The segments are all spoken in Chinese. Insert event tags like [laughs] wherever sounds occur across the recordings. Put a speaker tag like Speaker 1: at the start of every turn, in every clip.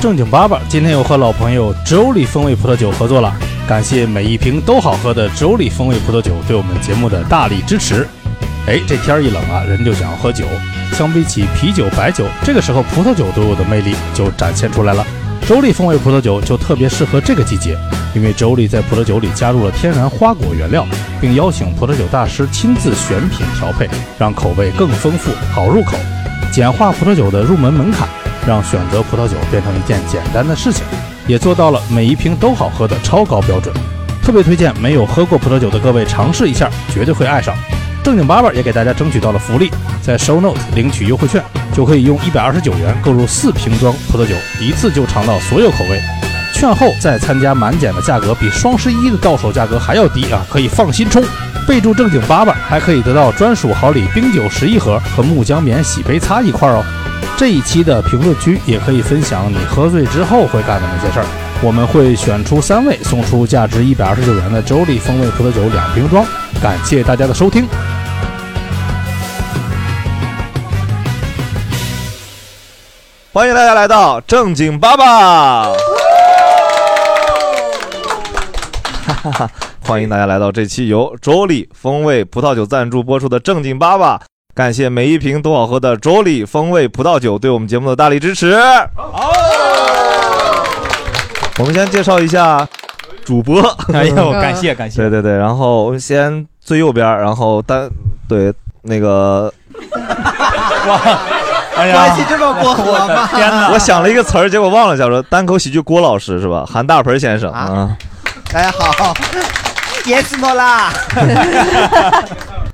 Speaker 1: 正经八百，今天又和老朋友植欧里风味葡萄酒合作了，感谢每一瓶都好喝的植欧里风味葡萄酒对我们节目的大力支持。哎，这天儿一冷啊，人就想要喝酒。相比起啤酒、白酒，这个时候葡萄酒对我的魅力就展现出来了。周丽风味葡萄酒就特别适合这个季节，因为周丽在葡萄酒里加入了天然花果原料，并邀请葡萄酒大师亲自选品调配，让口味更丰富、好入口，简化葡萄酒的入门门槛，让选择葡萄酒变成一件简单的事情，也做到了每一瓶都好喝的超高标准。特别推荐没有喝过葡萄酒的各位尝试一下，绝对会爱上。正经八百也给大家争取到了福利，在 Show Note 领取优惠券，就可以用一百二十九元购入四瓶装葡萄酒，一次就尝到所有口味。券后再参加满减的价格比双十一的到手价格还要低啊，可以放心冲。备注正经八百，还可以得到专属好礼冰酒十一盒和木浆棉洗杯擦一块哦。这一期的评论区也可以分享你喝醉之后会干的那些事儿，我们会选出三位送出价值一百二十九元的周丽风味葡萄酒两瓶装。感谢大家的收听。
Speaker 2: 欢迎大家来到正经爸爸。哈哈， [laughs] 欢迎大家来到这期由周丽风味葡萄酒赞助播出的《正经爸爸》，感谢每一瓶都好喝的周丽风味葡萄酒对我们节目的大力支持。我们先介绍一下主播。
Speaker 3: 哎呦感谢感谢
Speaker 2: 对对对，然后我们先最右边，然后单对那个
Speaker 3: 哎呀
Speaker 4: [laughs]
Speaker 3: 关系这么过火吗我的天哪
Speaker 2: 我想了一个词儿，结果忘了，叫做单口喜剧郭老师是吧？韩大盆先生啊，
Speaker 4: 大家哎好，Yes no 啦，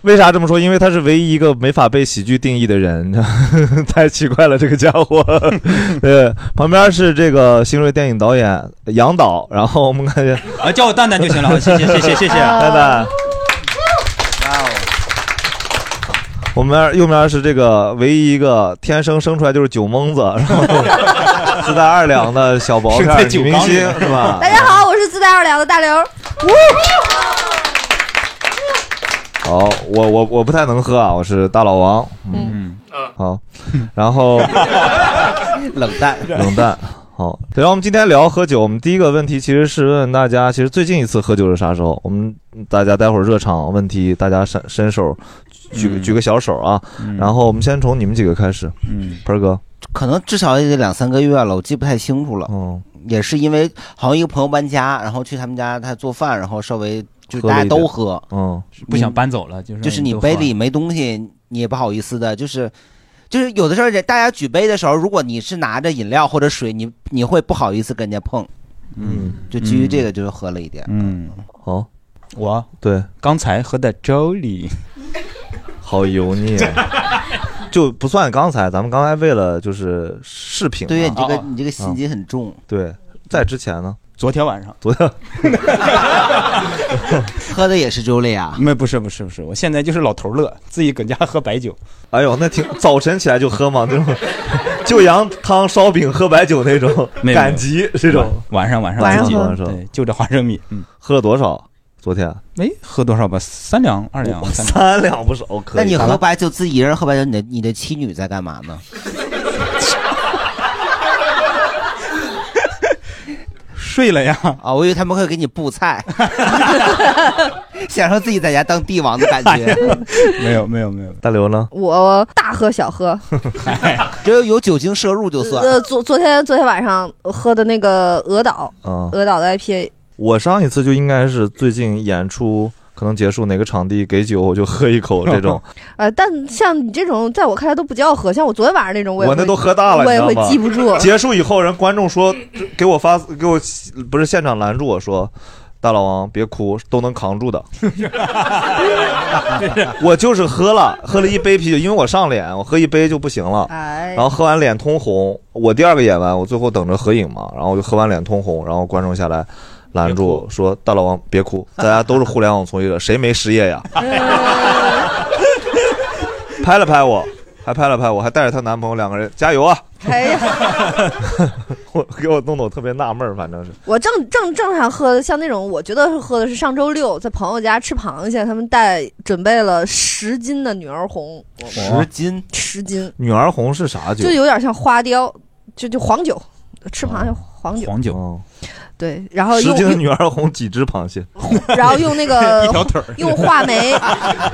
Speaker 2: 为啥这么说？因为他是唯一一个没法被喜剧定义的人， [laughs] 太奇怪了，这个家伙。 [laughs] 对，旁边是这个新锐电影导演杨导，然后我们看见
Speaker 3: 啊，叫我蛋蛋就行了，谢谢谢谢谢谢，
Speaker 2: [laughs]
Speaker 3: 哦
Speaker 2: 拜拜。我们右面是这个唯一一个天生生出来就是酒蒙子，然后自带二两的小薄片
Speaker 3: 生在
Speaker 2: 儿
Speaker 3: 酒
Speaker 2: 女明
Speaker 3: 缸里
Speaker 2: 星是吧？
Speaker 5: 大家好，我是自带二两的大刘。
Speaker 2: 好，我我我不太能喝啊，我是大老王。嗯，好， [laughs] 然后
Speaker 6: [laughs]
Speaker 2: 冷淡冷淡。好，对然后我们今天聊喝酒，我们第一个问题其实是问大家，其实最近一次喝酒是啥时候？我们大家待会儿热场问题，大家伸伸手举举个小手啊。然后我们先从你们几个开始。嗯，盆哥，
Speaker 4: [laughs] 可能至少也得两三个月了，我记不太清楚了。
Speaker 2: 嗯，
Speaker 4: 也是因为好像一个朋友搬家，然后去他们家，他做饭，然后稍微就
Speaker 3: 喝
Speaker 4: 大
Speaker 3: 了
Speaker 4: 家
Speaker 3: 一
Speaker 4: 都
Speaker 3: 点
Speaker 4: 喝，嗯
Speaker 2: 嗯，
Speaker 3: 不想搬走了，就是
Speaker 4: 就是你
Speaker 3: 都喝
Speaker 4: 杯里没东西，你也不好意思的，就是。就是有的时候，人大家举杯的时候，如果你是拿着饮料或者水，你你会不好意思跟人家碰，
Speaker 2: 嗯，
Speaker 4: 就基于这个，就是喝了一点，
Speaker 3: 嗯，
Speaker 2: 好，
Speaker 3: 我
Speaker 2: 哦对
Speaker 3: 刚才喝的粥 [laughs] 里，
Speaker 2: 好油腻
Speaker 3: [laughs]
Speaker 2: 啊。就不算刚才，咱们刚才为了就是饰品嘛，
Speaker 4: 对呀你这个
Speaker 2: 啊
Speaker 4: 你这个心机很重。
Speaker 2: 对，在之前呢，
Speaker 3: 昨天晚上，
Speaker 2: 昨
Speaker 3: [laughs]
Speaker 2: 天
Speaker 4: 喝的也是粥类啊？
Speaker 3: 没不是不是不是，我现在就是老头乐，自己搁家喝白酒，
Speaker 2: 哎呦，那挺早晨起来就喝嘛，那
Speaker 3: [laughs]
Speaker 2: 种就羊汤、烧饼、喝白酒那种，
Speaker 3: 没有
Speaker 2: 赶集这种。
Speaker 3: 晚上晚上
Speaker 2: 晚上
Speaker 3: 自己
Speaker 2: 喝晚上
Speaker 3: 对，就着花生米，嗯，
Speaker 2: 喝了多少？昨天
Speaker 3: 没喝多少吧，三两二两三两，
Speaker 2: 三两不少，可以。
Speaker 4: 那你喝白酒自己一人喝白酒，你的你的妻女在干嘛呢？
Speaker 3: 睡了呀，
Speaker 4: 啊，我以为他们会给你布
Speaker 3: [laughs]
Speaker 4: 菜， [laughs] 享受自己在家当帝王的感
Speaker 3: 哎呀
Speaker 4: 觉。
Speaker 3: 没有没有没有，
Speaker 2: 大刘呢？
Speaker 5: 我大喝小喝，
Speaker 4: [laughs] 只有有酒精摄入就算。
Speaker 5: 呃，昨昨天昨天晚上我喝的那个鹅岛，
Speaker 2: 啊，
Speaker 5: 鹅岛的 IPA，
Speaker 2: 我上一次就应该是最近演出可能结束哪个场地给酒，我就喝一口这种。
Speaker 5: 呃，但像你这种，在我看来都不叫喝，像我昨天晚上那种， [laughs] 我也
Speaker 2: 我那
Speaker 5: 会
Speaker 2: 都喝大
Speaker 5: 我
Speaker 2: 了，你
Speaker 5: 也会
Speaker 2: 知道吗？
Speaker 5: 记不住。
Speaker 2: [laughs] 结束以后，人观众说 [laughs] 给我发给我不是现场拦住我说。大老王，别哭，都能扛住的。 [laughs] 我就是喝了，喝了一杯啤酒，因为我上脸，我喝一杯就不行了。
Speaker 5: 哎
Speaker 2: 然，后喝完脸通红，我第二个演完，我最后等着合影嘛，然后我就喝完脸通红，然后观众下来拦住说：“大老王别哭，大家都是互联网从业者，谁没失业呀？”拍了拍我，还拍了拍我，还带着她男朋友两个人加油啊！
Speaker 5: [laughs]
Speaker 2: [laughs]
Speaker 5: 哎呀，
Speaker 2: 我给我弄得我特别纳闷儿，反正是
Speaker 5: 我正正正常喝的，像那种我觉得是喝的是上周六在朋友家吃螃蟹，他们带准备了十斤的女儿红，
Speaker 4: 十斤，
Speaker 5: 十斤，
Speaker 2: 女儿红是啥酒
Speaker 5: 就？
Speaker 2: 哦
Speaker 5: 有点像花雕，就就黄酒，吃螃蟹黄酒，
Speaker 2: 黄酒，
Speaker 5: 对，然后
Speaker 2: 十
Speaker 5: 用
Speaker 2: 斤嗯的女儿红几只螃蟹，
Speaker 5: [laughs] 然后用那个
Speaker 2: [laughs] 一条腿儿
Speaker 5: [laughs] 用话
Speaker 2: [laughs]
Speaker 5: 梅，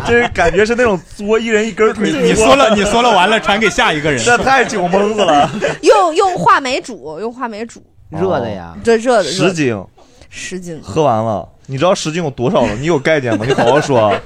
Speaker 2: 这感觉是那种作一人一根腿。
Speaker 3: 你说了，你说了，完了传给下一个人，
Speaker 2: 这太酒蒙子了。
Speaker 5: 用用话梅煮，用话梅煮，
Speaker 2: 热的哎呀
Speaker 5: 对，热的热
Speaker 2: 十
Speaker 5: 的
Speaker 2: 斤，
Speaker 5: 十斤，
Speaker 2: 喝完了，你知道十斤有多少了？你有概念吗？你好好说啊。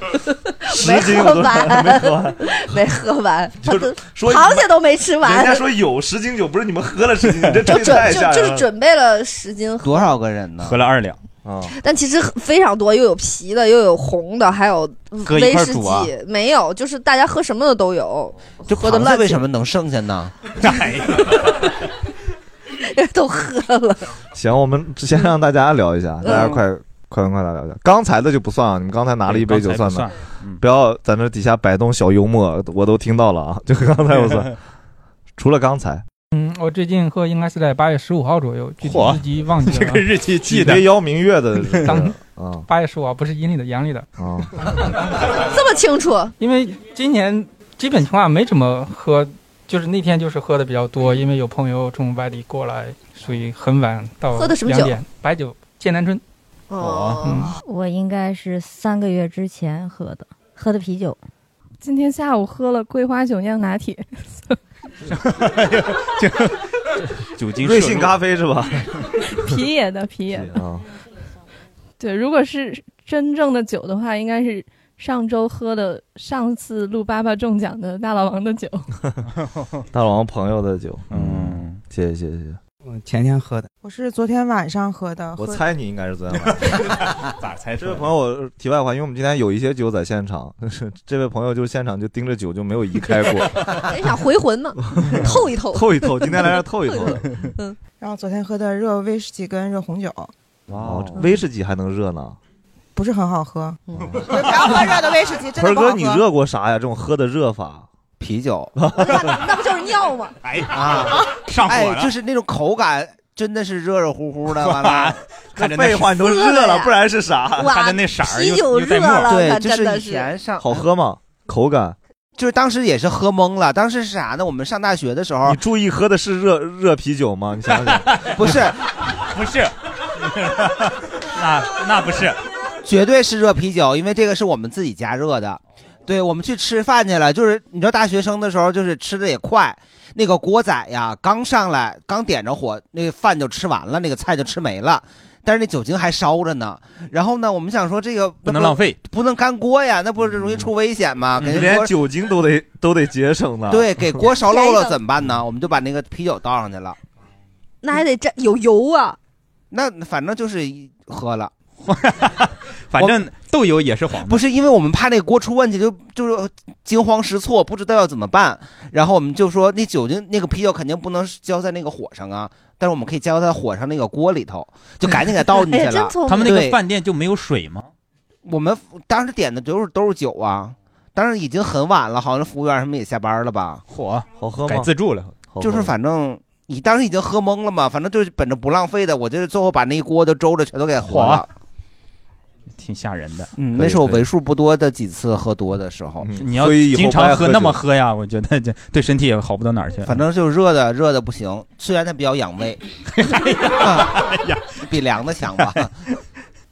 Speaker 2: 十斤有多少？没喝完。
Speaker 5: 没喝完，
Speaker 2: [laughs] 就是说
Speaker 5: 螃蟹都没吃完，
Speaker 2: 人家说有十斤酒，不是你们喝了十斤，你这
Speaker 5: 就
Speaker 2: 这太
Speaker 5: 准
Speaker 2: 吓
Speaker 5: 就
Speaker 2: 人
Speaker 5: 就是
Speaker 2: 了。
Speaker 5: 准备了十斤喝，
Speaker 4: 多少个人呢？
Speaker 3: 喝了二两
Speaker 2: 啊，
Speaker 5: 但其实非常多，又有啤的，又有红的，还有
Speaker 4: 搁一
Speaker 5: 威
Speaker 4: 块儿
Speaker 5: 士
Speaker 4: 煮啊
Speaker 5: 忌，没有，就是大家喝什么的都有， [laughs]
Speaker 4: 就
Speaker 5: 喝的
Speaker 4: 螃蟹
Speaker 5: 烂
Speaker 4: 为什么能剩下呢？
Speaker 5: 都喝了，
Speaker 2: 行，我们先让大家聊一下，大家快快问快答聊一下。刚才的就不算啊，你们刚才拿了一杯酒
Speaker 3: 对刚才
Speaker 2: 吗
Speaker 3: 不？
Speaker 2: 不要在那底下摆动小幽默，我都听到了啊，就刚才不算。除了刚才，
Speaker 7: 嗯，我最近喝应该是在八月十五号左右，具体
Speaker 2: 嚯
Speaker 7: 日期忘记了。
Speaker 2: 这个日
Speaker 3: 期
Speaker 2: 记得几杯邀明
Speaker 3: [laughs]
Speaker 2: 月的这个
Speaker 7: 当
Speaker 2: 啊
Speaker 7: 八月十五号不是阴历的，阳历的。
Speaker 2: 啊，
Speaker 5: 这么清楚，
Speaker 7: 因为今年基本情况下没怎么呃喝，就是那天就是喝的比较
Speaker 5: 嗯
Speaker 7: 多，因为有朋友从外地过来，所以很晚到
Speaker 5: 喝的什么酒
Speaker 7: 两点。白酒，剑南春。
Speaker 5: 哦
Speaker 8: 嗯
Speaker 9: 我应该是三个月之前喝的，喝的啤酒。
Speaker 10: 今天下午喝了桂花酒酿拿
Speaker 3: [laughs]
Speaker 10: 铁，
Speaker 3: 酒精
Speaker 2: 瑞
Speaker 3: 摄
Speaker 2: 幸
Speaker 3: 入
Speaker 2: 咖啡
Speaker 5: [laughs]
Speaker 2: 是吧？
Speaker 10: 皮野的皮野的。
Speaker 2: [laughs] 啊，
Speaker 10: 对，如果是真正的酒的话，应该是上周喝的上次陆爸爸中奖的大老王
Speaker 3: [laughs]
Speaker 11: [laughs]
Speaker 10: 的酒。
Speaker 2: 大老王朋友的酒，嗯，谢谢谢谢谢谢。
Speaker 6: 嗯，前天喝的。
Speaker 8: 我是昨天晚上喝的，
Speaker 2: 我
Speaker 8: 喝
Speaker 2: 猜你应该是昨天晚上。
Speaker 3: 嗯咋 [laughs] 猜
Speaker 2: 这位朋友，我题外话，因为我们今天有一些酒在现场， [laughs] 这位朋友就现场就盯着酒就没有移开
Speaker 5: [laughs]
Speaker 2: 过。
Speaker 5: 人想哎回魂
Speaker 2: [laughs]
Speaker 5: 嘛，透一透，
Speaker 2: 透一透今天来这儿透
Speaker 5: [laughs]
Speaker 2: 一透的
Speaker 5: 嗯，
Speaker 8: 然后昨天喝的热威士忌跟热红酒，
Speaker 2: 哇，哦
Speaker 12: 哦
Speaker 2: 威士忌还能热呢？
Speaker 8: [laughs] 不是很好喝。不要喝热的威士
Speaker 5: 哎
Speaker 8: 忌，真
Speaker 2: 盆
Speaker 8: 的
Speaker 2: 儿
Speaker 8: 不好
Speaker 2: 哥，
Speaker 8: 喝。
Speaker 2: 你热过啥呀？这种喝的热法？
Speaker 4: 啤
Speaker 2: [laughs]
Speaker 4: 酒
Speaker 5: 那不就是尿吗？
Speaker 3: 哎
Speaker 4: 啊，
Speaker 3: 上火了
Speaker 4: 哎，就是那种口感真的是热热乎
Speaker 3: [laughs]
Speaker 4: 乎的，完
Speaker 3: 哇
Speaker 4: 了，
Speaker 3: 看着那废话你都热了
Speaker 4: 了，
Speaker 3: 不然是啥哇看着那色儿又啤酒又带热沫了
Speaker 4: 对，
Speaker 3: 看
Speaker 4: 就
Speaker 3: 真的
Speaker 4: 是
Speaker 3: 是
Speaker 4: 以前上
Speaker 2: 好喝吗？口感？
Speaker 4: 就是当时也是喝懵了，当时是啥呢？我们上大学的时候，
Speaker 2: 你注意喝的是热热啤酒吗？你 [laughs] 想想，
Speaker 4: [laughs] 不是，
Speaker 3: 不
Speaker 2: [laughs]
Speaker 3: 是，那那不是，
Speaker 4: 绝对是热啤酒，因为这个是我们自己加热的。对，我们去吃饭去了，就是你知道大学生的时候，就是吃的也快，那个锅仔呀，刚上来刚点着火，那个饭就吃完了，那个菜就吃没了。但是那酒精还烧着呢，然后呢，我们想说这个
Speaker 2: 不能浪费，嗯
Speaker 4: 不能干锅呀，那不是容易出危险吗？啊给那
Speaker 2: 连
Speaker 4: 锅
Speaker 2: 酒精都得都得节省呢。
Speaker 4: 对，给锅
Speaker 2: [laughs]
Speaker 4: 烧漏了怎么办呢？我们就把那个啤酒倒上去了，
Speaker 5: 那还得蘸有油啊，
Speaker 4: 那反正就是
Speaker 2: [laughs]
Speaker 4: 喝了。
Speaker 3: 反正豆油也是黄的。
Speaker 4: 不是因为我们怕那锅出问题，就就是惊慌失措，不知道要怎么办。然后我们就说，那酒精那个啤酒肯定不能浇在那个火上啊，但是我们可以浇在火上那个锅里头，就赶紧给倒
Speaker 3: [laughs] 哎
Speaker 4: 进去了。
Speaker 3: 他们那个
Speaker 4: 对
Speaker 3: 饭店就没有水吗？
Speaker 4: 我们当时点的都是都是酒啊，当时已经很晚了，好像服务员什么也下班了吧？
Speaker 3: 嚯，
Speaker 2: 好喝
Speaker 3: 吗改自助了，
Speaker 4: 就是反正你当时已经喝懵了嘛，反正就是本着不浪费的，我就是最后把那一锅都周着全都给和了。
Speaker 3: 挺吓人的。
Speaker 4: 嗯，
Speaker 3: 可以
Speaker 4: 那是我
Speaker 3: 可以
Speaker 4: 为数不多的几次喝多的时候。
Speaker 2: 嗯
Speaker 3: 你要经常喝那么喝呀，我觉得这对身体也好不到哪儿去。
Speaker 4: 反正就是热的，热的不行。虽然它比较养
Speaker 6: [laughs]
Speaker 4: 胃，啊比凉的强吧。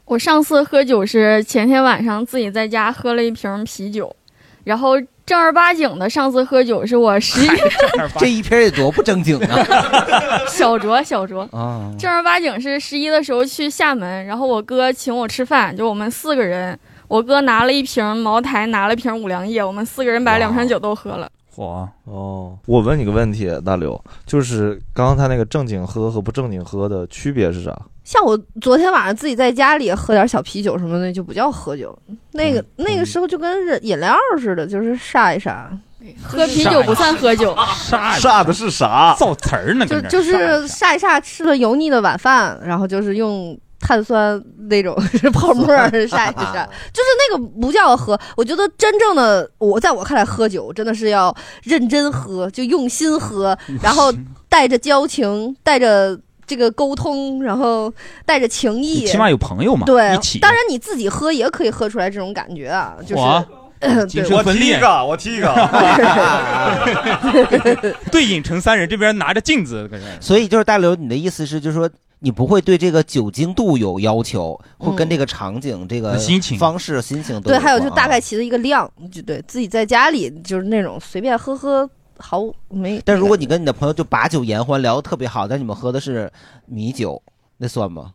Speaker 10: 我上次喝酒是前天晚上自己在家喝了一瓶啤酒，然后正儿八经的上次喝酒是我十一月
Speaker 4: 这一瓶也多不正经啊！
Speaker 10: [laughs] 小酌小酌。
Speaker 2: 哦
Speaker 6: [laughs]
Speaker 4: 啊，
Speaker 10: 正儿八经是十一的时候去厦门，然后我哥请我吃饭，就我们四个人，我哥拿了一瓶茅台，拿了一瓶五粮液，我们四个人把两瓶酒都喝了。
Speaker 4: 啊
Speaker 3: 火
Speaker 2: 哦，我问你个问题，大刘，就是刚刚他那个正经喝和不正经喝的区别是啥？
Speaker 5: 像我昨天晚上自己在家里喝点小啤酒什么的，就不叫喝酒。那个、那个时候就跟人饮料似的，就是煞一煞。
Speaker 10: 喝啤酒不算喝酒，
Speaker 2: 煞的是啥？
Speaker 3: 造词儿呢，
Speaker 5: 就就是煞一煞吃了油腻的晚饭，然后就是用碳酸那 [laughs] 种是泡沫儿晒一 [laughs] 晒，就是那个不叫喝。我觉得真正的我，在我看来，喝酒真的是要认真喝，就用心喝，然后带着交情，带着。这个沟通，然后带着情谊，
Speaker 3: 起码有朋友嘛
Speaker 5: 对
Speaker 3: 一起，
Speaker 5: 当然你自己喝也可以喝出来这种感觉啊，就是
Speaker 3: 火
Speaker 5: [clears throat] 对
Speaker 2: 我踢一个，我踢一个。
Speaker 3: [laughs] 对影成三人，这边拿着镜子，搁这儿
Speaker 4: 所以就是大刘，你的意思是，就是说你不会对这个酒精度有要求，会跟这个场景、这个
Speaker 3: 心情
Speaker 4: 方式、心情
Speaker 5: 嗯
Speaker 4: 都
Speaker 5: 对，还有就
Speaker 4: 关啊
Speaker 5: 大概其的一个量，就对自己在家里就是那种随便喝喝，毫无没。
Speaker 4: 但如果你跟你的朋友就把酒言欢，聊得特别好，但你们喝的是米酒，那算吗？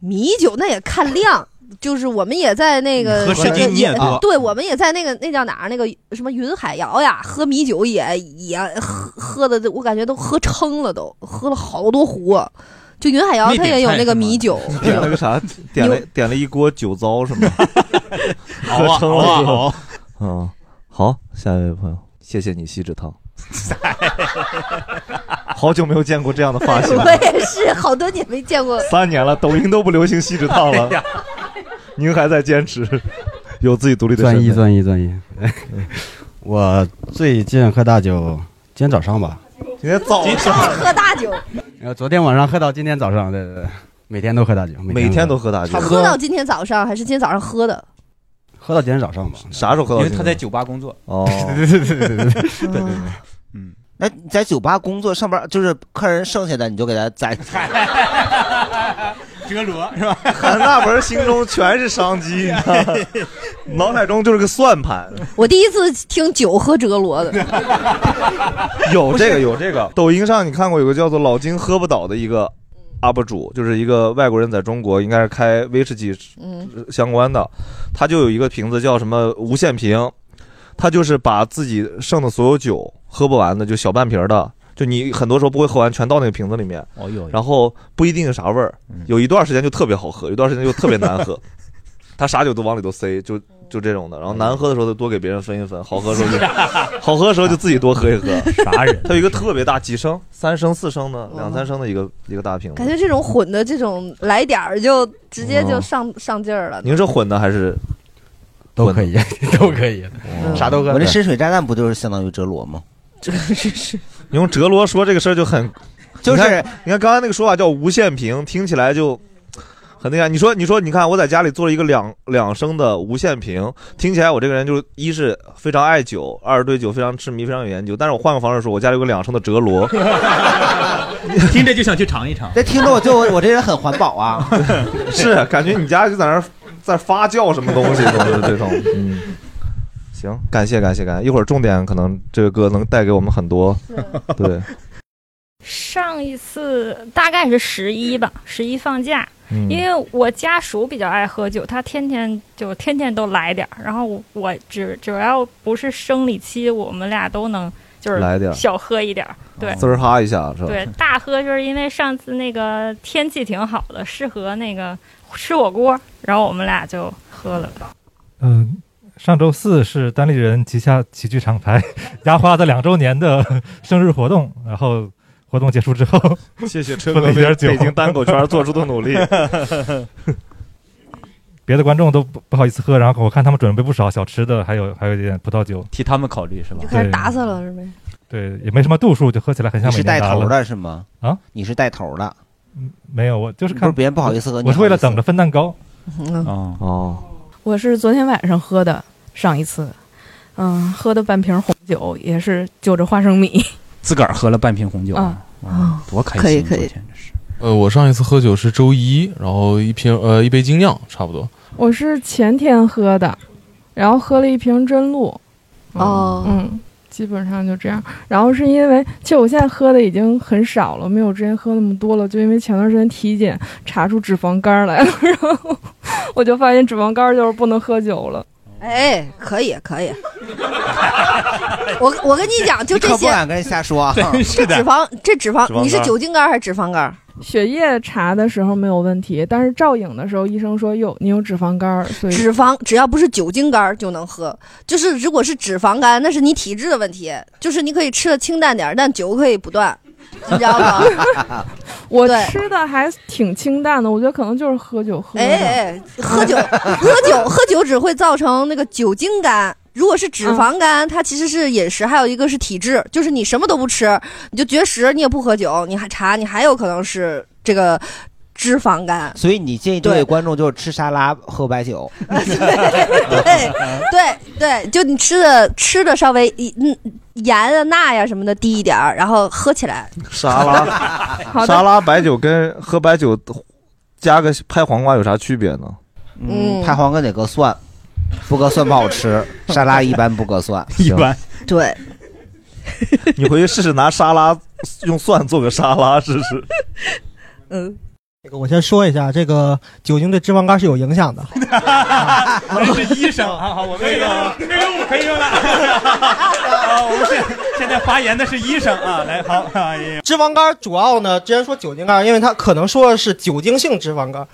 Speaker 5: 米酒那也看量，就是我们也在那个
Speaker 4: 喝
Speaker 5: 那
Speaker 4: 神
Speaker 5: 个
Speaker 4: 经你也多
Speaker 5: 对，我们也在那个那叫哪儿那个什么云海肴呀，喝米酒也也喝喝的，我感觉都喝撑了都，喝了好多壶。就云海肴，它 [laughs] 也有那个米酒，
Speaker 3: 哎
Speaker 2: 点了个啥？点了点了一锅酒糟是
Speaker 3: [laughs]
Speaker 2: 吗？
Speaker 3: 熬啊
Speaker 2: 撑
Speaker 3: 熬啊
Speaker 2: 了
Speaker 3: 熬
Speaker 2: 锅
Speaker 3: 啊。
Speaker 2: 嗯，好，下一位朋友，谢谢你锡纸烫。好久没有见过这样的
Speaker 5: [laughs]
Speaker 2: 发型了，
Speaker 5: 我也是好多年没见过。
Speaker 2: 三年了，抖音都不流行锡纸烫了
Speaker 5: 哎呀，
Speaker 2: 您还在坚持，有自己独立的
Speaker 6: 专一
Speaker 2: 身份
Speaker 6: 专一专一。 [laughs] 我最近喝大酒，今天早上吧，
Speaker 2: 今天早上
Speaker 5: 喝大酒，
Speaker 6: 然后呃昨天晚上喝到今天早上，对对对，每天都喝大酒，
Speaker 2: 每天啊都喝大酒
Speaker 6: 差不
Speaker 5: 喝
Speaker 6: 多
Speaker 5: 到今天早上还是今天早上喝的，
Speaker 6: 喝到今天早上吧。
Speaker 2: 啥时候喝
Speaker 3: 因为他在酒吧工作。
Speaker 2: 哦
Speaker 6: [laughs] 对对对
Speaker 5: 嗯
Speaker 6: 对对对对对。嗯
Speaker 4: 那你在酒吧工作上班，就是客人剩下的你就给他宰。
Speaker 3: 折罗
Speaker 2: [laughs]
Speaker 3: 是吧？
Speaker 2: 韩大文心中全是商机，
Speaker 3: [laughs]
Speaker 2: 脑海中就是个算盘。
Speaker 5: 我第一次听酒喝折罗
Speaker 2: [laughs]
Speaker 5: 的，
Speaker 2: 有这个有这个，抖音上你看过有个叫做“老金喝不倒”的一个 UP 主，就是一个外国人在中国应该是开威士忌呃
Speaker 5: 嗯
Speaker 2: 相关的，他就有一个瓶子叫什么无限瓶，他就是把自己剩的所有酒喝不完的，就小半瓶儿的，就你很多时候不会喝完，全倒那个瓶子里面。
Speaker 3: 哦有
Speaker 2: 然后不一定是啥味儿，
Speaker 6: 嗯
Speaker 2: 有一段时间就特别好喝，有一段时间就特别难
Speaker 6: [laughs]
Speaker 2: 喝。他啥酒都往里头塞，就就这种的。然
Speaker 6: 嗯
Speaker 2: 后难喝的时候就多给别人分一分，好喝的时候就 [laughs] 好喝的时候就自己多喝一喝。
Speaker 3: 啥人？
Speaker 2: 他有一个特别大，几升？三升、四升的，两三升的一个一个大瓶
Speaker 5: 哦感
Speaker 2: 子。
Speaker 5: 觉这种混的这种来点儿就直接就上上劲儿了。
Speaker 2: 哦您是混的还是哦
Speaker 6: 都可以，
Speaker 4: [laughs]
Speaker 6: 都可以，啥都喝
Speaker 4: 嗯我这深水炸弹不就是相当于折罗吗？
Speaker 5: 这是是，
Speaker 2: 你用折罗说这个事儿就很，
Speaker 4: 就是
Speaker 2: 你看你看刚才那个说法叫无限瓶，听起来就很那啥。你说你说，你看我在家里做了一个两两升的无限瓶，听起来我这个人就是一是非常爱酒，二是对酒非常痴迷，非常有研究。但是我换个方式说，我家里有个两升的折罗，
Speaker 3: 听着就想去尝一尝。
Speaker 4: 这听着我就我这人很环保啊，
Speaker 2: [laughs] 是感觉你家就在那儿在发酵什么东西，都是这
Speaker 13: [laughs]
Speaker 2: 种。嗯，行，感谢感谢感谢，一会儿重点可能这个歌能带给我们很多，对。
Speaker 14: 上一次大概是十一吧，十一放假，
Speaker 2: 嗯
Speaker 14: 因为我家属比较爱喝酒，他天天就天天都来点儿，然后我我只只要不是生理期，我们俩都能就是
Speaker 2: 来点儿哦
Speaker 14: 小喝一点儿，对，
Speaker 2: 滋儿哈一下是吧？
Speaker 14: 对，大喝就是因为上次那个天气挺好的，适合那个吃火锅，然后我们俩就喝了。
Speaker 15: [laughs]
Speaker 16: 嗯，上周四是单立人旗下喜剧厂牌压花的两周年的生日活动，然后活动结束之后，
Speaker 2: [laughs] 谢谢
Speaker 16: [laughs]
Speaker 2: 春
Speaker 16: 分了
Speaker 2: 哥
Speaker 16: 一点
Speaker 2: 为
Speaker 16: 酒，
Speaker 2: 北京单口圈做出的努力。 [laughs]
Speaker 16: 别 [laughs] 的观众都不不好意思喝，然后我看他们准备不少小吃的，还有还有一点葡萄酒，
Speaker 3: 替他们考虑是吧
Speaker 5: 就开始打死了是呗？
Speaker 16: 对，也没什么度数，就喝起来很像
Speaker 4: 你
Speaker 16: 美
Speaker 4: 是
Speaker 16: 年
Speaker 4: 带
Speaker 16: 达
Speaker 4: 头
Speaker 16: 了
Speaker 4: 的是吗？
Speaker 16: 啊，
Speaker 4: 你是带头的，
Speaker 16: 没有，我就是
Speaker 4: 不
Speaker 16: 看
Speaker 4: 是别人不好意思喝，嗯
Speaker 16: 我是为了等着分蛋糕。
Speaker 3: 哦
Speaker 2: 哦，
Speaker 17: 我是昨天晚上喝的，上一次，嗯，喝的半瓶红酒，也是就着花生米。
Speaker 3: 自个儿喝了半瓶红酒，
Speaker 14: 嗯
Speaker 17: 啊
Speaker 3: 哇
Speaker 5: 哦
Speaker 3: 多开心！
Speaker 17: 可以可以
Speaker 3: 昨天真是
Speaker 18: 呃，我上一次喝酒是周一，然后一瓶呃一杯精酿差不
Speaker 3: [laughs]
Speaker 18: 多。
Speaker 19: 我是前天喝的，然后喝了一瓶真露。
Speaker 5: 哦，
Speaker 19: 嗯，基本上就这样。然后是因为，其实我现在喝的已经很少了，没有之前喝那么多了，就因为前段时间体检查出脂肪肝来了，然后我就发现脂肪肝就是不能喝酒了。
Speaker 5: 哎，可以可以。 [laughs] 我我跟你讲，就这
Speaker 4: 你可不
Speaker 5: 些，
Speaker 4: 敢跟人瞎说啊 [laughs]
Speaker 5: 这脂肪，这脂肪
Speaker 4: 脂肪，肝
Speaker 5: 你是酒精肝还是脂肪肝？
Speaker 19: 血液查的时候没有问题，但是照影的时候，医生说哟，你有脂肪肝儿，所以
Speaker 5: 脂肪只要不是酒精肝就能喝，就是如果是脂肪肝，那是你体质的问题，就是你可以吃的清淡点儿，但酒可以不断，你知
Speaker 14: [laughs]
Speaker 5: 道吗？
Speaker 19: 我
Speaker 5: 对
Speaker 19: 吃的还挺清淡的，我觉得可能就是喝酒喝的。
Speaker 5: 哎，哎喝酒喝酒
Speaker 2: [laughs]
Speaker 5: 喝酒只会造成那个酒精肝。如果是脂肪肝，它其实是饮食，还有一个是体质，就是你什么都不吃，你就绝食，你也不喝酒，你还查，你还有可能是这个脂肪
Speaker 2: [laughs]
Speaker 5: 肝。
Speaker 4: 所以你建议这位观众就是吃沙拉喝白酒，
Speaker 5: 对
Speaker 2: 嗯
Speaker 5: 对对，就你吃的吃的稍微嗯盐啊钠呀、什么的低一点儿，然后喝起
Speaker 2: [laughs]
Speaker 5: 来。
Speaker 2: 沙 [laughs] 拉，沙拉白酒跟喝白酒加个拍黄瓜有啥区别呢？
Speaker 5: 嗯
Speaker 4: 拍黄瓜得搁蒜，不搁蒜不
Speaker 2: [laughs]
Speaker 4: 好吃。沙拉一般不搁蒜，
Speaker 2: 一般
Speaker 5: 对，
Speaker 2: 你回去试试拿沙拉用蒜做个沙拉试试。
Speaker 5: 嗯，
Speaker 13: 这个我先说一下，这个酒精对脂肪肝是有影响的。
Speaker 2: [laughs]
Speaker 15: 是医生啊，好我们这个这个我可以用了。
Speaker 3: [laughs]
Speaker 15: 啊，我们现现在发言的是医生啊，来好啊，也
Speaker 13: 脂肪肝主要呢，之前说酒精肝，因为它可能说的是酒精性脂肪肝，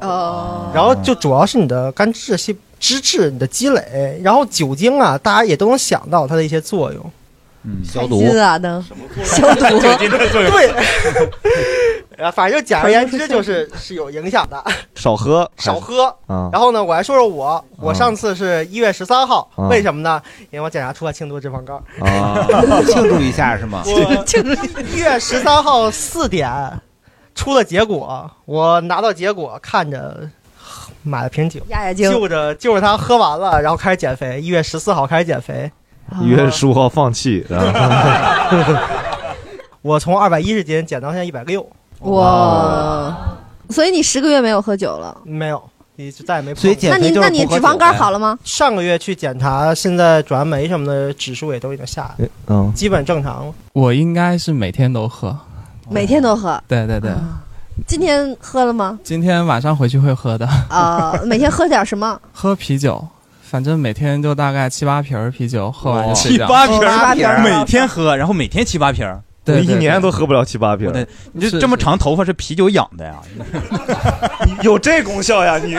Speaker 5: 哦，
Speaker 13: 然后就主要是你的肝脂系脂质你的积累，然后酒精啊，大家也都能想到它的一些作用，
Speaker 2: 嗯，
Speaker 13: 消
Speaker 5: 心啊能消 [laughs] 毒，
Speaker 4: [laughs]
Speaker 13: 对， [laughs] 呃反正简而言之就是是有影响的，
Speaker 2: 少喝，
Speaker 13: 少喝。
Speaker 2: 啊。
Speaker 13: 然后呢，我来说说我，我
Speaker 4: 啊
Speaker 2: 嗯
Speaker 13: 上次是一月十三号，
Speaker 2: 嗯
Speaker 13: 为什么呢？因为我检查出了轻度脂肪肝。
Speaker 2: 啊
Speaker 4: 庆祝一下是
Speaker 2: [laughs]
Speaker 4: 吗？
Speaker 13: 我一月十三号四点出了结果，我拿到结果，看着买了瓶酒，
Speaker 5: 压压惊。
Speaker 13: 就着就着它喝完了，然后开始减肥。一月十四号开始减肥，
Speaker 4: 啊
Speaker 2: 一月十五号放弃，然
Speaker 4: [laughs]
Speaker 2: 后
Speaker 13: 我从二百一十斤减到现在一百六，
Speaker 5: 哇，所以你十个月没有喝酒了。
Speaker 13: 没有，你就再也没碰。
Speaker 4: 所以减肥那你就是那
Speaker 5: 你不喝脂肪酒肝呗好了吗？
Speaker 13: 上个月去检查，现在转氨酶什么的指数也都已经下来了，
Speaker 4: 呃
Speaker 2: 嗯，
Speaker 13: 基本正常了。
Speaker 20: 我应该是每天都喝，
Speaker 5: 每天都喝，
Speaker 20: 对对对，
Speaker 5: 啊今天喝了吗？
Speaker 20: 今天晚上回去会喝的，
Speaker 5: 啊、每天喝点什么？
Speaker 20: [laughs] 喝啤酒，反正每天就大概七八瓶儿啤酒，喝完
Speaker 3: 哦
Speaker 20: 就睡
Speaker 15: 七
Speaker 20: 觉。
Speaker 5: 哦
Speaker 15: 八瓶儿，
Speaker 5: 啊
Speaker 2: 啊
Speaker 15: 每天喝，然后每天七八瓶儿，
Speaker 20: 对对对
Speaker 15: 我
Speaker 2: 喝不了七八瓶
Speaker 15: 我
Speaker 2: 儿
Speaker 15: 的，你这这么长头发是啤酒养的呀？
Speaker 2: [laughs] 有这功效呀？你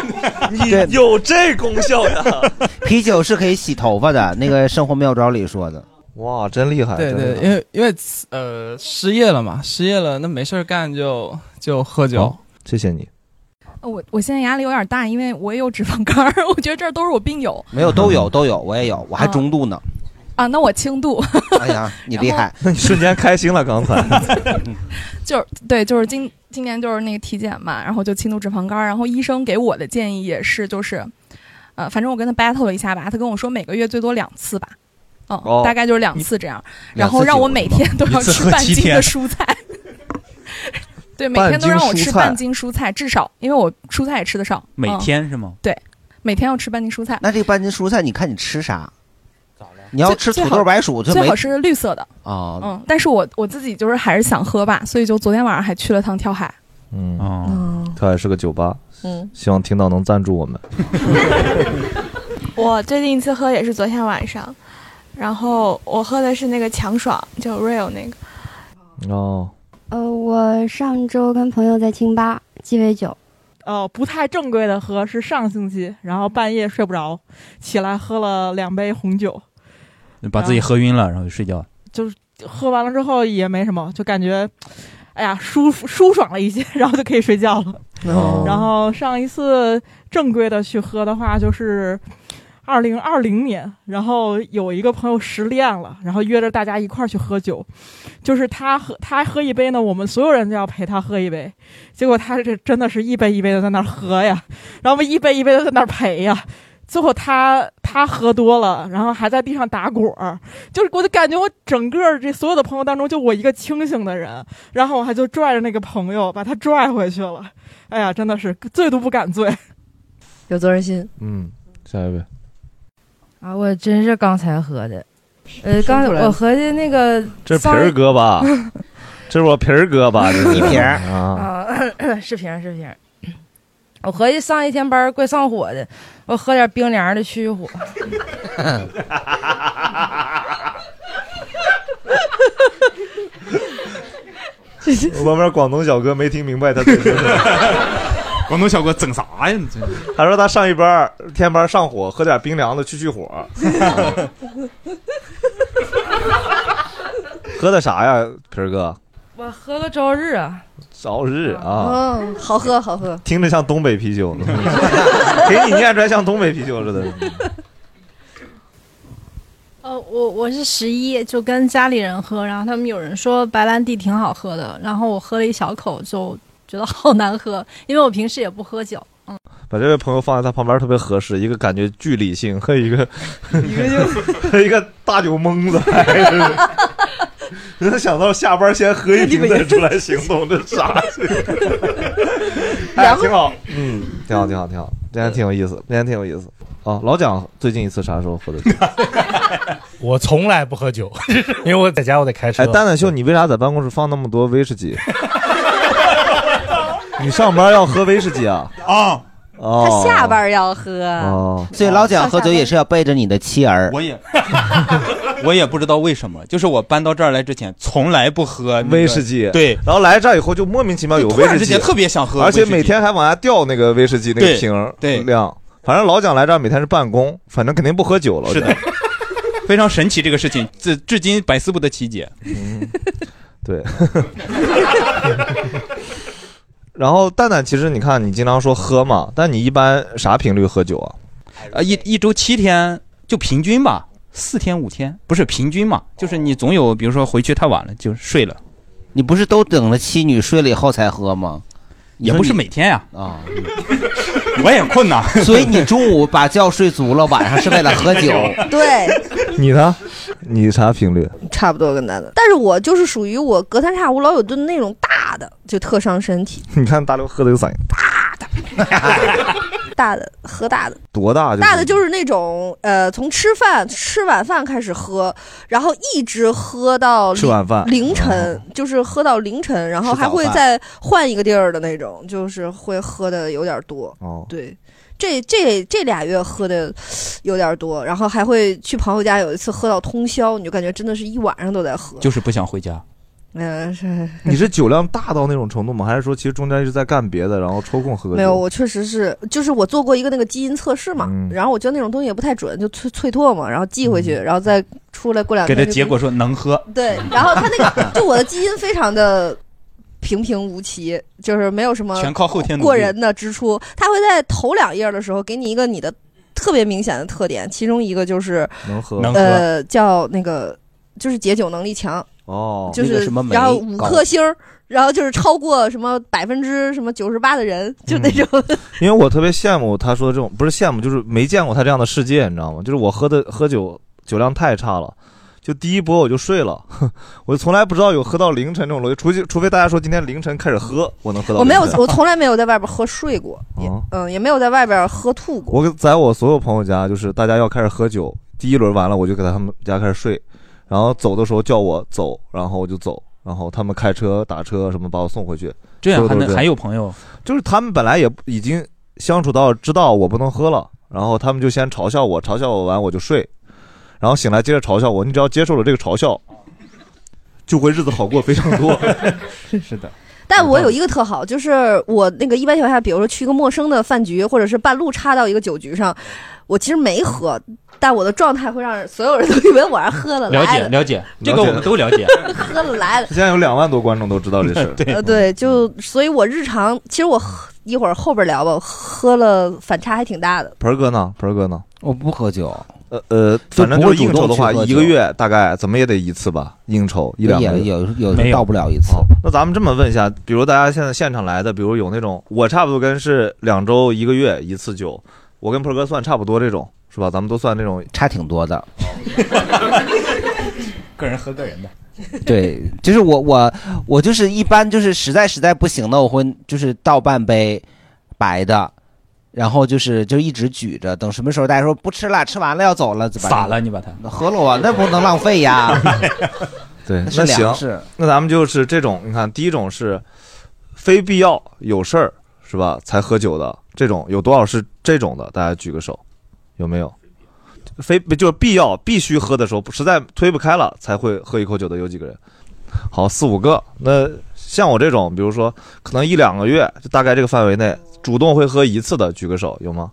Speaker 4: 对
Speaker 2: 你有这功效呀？
Speaker 4: [laughs] 啤酒是可以洗头发的，那个《生活妙招》里说的。
Speaker 2: 哇，真厉害
Speaker 20: 对
Speaker 4: 真
Speaker 20: 对，
Speaker 4: 的
Speaker 20: 因为因为呃失业了嘛，失业了那没事儿干就就喝酒。
Speaker 2: 好谢谢你，
Speaker 14: 我我现在压力有点大，因为我也有脂肪肝儿，我觉得这都是我病友
Speaker 4: 没有都有都有，我也有，我还中度呢。
Speaker 14: 啊。那我轻度， [laughs]
Speaker 4: 哎呀，你厉害！
Speaker 2: 啊 [laughs] 那你瞬间 [laughs] 开心了，刚才
Speaker 4: [laughs]
Speaker 14: 就是对，就是今今年就是那个体检嘛，然后就轻度脂肪肝儿，然后医生给我的建议也是就是，呃，反正我跟他 battle 了一下吧，他跟我说每个月最多两次吧，嗯，
Speaker 15: 哦
Speaker 14: 大概就是两次这样，然后让我每天都要
Speaker 15: 一次
Speaker 14: 吃
Speaker 15: 喝
Speaker 14: 半
Speaker 15: 七
Speaker 14: 斤
Speaker 15: 天
Speaker 14: 的蔬菜。对，每天都让我吃半斤蔬菜，至少因为我蔬菜也吃得少。
Speaker 15: 每
Speaker 14: 嗯
Speaker 15: 天是吗？
Speaker 14: 对，每天要吃半斤蔬菜。
Speaker 4: 那这个半斤蔬菜，你看你吃啥？咋了？你要
Speaker 14: 最
Speaker 4: 吃
Speaker 14: 最
Speaker 4: 土
Speaker 14: 好
Speaker 4: 豆白薯就
Speaker 14: 最
Speaker 4: 没
Speaker 14: 好是绿色的。
Speaker 4: 啊。
Speaker 14: 嗯，但是我我自己就是还是想喝吧，所以就昨天晚上还去了趟跳海。
Speaker 2: 嗯
Speaker 14: 哦
Speaker 2: 跳海是个酒吧，
Speaker 14: 嗯
Speaker 2: 希望听到能赞助我们。
Speaker 11: 我最近一次喝也是昨天晚上，然后我喝的是那个强爽，就 Real 那个。
Speaker 2: 哦，
Speaker 21: 呃，我上周跟朋友在清吧鸡尾酒，
Speaker 12: 呃，不太正规的喝，是上星期，然后半夜睡不着，起来喝了两杯红酒，
Speaker 3: [laughs]
Speaker 15: 把自己喝晕了，然后就睡觉。
Speaker 12: 就是喝完了之后也没什么，就感觉，哎呀，舒服舒爽了一些，然后就可以睡觉了。
Speaker 15: 哦
Speaker 12: 然后上一次正规的去喝的话，就是二零二零年，然后有一个朋友失恋了，然后约着大家一块儿去喝酒，就是他喝他喝一杯呢，我们所有人都要陪他喝一杯，结果他这真的是一杯一杯的在那儿喝呀，然后我们一杯一杯的在那儿陪呀。最后他他喝多了，然后还在地上打滚儿，就是我就感觉我整个儿这所有的朋友当中，就我一个清醒的人，然后我还就拽着那个朋友把他拽回去了，哎呀，真的是醉都不敢醉。
Speaker 5: 有责任心。
Speaker 2: 嗯，下一位，
Speaker 22: 啊，我真是刚才喝的，呃，
Speaker 5: 说
Speaker 22: 刚
Speaker 5: 出来了
Speaker 22: 我合计那个
Speaker 2: 这是皮儿哥吧这是我皮儿哥吧？这是
Speaker 4: 一瓶儿
Speaker 15: [laughs]
Speaker 2: 啊，
Speaker 22: [laughs] 啊，视频视频，我合计上一天班儿怪上火的，我喝点冰凉的去火。 [laughs]
Speaker 4: 啊
Speaker 2: 我们广东小哥没听明白他在说什么。
Speaker 15: [laughs] 广东小哥整啥呀？你
Speaker 2: 他说他上一班儿天班儿上火，喝点冰凉的去去火。
Speaker 15: [laughs]
Speaker 2: 喝的啥呀，皮儿哥？
Speaker 22: 我喝个周日啊，
Speaker 2: 朝日
Speaker 15: 哦
Speaker 2: 啊，
Speaker 5: 嗯，好喝好喝。
Speaker 2: 听着像东北啤酒呢， [laughs] 给你念出来像东北啤酒似的。
Speaker 23: 呃，我我是十一，就跟家里人喝，然后他们有人说白兰地挺好喝的，然后我喝了一小口就觉得好难喝，因为我平时也不喝酒。嗯， [laughs]
Speaker 2: 把这位朋友放在他旁边特别合适，一个感觉巨理性，和一个一个 [laughs] 和一个大酒蒙 [laughs] 子，哎真是人家想到下班先喝一瓶再出来行动，这啥？哎，挺
Speaker 4: [laughs]
Speaker 2: 好，嗯，挺好，挺好，挺好，今天挺有意思，今天挺有意思。哦，老蒋最近一次啥时候喝的酒？
Speaker 1: 我从来不喝酒， [laughs] 因为我在家我得开车。
Speaker 2: 哎，蛋蛋秀，你为啥在办公室放那么多威士忌？ [laughs] 你上班要喝威士忌啊？
Speaker 15: 啊，
Speaker 2: 哦，
Speaker 5: 班要喝，
Speaker 4: 哦，所以老蒋喝酒也是要背着你的妻儿。
Speaker 3: 我也，我也不知道为什么，就是我搬到这儿来之前，从来不喝那个
Speaker 2: 威士忌，
Speaker 3: 对，
Speaker 2: 然后来这儿以后就莫名其妙有
Speaker 3: 突
Speaker 2: 威
Speaker 3: 然
Speaker 2: 士
Speaker 3: 之
Speaker 2: 忌，
Speaker 3: 间特别想喝
Speaker 2: 而且
Speaker 3: 威士忌
Speaker 2: 每天还往下掉那个威士忌那个
Speaker 3: 对
Speaker 2: 瓶儿
Speaker 3: 对
Speaker 2: 量。反正老蒋来这儿每天是办公，反正肯定不喝酒了。是的，
Speaker 3: 非常神奇这个事情，至至今百思不得其解。
Speaker 2: 嗯对。 [laughs] 然后蛋蛋，其实你看，你经常说喝嘛，但你一般啥频率喝酒啊？
Speaker 3: 啊，一一周七天就平均吧，四天五天不是平均嘛，就是你总有，比如说回去太晚了就睡了，
Speaker 4: 你不是都等了妻女睡了以后才喝吗？
Speaker 3: 也不是每天呀、
Speaker 4: 啊，
Speaker 3: [laughs] 我也困呐。
Speaker 4: 所以你中午把觉睡足了，晚上是为了喝酒。
Speaker 5: 对，
Speaker 2: [laughs] 你呢？你啥频率？
Speaker 5: 差不多跟他的。但是我就是属于我隔三差五老有顿那种大的，就特伤身体，
Speaker 2: 你看大刘喝的有嗓音，
Speaker 5: 大的喝大的。
Speaker 2: 多啊大、就是？
Speaker 5: 大的就是那种，呃，从吃饭吃晚饭开始喝，然后一直喝到
Speaker 2: 吃晚饭哦
Speaker 5: 凌晨，就是喝到凌晨，然后还会
Speaker 2: 吃早饭
Speaker 5: 再换一个地儿的那种，就是会喝的有点多。
Speaker 2: 哦
Speaker 5: 对，这这这俩月喝的有点多，然后还会去朋友家，有一次喝到通宵，你就感觉真的是一晚上都在喝。
Speaker 3: 就是不想回家。
Speaker 5: 嗯、是
Speaker 2: 你是酒量大到那种程度吗？还是说其实中间一直在干别的，然后抽空喝个酒？
Speaker 5: 没有，我确实是，就是我做过一个那个基因测试嘛，
Speaker 2: 嗯
Speaker 5: 然后我觉得那种东西也不太准，就脆脆唾沫，然后寄回去，然后再出来过两
Speaker 3: 给他
Speaker 5: 天就
Speaker 3: 结果说能喝，
Speaker 5: [laughs] 对，然后他那
Speaker 2: [laughs]
Speaker 5: 个就我的基因非常的平平无奇，就是没有什么
Speaker 3: 全靠后天努力
Speaker 5: 过人的之处。他会在头两页的时候给你一个你的特别明显的特点，其中一个就是
Speaker 2: 能喝
Speaker 5: 呃，叫那个就是解酒能力强，
Speaker 2: 哦，
Speaker 5: 就是然后五颗星儿。然后就是超过什么百分之什么九十八的人，就那种、
Speaker 2: 因为我特别羡慕他说的这种，不是羡慕，就是没见过他这样的世界，你知道吗？就是我喝的喝酒酒量太差了，就第一波我就睡了， [laughs] 我从来不知道有喝到凌晨这种逻辑，除非除非大家说今天凌晨开始喝，我能喝到
Speaker 5: 我
Speaker 2: 凌
Speaker 5: 没
Speaker 2: 晨。
Speaker 5: 有，我从来没有在外边喝睡过，也嗯，也没有在外边喝吐过。
Speaker 2: 我在我所有朋友家，就是大家要开始喝酒，第一轮完了，我就给他们家开始睡，然后走的时候叫我走，然后我就走，然后他们开车打车什么把我送回去。
Speaker 3: [laughs] 这样还
Speaker 2: 所有都是
Speaker 3: 能还有朋友， [laughs]
Speaker 2: [laughs] 就是他们本来也已经相处到知道我不能喝了，然后他们就先嘲笑我，嘲笑我完我就睡，然后醒来接着嘲笑我。你只要接受了这个嘲笑，就会日子好过非常多。是的，
Speaker 5: 但我有一个特好，就是我那个一般情况下，比如说去一个陌生的饭局，或者是半路插到一个酒局上，我其实没喝，但我的状态会让所有人都以为我是喝
Speaker 3: 了
Speaker 5: 了来
Speaker 3: 解
Speaker 5: 了，
Speaker 3: 了解，这个我们都了解。
Speaker 5: [laughs] 喝了来了。
Speaker 2: [laughs] 现在有两万多观众都知道这
Speaker 3: [laughs]
Speaker 2: 事。
Speaker 5: 呃，对，就所以，我日常其实我喝一会儿后边聊吧，喝了反差还挺大
Speaker 2: [laughs]
Speaker 5: 的。
Speaker 2: 盆儿哥呢？盆儿哥呢？
Speaker 4: 我不喝酒。
Speaker 2: 呃呃，反正
Speaker 4: 就不
Speaker 2: 就
Speaker 4: 会
Speaker 2: 是应酬的话，
Speaker 4: 主动
Speaker 2: 一
Speaker 4: 去喝酒
Speaker 2: 个月大概怎么 [laughs] 也得一次吧，应酬一两个
Speaker 4: 也
Speaker 2: 月
Speaker 4: 有有时候到不了一次。
Speaker 2: 哦那咱们这么问一下，比如大家现在现场来的，比如有那种我差不多跟是两周一个月一次酒，我跟鹏哥算差不多这种是吧？咱们都算这种
Speaker 4: 差挺多的。
Speaker 3: 个人和个人的， [laughs]
Speaker 4: [laughs] 对，就是我我我就是一般就是实在实在不行的，我会就是倒半杯白的，然后就是就一直举着，等什么时候大家说不吃了，吃完了要走了，
Speaker 3: 洒了你把它
Speaker 4: 喝了我那不能浪
Speaker 2: [laughs]
Speaker 4: 费呀。
Speaker 2: 对
Speaker 4: 那，是
Speaker 2: 那
Speaker 4: 粮
Speaker 2: 行
Speaker 4: 食，
Speaker 2: 那咱们就是这种，你看，第一种是非必要有事儿是吧才喝酒的，这种有多少是这种的？大家举个手，有没有？非就是必要必须喝的时候，实在推不开了才会喝一口酒的，有几个人？好，四五个。那像我这种，比如说可能一两个月，就大概这个范围内，主动会喝一次的，举个手，有吗？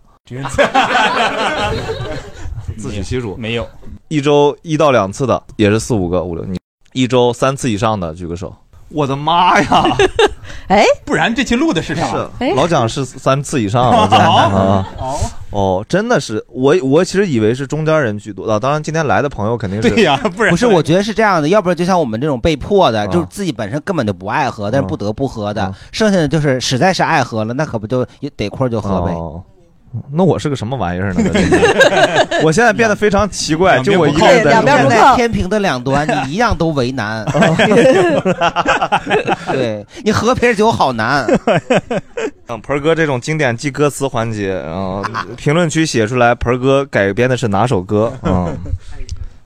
Speaker 2: 自取其辱，
Speaker 3: 没有。
Speaker 2: 一周一到两次的也是四五个、五六，你一周三次以上的举个手。我的妈呀！
Speaker 5: [laughs] 哎，
Speaker 4: 哎
Speaker 3: 不然这期录的是啥？
Speaker 4: [laughs]
Speaker 2: 老蒋是三次以上，好
Speaker 3: 好，
Speaker 2: 啊哦，真的是我，我其实以为是中间人居多啊。当然，今天来的朋友肯定是 [laughs]
Speaker 4: 不是，我觉得是这样的，要不然就像我们这种被迫的，
Speaker 2: 啊
Speaker 4: 就是自己本身根本就不爱喝，
Speaker 2: 嗯
Speaker 4: 但是不得不喝的，剩下的就是实在是爱喝了，那可不就也得空就喝呗。
Speaker 2: 哦 [laughs] 那我是个什么玩意儿呢？
Speaker 4: [laughs]
Speaker 2: 我现在变得非常奇怪，哎就我一个
Speaker 4: 对
Speaker 2: 人在
Speaker 4: 两边
Speaker 2: 录
Speaker 4: 不在天平的两端，你一样都为
Speaker 2: [laughs]
Speaker 4: 难。 [laughs] 对你喝瓶酒好难。
Speaker 2: 像盆儿哥这种经典记歌词环节，然后评论区写出来盆儿哥改编的是哪首歌啊？嗯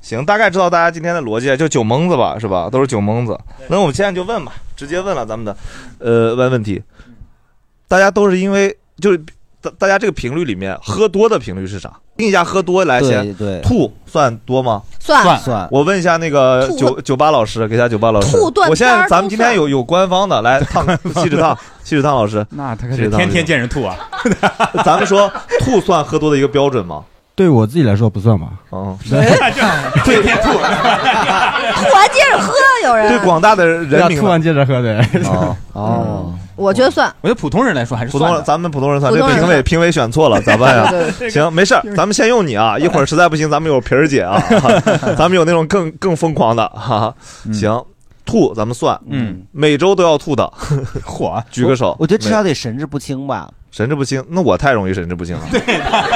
Speaker 2: 行，大概知道大家今天的逻辑，就酒蒙子吧，是吧？都是酒蒙子。那我们现在就问吧，直接问了咱们的，呃，问问题。大家都是因为就是大大家这个频率里面，喝多的频率是啥？定一下喝多来先，
Speaker 4: 对
Speaker 2: 吐算多吗？
Speaker 5: 算算
Speaker 4: 算。
Speaker 2: 我问一下那个
Speaker 5: 吐
Speaker 2: 酒酒吧老师，给一下酒吧老师。
Speaker 5: 吐断
Speaker 2: 我现
Speaker 5: 片
Speaker 2: 在
Speaker 5: 儿
Speaker 2: 咱们
Speaker 5: 都
Speaker 2: 今天
Speaker 5: 算
Speaker 2: 有有官方的 [laughs] 来烫锡纸烫，锡纸烫老师，
Speaker 3: 那他
Speaker 2: 可
Speaker 15: 这天天见人吐啊！
Speaker 2: [laughs] 咱们说吐算喝多的一个标准吗？
Speaker 6: 对我自己来说不算吧。 [laughs]
Speaker 2: 嗯，
Speaker 15: 天天吐，
Speaker 5: 吐完接着喝，有人。
Speaker 2: 大的人民
Speaker 6: 突然接着喝的。
Speaker 2: 哦哦，
Speaker 5: 我觉得算。
Speaker 3: 我觉得普通人来说还是
Speaker 2: 普通人，咱们普通人算，
Speaker 5: 普
Speaker 2: 这
Speaker 5: 通人
Speaker 2: 评委
Speaker 5: 算
Speaker 2: 评委选错
Speaker 5: [laughs]
Speaker 2: 了咋办
Speaker 5: 对对
Speaker 2: 呀？
Speaker 5: 对
Speaker 2: 行，没事儿，咱们先用你啊，一会儿实在不行，咱们有皮儿姐
Speaker 5: [laughs]
Speaker 2: 啊， [laughs] 咱们有那种更更疯狂的，哈哈。行，吐咱们算，
Speaker 4: 嗯，
Speaker 2: 每周都要吐
Speaker 3: [laughs]
Speaker 2: 的，嚯，举个手，
Speaker 4: 我觉得至少
Speaker 2: 每
Speaker 4: 得神志不清吧。
Speaker 2: 神志不清，那我太容易神志
Speaker 3: [laughs]
Speaker 2: 不清了， [laughs]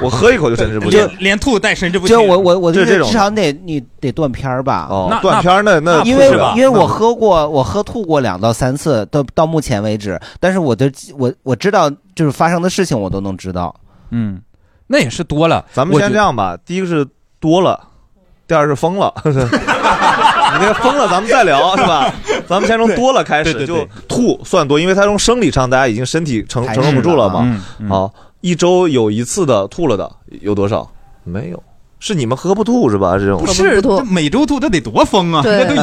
Speaker 2: 我喝一口就神志不清
Speaker 15: 连，连吐带神志不清。
Speaker 4: 就我我我
Speaker 2: 就
Speaker 4: 的
Speaker 2: 这种
Speaker 4: 至少得你得断片儿吧？
Speaker 2: 哦那断片儿那那那
Speaker 4: 因为
Speaker 2: 不是吧
Speaker 4: 因为我
Speaker 2: 那
Speaker 4: 喝过，我喝吐过两到三次，到到目前为止，但是我的我我知道就是发生的事情我都能知道。
Speaker 3: 嗯，那也是多了。
Speaker 2: 咱们先这样吧，第一个是多了，第二是疯了。 [laughs] 你那个疯了，咱们再聊是吧？咱们先从多了开始，
Speaker 15: 对对
Speaker 2: 就
Speaker 15: 对
Speaker 2: 吐算多，因为它从生理上大家已经身体承承受不住了嗯
Speaker 15: 还是
Speaker 2: 嘛
Speaker 15: 了。
Speaker 2: 好，一周有一次的吐了的有多少？没有，是你们喝不吐是吧？这种
Speaker 5: 不是吐
Speaker 2: 这每周吐他得多疯啊
Speaker 5: 对那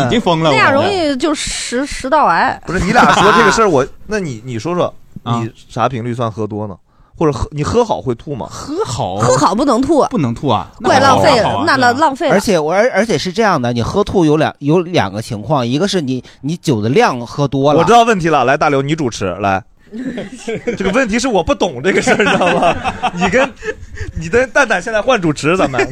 Speaker 5: 样容
Speaker 2: 易。
Speaker 5: 易就食食道癌。
Speaker 2: 不是你俩说
Speaker 5: [laughs]
Speaker 2: 这个事儿，我那你你说说，你啥频率算喝多呢？或者喝你喝好会吐吗？
Speaker 3: 喝
Speaker 2: 哦
Speaker 3: 好
Speaker 5: 喝好不能吐，
Speaker 3: 不能吐啊，
Speaker 5: 怪浪费了，那那浪费了。
Speaker 4: 而且我而而且是这样的，你喝吐有两有两个情况，一个是你你酒的量喝多了，
Speaker 2: 我知道问题了，来大刘你主持来。 [laughs] 这个问题是我不懂这个事儿，知道吗？
Speaker 3: [laughs]
Speaker 2: 你跟你跟蛋蛋现在换主持，咱们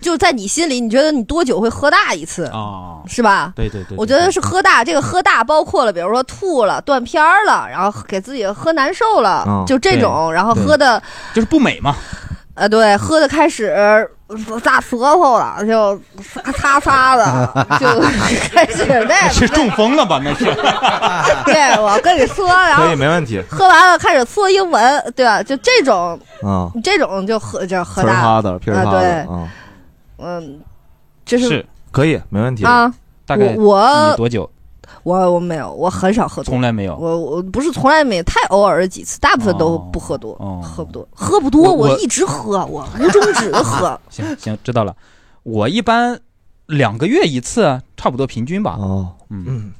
Speaker 5: 就在你心里，你觉得你多久会喝大一次？
Speaker 3: 哦
Speaker 2: 啊
Speaker 5: 是吧？
Speaker 2: 对对对
Speaker 5: 我觉得是喝大，这个喝大包括了，比如说吐了、断片儿了，然后给自己喝难受了，
Speaker 3: 嗯
Speaker 5: 就这种，
Speaker 3: 对
Speaker 5: 然后
Speaker 3: 对
Speaker 5: 喝的，
Speaker 3: 就是不美
Speaker 5: [laughs]
Speaker 3: 嘛。
Speaker 5: 呃，对，喝的开始呃大舌头了，就擦擦擦的，就开始
Speaker 3: [laughs]
Speaker 5: 那
Speaker 15: 是中风了吧？那是。
Speaker 5: 对我跟你说，然后
Speaker 2: 可以没问题
Speaker 5: 喝完了开始错英文，对吧？就这种，
Speaker 2: 啊，
Speaker 5: 你这种就喝就喝
Speaker 2: 呲儿
Speaker 5: 大
Speaker 2: 哈
Speaker 5: 了
Speaker 2: 的，噼里啪啦的
Speaker 5: 啊，
Speaker 2: 啊，
Speaker 5: 对，嗯，这是
Speaker 2: 可以没问题
Speaker 5: 啊大概我我你多
Speaker 3: 久？
Speaker 5: 我我没有，我很少喝多，
Speaker 3: 从来没有哦
Speaker 5: 我我不是从来没有，太偶尔几次，大部分都不喝多，喝不多，喝不多，
Speaker 3: 我我。
Speaker 5: 一直喝，我无终止的喝
Speaker 3: [laughs] 行行，知道了。我一般两个月一次，差不多平均吧。
Speaker 2: 哦，
Speaker 3: 嗯，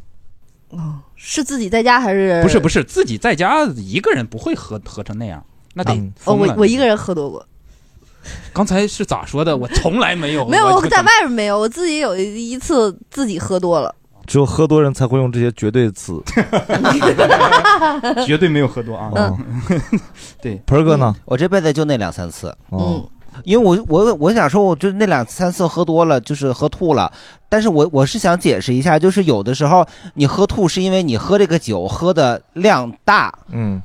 Speaker 5: 哦，是自己在家还是？
Speaker 3: 不是不，是，自己在家一个人不会喝喝成那样，那得
Speaker 5: 哦，
Speaker 3: 疯了
Speaker 5: 我我一个人喝多过，
Speaker 3: 刚才是咋说的？我从来没有
Speaker 5: 没有，
Speaker 3: 我
Speaker 5: 我在外面没有，我自己有一一次自己喝多了，
Speaker 2: 只有喝多人才会用这些绝对词。
Speaker 3: [laughs]
Speaker 5: [laughs]
Speaker 3: 绝对没有喝多
Speaker 5: 嗯
Speaker 3: 啊
Speaker 2: 哦
Speaker 3: 对，
Speaker 2: 盆儿哥呢？
Speaker 4: 嗯我这辈子就那两三次。
Speaker 5: 嗯
Speaker 2: 哦
Speaker 4: 因为我我我想说，我就那两三次喝多了，就是喝吐了。但是我我是想解释一下，就是有的时候你喝吐是因为你喝这个酒喝的量大，
Speaker 2: 嗯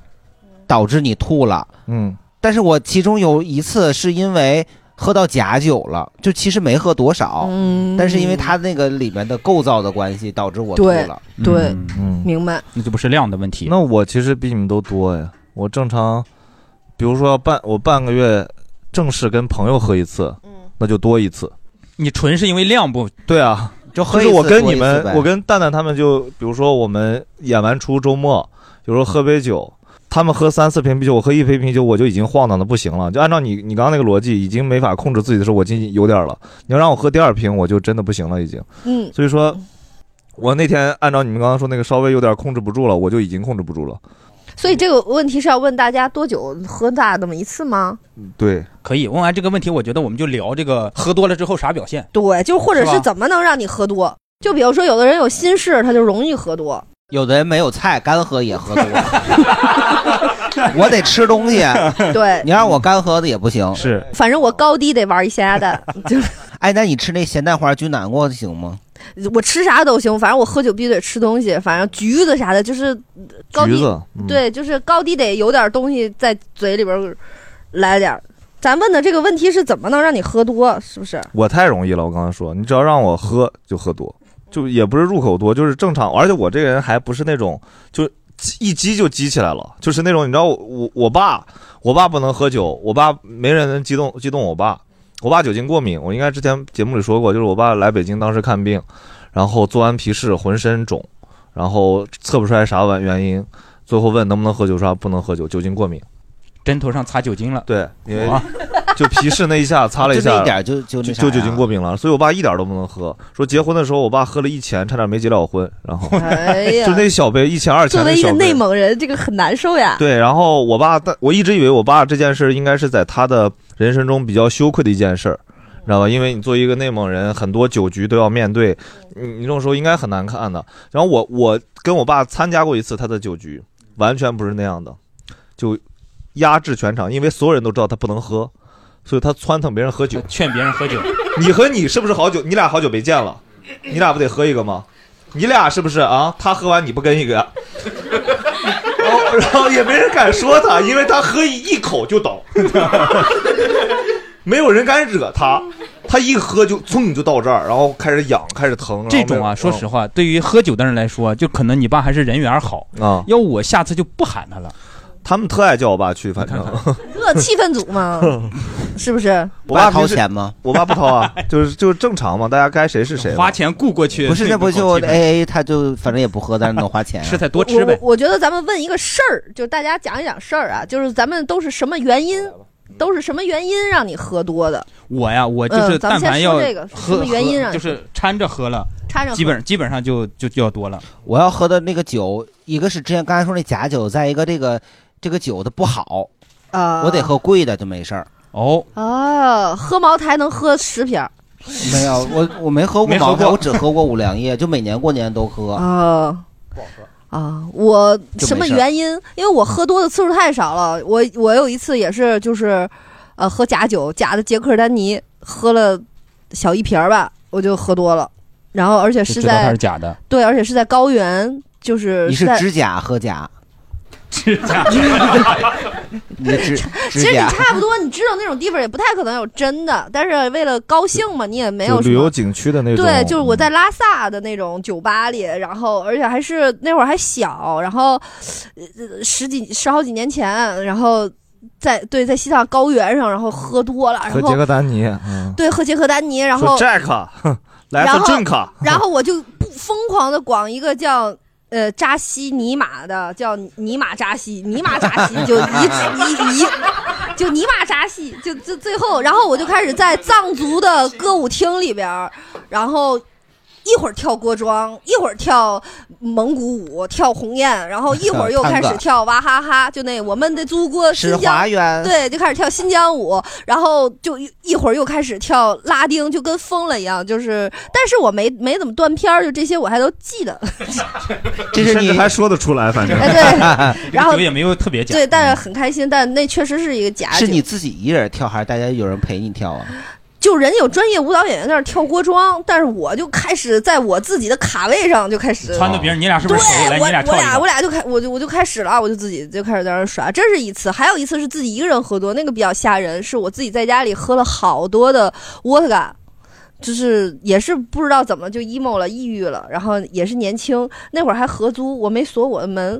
Speaker 4: 导致你吐了。
Speaker 2: 嗯，
Speaker 4: 但是我其中有一次是因为喝到假酒了，就其实没喝多少，
Speaker 5: 嗯
Speaker 4: 但是因为它那个里面的构造的关系，导致我吐
Speaker 5: 对
Speaker 4: 了。
Speaker 5: 对，
Speaker 2: 嗯，
Speaker 5: 明白。
Speaker 3: 那就不是量的问题。
Speaker 2: 那我其实比你们都多呀。我正常，比如说半我半个月正式跟朋友喝一次，
Speaker 5: 嗯
Speaker 2: 那就多一次。
Speaker 3: 你纯是因为量不
Speaker 2: 对啊，
Speaker 4: 就
Speaker 2: 就是我跟你们，我跟蛋蛋他们就，比如说我们演完出周末，有时候喝杯酒，他们喝三四瓶啤酒，我喝一杯啤酒，我就已经晃荡的不行了。就按照你你刚刚那个逻辑，已经没法控制自己的时候，我已经有点儿了。你要让我喝第二瓶，我就真的不行了，已经。
Speaker 5: 嗯
Speaker 2: 所以说，我那天按照你们刚刚说那个稍微有点控制不住了，我就已经控制不住了。
Speaker 5: 所以这个问题是要问大家多久喝大那么一次吗？
Speaker 2: 对，
Speaker 3: 可以问完这个问题，我觉得我们就聊这个喝多了之后啥表现。
Speaker 5: 对，就或者
Speaker 3: 是
Speaker 5: 是
Speaker 3: 吧
Speaker 5: 怎么能让你喝多？就比如说，有的人有心事，他就容易喝多。。
Speaker 4: 有的人没有菜，干喝也喝多。 [laughs] 我得吃东西
Speaker 5: 对
Speaker 4: 你让我干喝的也不行。
Speaker 2: 是，
Speaker 5: 反正我高低得玩一下的， [laughs]
Speaker 4: 哎，那你吃那咸蛋花菌南瓜行吗？
Speaker 5: 我吃啥都行，反正我喝酒必须得吃东西，反正橘子啥的，就是高低
Speaker 4: 橘子嗯
Speaker 5: 对，就是高低得有点东西在嘴里边儿来点儿。咱问的这个问题是怎么能让你喝多，是不是？
Speaker 2: 我太容易了，我刚才说，你只要让我喝就喝多，就也不是入口多，就是正常。而且我这个人还不是那种就一激就激起来了，就是那种你知道我我我爸，我爸不能喝酒，我爸没人能激动激动我爸，我爸酒精过敏，我应该之前节目里说过，就是我爸来北京当时看病，然后做完皮试浑身肿，然后测不出来啥原原因，最后问能不能喝酒，说不能喝酒，酒精过敏。
Speaker 3: 针头上擦酒精了。
Speaker 2: 对，因为 [laughs] 就皮试那一下擦了一
Speaker 4: [laughs] 就
Speaker 2: 下，
Speaker 4: 那一点就就
Speaker 2: 就
Speaker 4: 那啥呀
Speaker 2: 酒精过敏了，所以我爸一点都不能喝。说结婚的时候，我爸喝了一钱，差点没结了婚。然后
Speaker 5: 哎呀
Speaker 2: [laughs] 就那小杯一钱二钱
Speaker 5: 作
Speaker 2: 那
Speaker 5: 为一个
Speaker 2: 小
Speaker 5: 内
Speaker 2: 杯。
Speaker 5: 蒙人，这个很难受
Speaker 4: [laughs]
Speaker 5: 呀。
Speaker 2: 对，然后我爸，但我一直以为我爸这件事儿应该是在他的人生中比较羞愧的一件事儿，你知道吧？因为你作为一个内蒙人，很多酒局都要面对，你你这种时候应该很难看的。然后我我跟我爸参加过一次他的酒局，完全不是那样的，就压制全场，因为所有人都知道他不能喝，所以他撺掇别人喝酒，
Speaker 3: 劝别人喝酒。
Speaker 2: 你和你是不是好久？你俩好久没见了，你俩不得喝一个吗？你俩是不是啊？他喝完你不跟一个 [laughs] 呀？然后然后也没人敢说他，因为他喝一一口就倒， [laughs] 没有人敢惹他。他一喝就噌就到这儿，然后开始痒，开始疼。
Speaker 3: 这种啊，说实
Speaker 2: 话，
Speaker 3: 话，对于喝酒的人来说，啊就可能你爸还是人缘好
Speaker 2: 啊。
Speaker 3: 要我下次就不喊他了。
Speaker 2: 他们特爱叫我爸去，反正
Speaker 5: 这气氛组
Speaker 4: [laughs]
Speaker 5: 嘛，是不是？
Speaker 2: 我爸平时
Speaker 4: 掏钱吗？
Speaker 2: 我爸不掏
Speaker 4: [laughs]
Speaker 2: 啊，就是就是正常嘛，大家该谁是谁嘛。
Speaker 3: 花钱雇过去
Speaker 4: 不是，那不就
Speaker 2: 哎
Speaker 4: A A，他就反正也不喝，但是能花钱、啊。吃
Speaker 3: 菜多
Speaker 5: 我我我觉得咱们问一个事儿，就是大家讲一讲事儿啊，就是咱们都是什么原因，都是什么原因让你喝多的？
Speaker 3: 我呀，我就是
Speaker 5: 嗯咱
Speaker 3: 但
Speaker 5: 们先
Speaker 3: 凡
Speaker 5: 说
Speaker 3: 要
Speaker 5: 这个什
Speaker 3: 喝，
Speaker 5: 么原因
Speaker 3: 喝
Speaker 5: 让你
Speaker 3: 就是掺着喝了，
Speaker 5: 掺着喝
Speaker 3: 基本基本上就就就要多了。
Speaker 4: 我要喝的那个酒，一个是之前刚才说那假酒，再一个这个这个酒它不好，
Speaker 5: 啊
Speaker 4: 我得喝贵的就没事儿。
Speaker 3: 哦，
Speaker 5: 哦，喝茅台能喝十瓶儿，
Speaker 4: 没有，我我没喝过
Speaker 5: 没喝
Speaker 4: 茅台，
Speaker 5: 过
Speaker 4: 我只喝过五粮液，就每年过年都喝。
Speaker 5: 哦，啊，
Speaker 7: 哦
Speaker 5: 我
Speaker 4: 就没
Speaker 5: 什么
Speaker 4: 事儿
Speaker 5: 原因？因为我喝多的次数太少了。我我有一次也是，就是，呃，喝假酒，假的杰克丹尼，喝了小一瓶儿吧，我就喝多了。然后而且
Speaker 4: 就是知道它
Speaker 5: 在
Speaker 4: 是假的
Speaker 5: 对，而且是在高原，就是
Speaker 4: 你是
Speaker 5: 在
Speaker 4: 指甲喝假，
Speaker 3: 指甲，
Speaker 4: [laughs] 你的指
Speaker 5: 其实
Speaker 4: 指
Speaker 5: 你
Speaker 4: 甲。
Speaker 5: 差不多，你知道那种地方也不太可能有真的，但是为了高兴嘛，你也没有
Speaker 2: 就
Speaker 5: 什
Speaker 2: 旅游
Speaker 5: 么。
Speaker 2: 景区的那种。
Speaker 5: 对，就是我在拉萨的那种酒吧里，然后而且还是那会儿还小，然后呃十几十好几年前，然后在对在西藏高原上，然后喝多了，
Speaker 2: 和
Speaker 5: 然
Speaker 2: 杰克
Speaker 5: 后
Speaker 2: 丹尼，嗯，
Speaker 5: 对喝杰克丹尼，然后
Speaker 2: 说 Jack，哼来
Speaker 5: 然
Speaker 2: 自
Speaker 5: 后
Speaker 2: 正卡，
Speaker 5: 然后我就不疯狂的广一个叫呃扎西尼玛的，叫尼玛扎西，尼玛扎西就一一一。就尼玛扎西，就就最后，然后我就开始在藏族的歌舞厅里边儿，然后一会儿跳锅庄，一会儿跳蒙古舞，跳鸿雁，然后一会儿又开始跳娃哈哈，就那我们的祖国
Speaker 4: 是
Speaker 5: 新疆，
Speaker 4: 花园
Speaker 5: 对，就开始跳新疆舞，然后就一一会儿又开始跳拉丁，就跟疯了一样，就是，但是我没没怎么断片儿，就这些我还都记得， [laughs]
Speaker 2: 这是你还说得出来，反正 [laughs]
Speaker 4: [laughs]
Speaker 5: 哎
Speaker 3: 这
Speaker 5: 然
Speaker 3: 个
Speaker 5: 后
Speaker 3: 酒也没有特别假。嗯
Speaker 5: 对，但是很开心，但那确实是一个假
Speaker 4: 是
Speaker 5: 酒，
Speaker 4: 你自己一人跳还是大家有人陪你跳 [laughs] 啊？
Speaker 5: 就人有专业舞蹈演员在那儿跳锅庄，但是我就开始在我自己的卡位上就开始
Speaker 3: 撺掇别
Speaker 2: 啊
Speaker 3: 人，你俩是不是熟？来，
Speaker 5: 我
Speaker 3: 你俩
Speaker 5: 我
Speaker 3: 跳一
Speaker 5: 俩
Speaker 3: 个
Speaker 5: 我。俩就开我就我就开始了，我就自己就开始在那儿耍。这是一次，还有一次是自己一个人喝多，那个比较吓人，是我自己在家里喝了好多的沃特嘎，就是也是不知道怎么就 emo 了，抑郁了，然后也是年轻，那会儿还合租，我没锁我的门，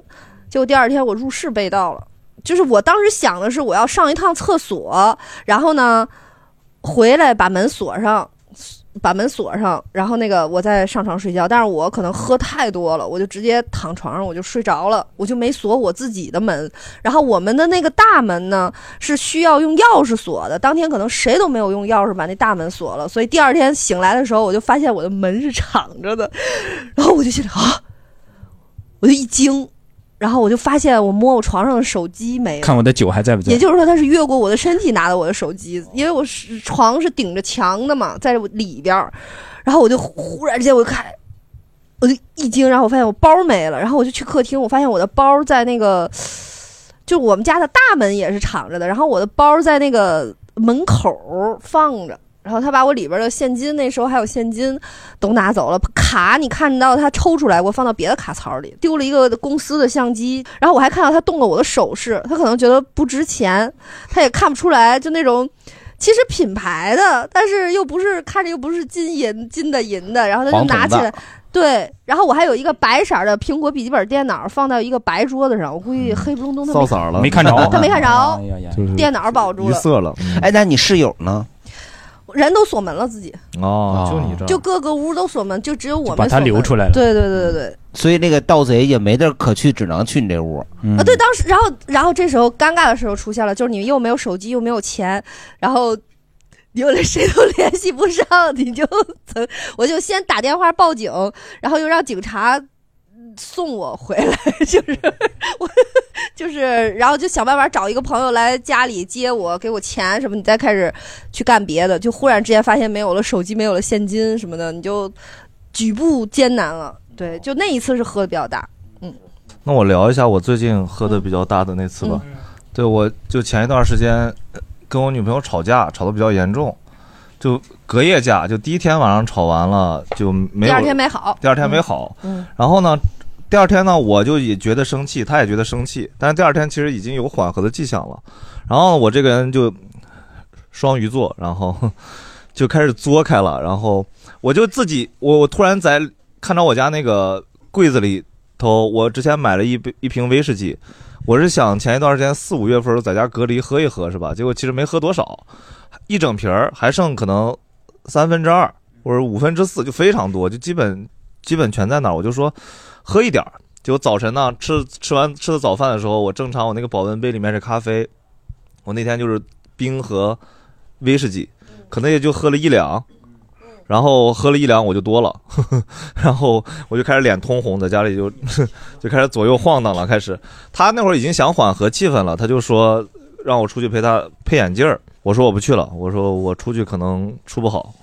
Speaker 5: 结果第二天我入室被盗了。就是我当时想的是我要上一趟厕所，然后呢回来把门锁上。把门锁上，然后那个我再上床睡觉。但是我可能喝太多了，我就直接躺床上，我就睡着了，我就没锁我自己的门。然后我们的那个大门呢是需要用钥匙锁的，当天可能谁都没有用钥匙把那大门锁了，所以第二天醒来的时候，我就发现我的门是敞着的，然后我就心里啊，我就一惊，然后我就发现我摸我床上的手机没了，
Speaker 3: 看我的酒还在不在？
Speaker 5: 也
Speaker 3: [laughs]
Speaker 5: 就是说，他是越过我的身体拿的我的手机，因为我是床是顶着墙的嘛，在我里边儿，然后我就忽然之间我就看，我就一惊，然后我发现我包没了，然后我就去客厅，我发现我的包在那个就我们家的大门也是敞着的，然后我的包在那个门口放着。然后他把我里边的现金，那时候还有现金，都拿走了。卡你看到他抽出来，我放到别的卡槽里，丢了一个公司的相机。然后我还看到他动了我的首饰，他可能觉得不值钱，他也看不出来，就那种其实品牌的，但是又不是看着又不是金银金的银的，然后他就
Speaker 7: 黄铜
Speaker 5: 拿起
Speaker 7: 的
Speaker 5: 来，对。然后我还有一个白色儿的苹果笔记本电脑放到一个白桌子上，我估计黑不隆咚他没
Speaker 2: 骚色了，
Speaker 5: 没
Speaker 4: 看
Speaker 3: 啊
Speaker 4: 着
Speaker 5: 他没看着
Speaker 4: 哎呀呀，
Speaker 2: 就是
Speaker 5: 电脑保住
Speaker 2: 一
Speaker 5: 了，
Speaker 2: 色了。嗯
Speaker 4: 哎，那你室友呢？啊
Speaker 5: 人都锁门了自己。
Speaker 2: 哦，
Speaker 4: 就你这
Speaker 5: 就各个屋都锁门，就只有我们
Speaker 4: 把它
Speaker 5: 锁门
Speaker 4: 留出来了
Speaker 5: 对对对对对。
Speaker 4: 所以那个盗贼也没地儿可去，只能去你这屋。
Speaker 5: 啊，对，当时，然后，然后这时候尴尬的时候出现了，就是你又没有手机，又没有钱，然后你又连谁都联系不上，你就怎，我就先打电话报警，然后又让警察嗯送我回来， [laughs] 就是我就是，然后就想办法找一个朋友来家里接我，给我钱什么，你再开始去干别的，就忽然之间发现没有了手机，没有了现金什么的，你就举步艰难了。对，就那一次是喝的比较大，嗯。
Speaker 2: 那我聊一下我最近喝的比较大的那次吧。对，我就前一段时间呃跟我女朋友吵架，吵得比较严重，就隔夜架，就第一天晚上吵完了就没有，
Speaker 5: 第二天没好
Speaker 2: 第二天没好。
Speaker 5: 嗯
Speaker 2: 然后呢，第二天呢，我就也觉得生气，她也觉得生气，但是第二天其实已经有缓和的迹象了。然后我这个人就双鱼座，然后就开始作开了，然后我就自己，我我突然在看到我家那个柜子里头，我之前买了一杯一瓶威士忌，我是想前一段时间四五月份在家隔离喝一喝是吧？结果其实没喝多少，一整瓶儿还剩可能三分之二或者五分之四，就非常多，就基本基本全在那儿。我就说喝一点儿。结果早晨呢，吃吃完吃的早饭的时候，我正常我那个保温杯里面是咖啡，我那天就是冰和威士忌，可能也就喝了一两，然后喝了一两我就多了， [laughs] 然后我就开始脸通红，在家里就 [laughs] 就开始左右晃荡了。开始他那会儿已经想缓和气氛了，他就说让我出去陪他配眼镜儿。我说我不去了，我说我出去可能出不好，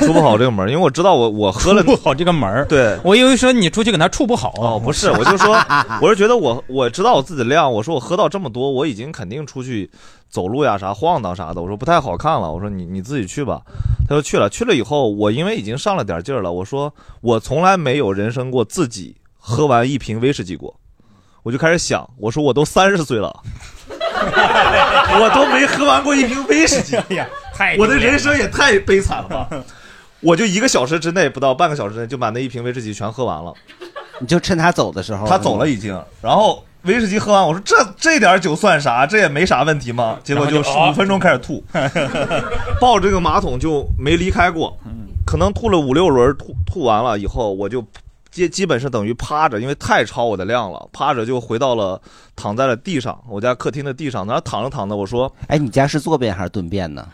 Speaker 2: 出不好这个门儿，因为我知道我我喝了
Speaker 3: 出不好这个门儿。
Speaker 2: 对，
Speaker 3: 我以为说你出去给他处不好哦，
Speaker 2: 不是，我就说，我是觉得我我知道我自己的量，我说我喝到这么多，我已经肯定出去走路呀啥晃荡啥的，我说不太好看了，我说你你自己去吧，他就去了，去了以后，我因为已经上了点劲儿了，我说我从来没有人生过自己喝完一瓶威士忌过，我就开始想，我说我都三十岁了，我都没喝完过一瓶威士忌，
Speaker 4: 哎
Speaker 15: 太
Speaker 2: 我的人生也太悲惨了吧。我就一个小时之内，不到半个小时之内就把那一瓶威士忌全喝完了。
Speaker 4: 你就趁他走的时候，
Speaker 2: 他走了已经。然后威士忌喝完，我说这这点酒算啥？这也没啥问题嘛。结果就
Speaker 15: 嗯然后就哦
Speaker 2: 五分钟开
Speaker 15: [laughs]
Speaker 2: 始吐，抱着这个马桶就没离开过，可能吐了五六轮，吐吐完了以后，我就基基本是等于趴着，因为太超我的量了，趴着就回到了躺在了地上，我家客厅的地上，然后躺着躺着，我说
Speaker 4: 哎，你家是坐便还是蹲便呢？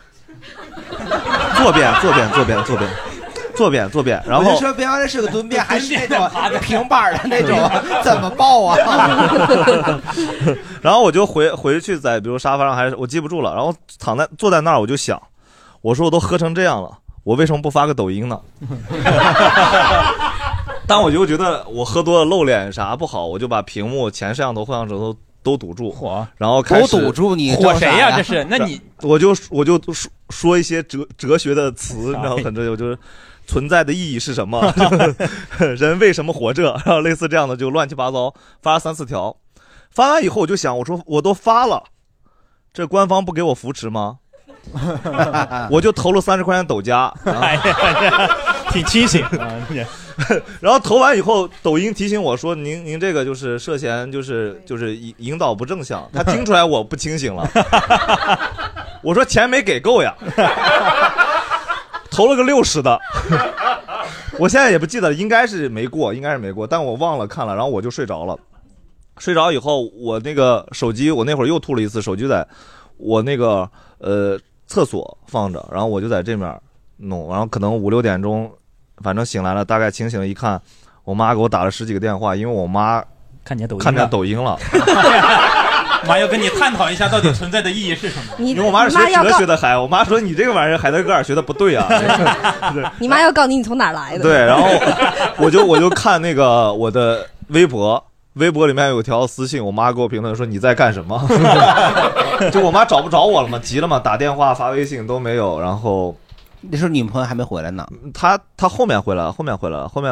Speaker 2: 坐便坐便坐便坐便坐便坐便，然
Speaker 4: 我
Speaker 2: 后
Speaker 4: 就说别忘了是个蹲便，还是那种平板的那 [laughs] 种，怎么抱啊？ [laughs]
Speaker 3: [laughs]
Speaker 2: 然后我就回回去在比如沙发上还是我记不住了，然后躺在坐在那儿我就想，我说我都喝成这样了，我为什么不发个抖音呢？ [laughs] 但我就觉得我喝多了露脸啥不好，我就把屏幕前摄像头、后摄像头都都堵住，然后开始
Speaker 4: 都堵住你嚯谁呀这是那你
Speaker 2: 我就我就说说一些哲哲学的词，然后很哲学，就是存在的意义是什么， [laughs] 人为什么活着，然后类似这样的就乱七八糟发了三四条，发完以后我就想，我说我都发了，这官方不给我扶持吗？ [laughs] 我就投了三十块钱抖加，哎挺清醒。 [laughs] 然后投完以后，抖音提醒我说：“您您这个就是涉嫌就是就是引引导不正向。”他听出来我不清醒了， [laughs] 我说钱没给够呀， [laughs] 投了个六十的， [laughs] 我现在也不记得，应该是没过，应该是没过，但我忘了看了，然后我就睡着了。睡着以后，我那个手机，我那会儿又吐了一次，手机在我那个呃厕所放着，然后我就在这面儿弄，然后可能五六点钟，反正醒来了，大概清醒了，一看，我妈给我打了十几个电话，因为我妈
Speaker 3: 看见抖音
Speaker 2: 看见
Speaker 3: 了
Speaker 2: 抖音了，
Speaker 15: 妈要跟你探讨一下到底存在的意义是什么。
Speaker 5: 你
Speaker 2: 因为我妈是
Speaker 5: 你
Speaker 2: 学
Speaker 5: 要
Speaker 2: 哲
Speaker 5: 告
Speaker 2: 学的孩，我妈说你这个玩意儿海德格尔学的不对
Speaker 5: [laughs]
Speaker 2: 啊，
Speaker 5: 你妈要告你你从哪儿来的？
Speaker 2: 对，然后我就我就看那个我的微博，微博里面有条私信，我妈给我评论说你在干什么？ [laughs] 就我妈找不着我了嘛，急了嘛，打电话发微信都没有。然后
Speaker 4: 那时候女朋友还没回来呢，
Speaker 2: 她她后面回来了，后面回来了，后面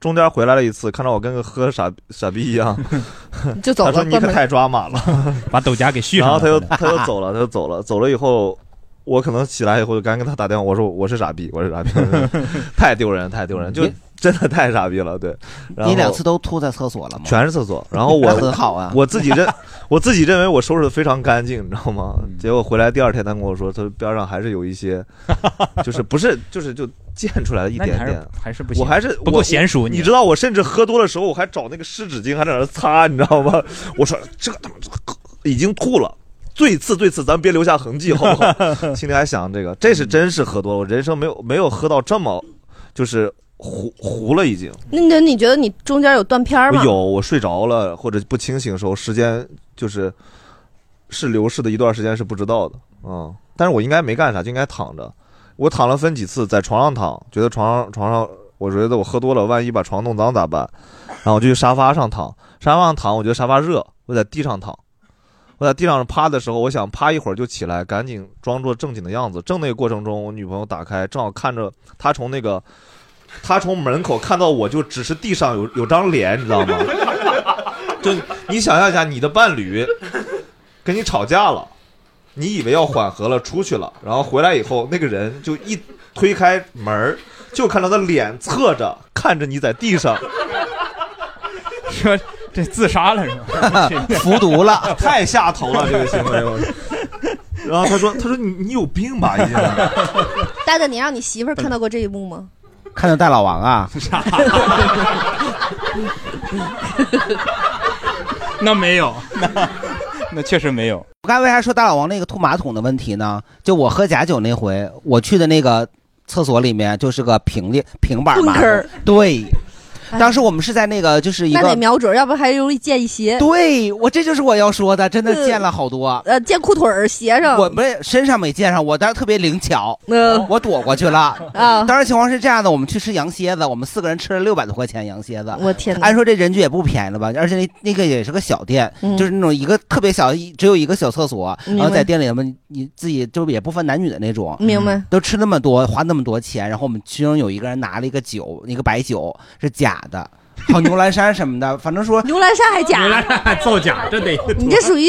Speaker 2: 中间回来了一次，看到我跟个喝傻傻逼一样，
Speaker 5: [laughs] 就走了
Speaker 2: 她说你
Speaker 5: 关
Speaker 2: 可
Speaker 5: 门
Speaker 2: 太抓
Speaker 3: [laughs]
Speaker 2: 马了，
Speaker 3: 把抖夹给续上
Speaker 2: 然后
Speaker 3: 了。
Speaker 2: 他就他就走了，他就走了，走了以后，我可能起来以后就赶紧给他打电话，我说我是傻逼，我是傻逼， [laughs] 太丢人，太丢人，就真的太傻逼了，对。然后
Speaker 4: 你两次都吐在厕所了吗？
Speaker 2: 全是厕所，然后我
Speaker 4: 很好啊
Speaker 2: 我自
Speaker 4: [laughs]
Speaker 2: 己认我自己认为我收拾的非常干净，你知道吗？
Speaker 4: 嗯
Speaker 2: 结果回来第二天，他跟我说，他边上还是有一
Speaker 4: [laughs]
Speaker 2: 些，就是不是就是就溅出来了一
Speaker 3: 那你
Speaker 2: 点
Speaker 3: 还是
Speaker 2: 点，
Speaker 3: 还是不
Speaker 2: 我
Speaker 3: 行
Speaker 2: 还是
Speaker 3: 不够
Speaker 2: 我
Speaker 3: 娴熟你
Speaker 2: 你知道，我甚至喝多的时候，我还找那个湿纸巾还在那儿擦，你知道吗？我说这他妈已经吐了。最次最次，咱别留下痕迹，好不
Speaker 4: [laughs]
Speaker 2: 好？心里还想这个，这是真是喝多了，我人生没有没有喝到这么，就是糊糊了已经。
Speaker 5: [laughs] 那那你觉得你中间有断片儿吗？
Speaker 2: 我有，我睡着了或者不清醒的时候，时间就是是流逝的一段时间是不知道的，嗯，但是我应该没干啥，就应该躺着。我躺了分几次，在床上躺，觉得床上床上，我觉得我喝多了，万一把床弄脏咋办？然后我就去沙发上躺，沙发上躺，我觉得沙发热，我在地上躺。我在地上趴的时候，我想趴一会儿就起来，赶紧装作正经的样子。正那个过程中，我女朋友打开，正好看着她从那个，她从门口看到我就只是地上有有张脸，你知道
Speaker 4: [laughs]
Speaker 2: 吗？就你想象一下，你的伴侣跟你吵架了，你以为要缓和了，出去了，然后回来以后，那个人就一推开门儿就看到他脸侧着看着你在地上。
Speaker 3: 说这自杀了是吧
Speaker 4: [laughs] 服毒了，
Speaker 2: [laughs] 太下头了这个行为。
Speaker 4: [laughs]
Speaker 2: 我然后他说：“他说你你有病吧？已经
Speaker 5: 大大，你让你媳妇儿看到过这一幕吗？
Speaker 4: 看到大老王
Speaker 15: [laughs]
Speaker 4: 啊，
Speaker 3: 那没有，那 [laughs] 那确实没有。
Speaker 4: 我刚才为啥说大老王那个吐马桶的问题呢？就我喝假酒那回，我去的那个厕所里面就是个平的平板
Speaker 5: 蹲
Speaker 4: 马
Speaker 5: 坑
Speaker 4: 桶
Speaker 5: 儿，
Speaker 4: 对。
Speaker 5: 哎
Speaker 4: 当时我们是在那个就是一
Speaker 5: 那得
Speaker 4: 个，
Speaker 5: 瞄准，要不还容易溅一鞋。
Speaker 4: 对我这就是我要说的，真的溅了好多。
Speaker 5: 呃，溅裤腿儿、鞋上。
Speaker 4: 我没身上没溅上，我当时特别灵巧，
Speaker 5: 嗯，
Speaker 4: 我躲过去了。
Speaker 5: 啊，
Speaker 4: 当时情况是这样的，我们去吃羊蝎子，我们四个人吃了六百多块钱羊蝎子，
Speaker 5: 我天哪！
Speaker 4: 按说这人均也不便宜了吧？而且那那个也是个小店，
Speaker 5: 嗯
Speaker 4: 就是那种一个特别小，一只有一个小厕所，
Speaker 5: 明
Speaker 4: 然
Speaker 5: 白
Speaker 4: 后在店里面你自己就也不分男女的那种，嗯
Speaker 5: 明白
Speaker 4: 都吃那么多，花那么多钱，然后我们其中有一个人拿了一个酒，一个白酒是假的，还有牛栏山什么的，反正说
Speaker 5: 牛栏山还假，
Speaker 15: 造假，这得
Speaker 5: 你这属于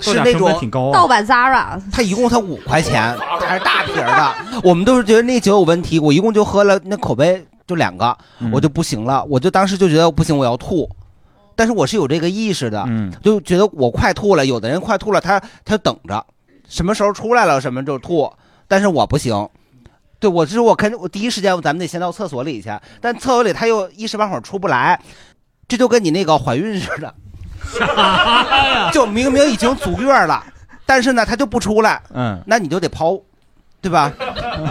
Speaker 4: 是那种
Speaker 5: 盗版 Zara。
Speaker 4: 他一共才五块钱，还是大瓶儿的。我们都是觉得那酒有问题，我一共就喝了那口碑就两个，我就不行了，我就当时就觉得不行，我要吐。但是我是有这个意识的，
Speaker 3: 嗯
Speaker 4: 就觉得我快吐了。有的人快吐了，他他等着什么时候出来了什么就吐，但是我不行。对，我就是我肯我第一时间咱们得先到厕所里去，但厕所里他又一时半会儿出不来，这就跟你那个怀孕似的，
Speaker 3: 哎
Speaker 4: 就明明已经足月了，但是呢他就不出来，
Speaker 3: 嗯，
Speaker 4: 那你就得抛，对吧？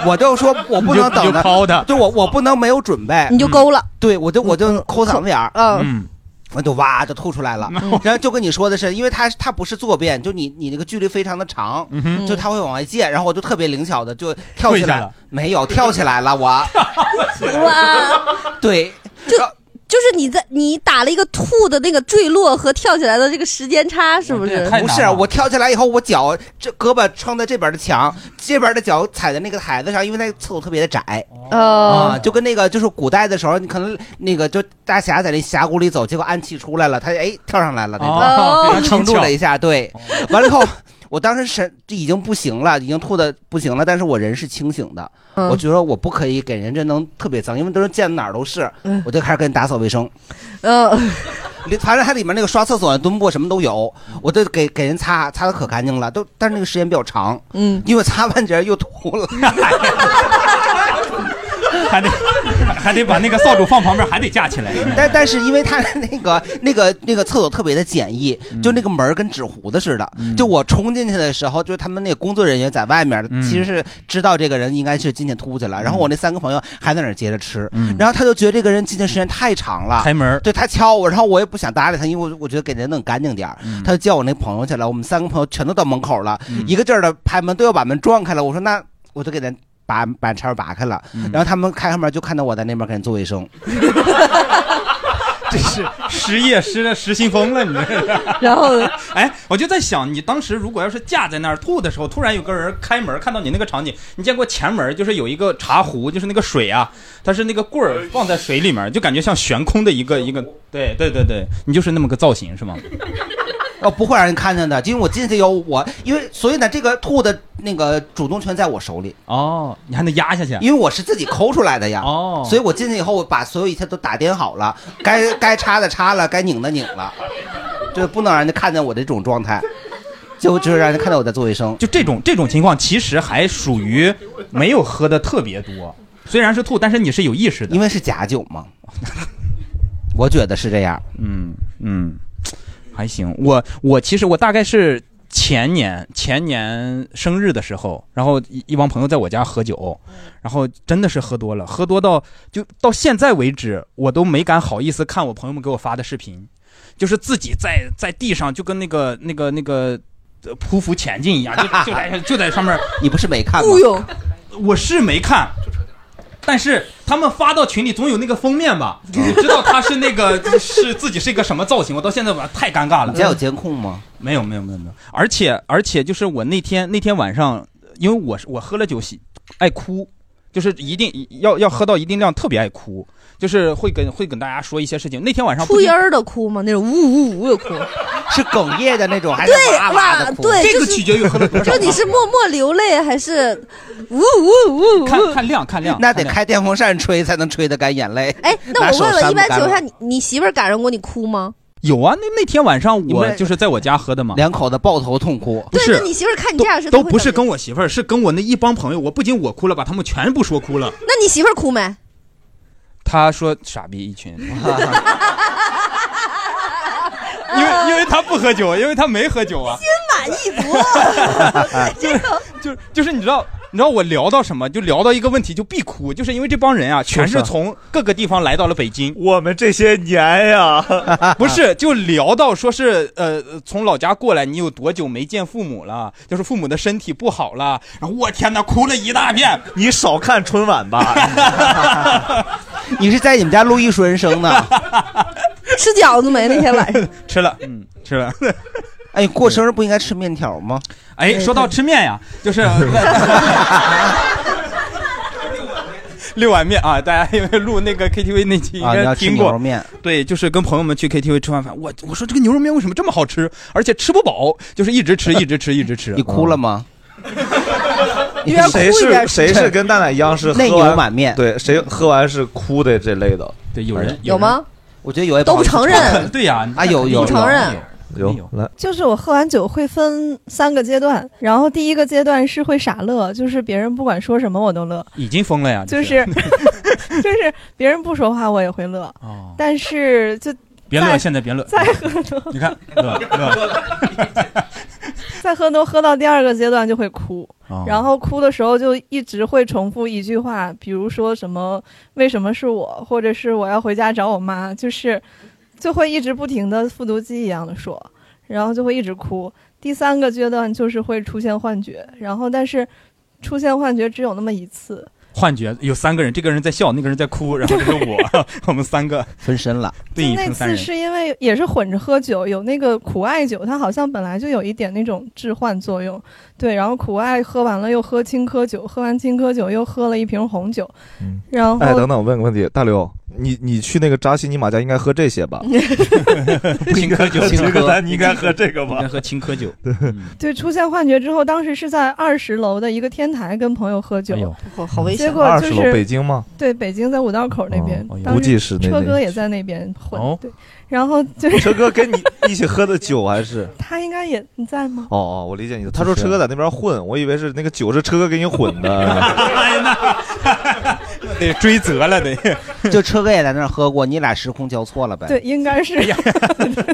Speaker 4: 我就说我不能
Speaker 3: 你
Speaker 4: 等
Speaker 3: 就抛他
Speaker 4: 就我我不能没有准备，
Speaker 5: 你就勾了，
Speaker 4: 对我就我就抠嗓子眼儿，
Speaker 5: 嗯。
Speaker 4: 我就哇就吐出来了，
Speaker 15: 嗯
Speaker 4: [laughs] 然后就跟你说的是，因为它它不是坐便，就你你那个距离非常的长，
Speaker 15: 嗯哼
Speaker 4: 就它会往外溅，然后我就特别灵巧的就跳
Speaker 15: 跪
Speaker 4: 起
Speaker 15: 下
Speaker 4: 来，
Speaker 15: 了
Speaker 4: 没有跳起来了，我
Speaker 5: 哇，
Speaker 15: [laughs]
Speaker 4: 对，
Speaker 5: 就就是你在你打了一个吐的那个坠落和跳起来的这个时间差，是不是？
Speaker 4: 不是，我跳起来以后，我脚这胳膊撑在这边的墙，这边的脚踩在那个台子上，因为那个厕所特别的窄。
Speaker 5: 哦
Speaker 4: 啊，就跟那个就是古代的时候，你可能那个就大侠在那峡谷里走，结果暗器出来了，他哎跳上来了，那
Speaker 15: 哦
Speaker 4: 种
Speaker 15: 非常
Speaker 4: 撑住
Speaker 15: 巧
Speaker 4: 了一下，对，完了以后。我当时神这已经不行了，已经吐的不行了，但是我人是清醒的，
Speaker 5: 嗯
Speaker 4: 我觉得我不可以给人这能特别脏，因为都是见哪儿都是，
Speaker 5: 嗯
Speaker 4: 我就开始跟人打扫
Speaker 5: [laughs]
Speaker 4: 卫生，
Speaker 5: 呃，
Speaker 4: 里反正它里面那个刷厕所、蹲布什么都有，我都给给人擦擦的可干净了，都但是那个时间比较长，
Speaker 5: 嗯，
Speaker 4: 因为擦完节又吐
Speaker 5: [laughs]
Speaker 4: 了，
Speaker 15: 还得还得把那个扫帚放旁边，还得架起来。
Speaker 4: [laughs] 但但是因为它那个那个那个厕所特别的简易，
Speaker 3: 嗯
Speaker 4: 就那个门儿跟纸糊的似的，就我冲进去的时候，就是他们那个工作人员在外
Speaker 3: 嗯
Speaker 4: 面，其实是知道这个人应该是今天突去了，然后我那三个朋友还在那儿接着吃，然后他就觉得这个人进去时间太长了，
Speaker 3: 嗯开门儿
Speaker 4: 对他敲我，然后我也不想搭理他，因为我我觉得给人弄干净点儿，
Speaker 3: 嗯
Speaker 4: 他就叫我那朋友去了，我们三个朋友全都到门口了，一个劲儿的拍门，都要把门撞开了，我说那我就给人。把把叉儿拔开了，
Speaker 3: 嗯
Speaker 4: 然后他们开开门就看到我在那边给人做卫生，
Speaker 15: 这是
Speaker 3: 失业失的失心疯了，你这是。
Speaker 12: [laughs] 然后，
Speaker 3: 哎，我就在想，你当时如果要是架在那儿吐的时候，突然有个人开门，看到你那个场景，你见过前门就是有一个茶壶，就是那个水啊，它是那个棍儿放在水里面，就感觉像悬空的一个一个，对对对对，你就是那么个造型是吗？
Speaker 4: [laughs] 哦，不会让人看见的，因为我进去有我，因为所以呢，这个兔的那个主动权在我手里。
Speaker 3: 哦，你还能压下去？
Speaker 4: 因为我是自己抠出来的呀。
Speaker 3: 哦，
Speaker 4: 所以我进去以后，我把所有一切都打点好了，该该插的插了，该拧的拧了，就不能让人家看见我这种状态，就只有让人家看到我在做卫生。
Speaker 3: 就这种这种情况，其实还属于没有喝的特别多，虽然是吐，但是你是有意识的，
Speaker 4: 因为是假酒
Speaker 3: [laughs]
Speaker 4: 嘛。我觉得是这样。
Speaker 3: 嗯嗯，还行。我我其实我大概是前年前年生日的时候，然后一一帮朋友在我家喝酒，然后真的是喝多了，喝多到就到现在为止，我都没敢好意思看我朋友们给我发的视频，就是自己在在地上就跟那个那个那个呃匍匐前进一样，就就在就在上面。
Speaker 4: 你不是没看吗？
Speaker 3: 不用，我是没看。但是他们发到群里总有那个封面吧？你知道他是那
Speaker 5: [laughs]
Speaker 3: 个是自己是一个什么造型？我到现在我太尴尬了。嗯
Speaker 4: 你家有监控吗？
Speaker 3: 没有没有没有没有，而且而且就是我那天那天晚上，因为我是我喝了酒喜爱哭，就是一定要要喝到一定量特别爱哭，就是会跟会跟大家说一些事情。那天晚上不
Speaker 5: 出
Speaker 3: 仅
Speaker 5: 音儿的哭吗？那种呜呜呜的哭，
Speaker 4: [laughs] 是哽咽的那种，
Speaker 3: 哎
Speaker 4: 还是
Speaker 5: 对
Speaker 4: 哇哇的哭？
Speaker 5: 对，
Speaker 3: 这
Speaker 5: 就
Speaker 3: 个
Speaker 5: 是
Speaker 3: 取决于喝了多少。
Speaker 5: 就你是默默流泪还是呜呜呜呜？
Speaker 3: 看看量看量，
Speaker 4: [laughs] 那得开电风扇吹才能吹得干眼泪。
Speaker 5: 哎，那
Speaker 4: 拿
Speaker 5: 我
Speaker 4: 手
Speaker 5: 问问，
Speaker 4: 扇
Speaker 5: 一
Speaker 4: 不
Speaker 5: 般情
Speaker 4: 干
Speaker 5: 况下，你
Speaker 4: 了
Speaker 5: 你媳妇儿感染过你哭吗？
Speaker 3: 有啊，那那天晚上
Speaker 4: 你
Speaker 3: 我
Speaker 4: 们
Speaker 3: 就是在我家喝的嘛，
Speaker 4: 两口子抱头痛哭。
Speaker 3: 不
Speaker 5: 对，
Speaker 3: 是
Speaker 5: 那，你媳妇儿看你这样是
Speaker 3: 都
Speaker 5: 会
Speaker 3: 不
Speaker 5: 怎
Speaker 3: 是
Speaker 5: 么
Speaker 3: 跟我媳妇儿，是跟我那一帮朋友。我不仅我哭了，把他们全部说哭了。
Speaker 5: 那你媳妇儿哭没？
Speaker 3: [laughs] 他说傻逼一群， [laughs] 因为因为他不喝酒，因为他没喝酒
Speaker 5: [laughs]
Speaker 3: 啊。
Speaker 5: 心满意足。
Speaker 3: 就是 [laughs] 就是就是你知道你知道我聊到什么，就聊到一个问题就必哭，就是因为这帮人啊，全是从各个地方来到了北京。
Speaker 2: [laughs] 我们这些年呀，
Speaker 3: [laughs] 不是就聊到说是呃从老家过来，你有多久没见父母了？就是父母的身体不好了，然后我天哪，哭了一大片。
Speaker 2: 你少看春晚吧。
Speaker 4: 你是在你们家录艺术
Speaker 5: [laughs]
Speaker 4: 人生呢？
Speaker 5: 吃饺子哎没？那
Speaker 3: [laughs]
Speaker 5: 天晚上
Speaker 3: 吃了，嗯，吃 [laughs] 了。
Speaker 4: 哎，过生日不应该吃面条吗？
Speaker 3: 哎，说到吃面呀，
Speaker 4: [laughs]
Speaker 3: 就是。六碗面啊，大家因为录那个 KTV 那期应
Speaker 4: 啊你
Speaker 3: 该
Speaker 4: 要吃
Speaker 3: 听过。
Speaker 4: 牛肉面
Speaker 3: 对，就是跟朋友们去 KTV 吃完饭，我我说这个牛肉面为什么这么好吃，而且吃不饱，就是一直吃，一直吃，一直
Speaker 4: [laughs]
Speaker 3: 吃。你
Speaker 4: 哭了吗？
Speaker 2: [laughs] 谁是谁是跟蛋奶一样是
Speaker 4: 内
Speaker 2: 喝完
Speaker 4: 牛满面
Speaker 2: 对，谁喝完是哭的这类的？
Speaker 3: 对，有
Speaker 2: 人
Speaker 5: 有吗？
Speaker 4: 我觉得有也
Speaker 5: 都不承认
Speaker 3: 对呀，
Speaker 4: 啊有有
Speaker 5: 不承认。
Speaker 2: 有来
Speaker 7: 就是我喝完酒会分三个阶段，然后第一个阶段是会傻乐，就是别人不管说什么我都乐，
Speaker 3: 已经疯了呀，
Speaker 7: 就是是 [laughs] 就是别人不说话我也会乐，
Speaker 3: 哦
Speaker 7: 但是就
Speaker 3: 别乐，现在别乐，
Speaker 7: 再喝多， [laughs]
Speaker 3: 你看乐乐，
Speaker 7: 再喝多喝到第二个阶段就会哭，
Speaker 3: 哦
Speaker 7: 然后哭的时候就一直会重复一句话，比如说什么“为什么是我”或者是“我要回家找我妈”，就是就会一直不停的复读机一样的说，然后就会一直哭。第三个阶段就是会出现幻觉，然后但是出现幻觉只有那么一次，
Speaker 3: 幻觉有三个人，这个人在笑，那个人在哭，然后这是我， [laughs] 我们三个
Speaker 4: 分身了。
Speaker 3: 对，已
Speaker 7: 那
Speaker 3: 经三
Speaker 7: 次
Speaker 3: 人。
Speaker 7: 是因为也是混着喝酒，有那个苦艾酒，它好像本来就有一点那种致幻作用，对。然后苦艾喝完了又喝青稞酒，喝完青稞酒又喝了一瓶红酒，然后、
Speaker 2: 哎，等等，我问个问题，大刘，你你去那个扎西尼玛家应该喝这
Speaker 4: [laughs]
Speaker 2: 些吧？
Speaker 3: 青稞酒，
Speaker 2: 青稞咱应该喝这
Speaker 4: [laughs]
Speaker 2: 个吧
Speaker 3: 应该喝青稞酒。 [laughs] 嗯
Speaker 7: 对出现幻觉之后，当时是在二十楼的一个天台跟朋友喝酒，
Speaker 5: 好好危
Speaker 7: 结
Speaker 5: 险啊
Speaker 7: 果
Speaker 2: 哎二
Speaker 7: 就
Speaker 2: 十
Speaker 7: 是
Speaker 2: 楼北京吗？
Speaker 7: 对，北京在五道口那边，
Speaker 2: 哦哎呦
Speaker 7: 当
Speaker 2: 估
Speaker 7: 时
Speaker 2: 计是那
Speaker 7: 车
Speaker 2: 那
Speaker 7: 哥也在那边混，
Speaker 2: 哦
Speaker 7: 对，然后就是
Speaker 2: 车哥跟你一起喝的酒还是？
Speaker 7: 他应该也你在吗？
Speaker 2: 哦哦，我理解你的。他说车哥在那边混，我以为是那个酒是车哥给你混 [laughs] 的。
Speaker 3: 得追责了得。
Speaker 4: [laughs] 就车哥也在那儿喝过，你俩时空交错了呗？
Speaker 7: 对，，应该
Speaker 2: 哎
Speaker 7: 是。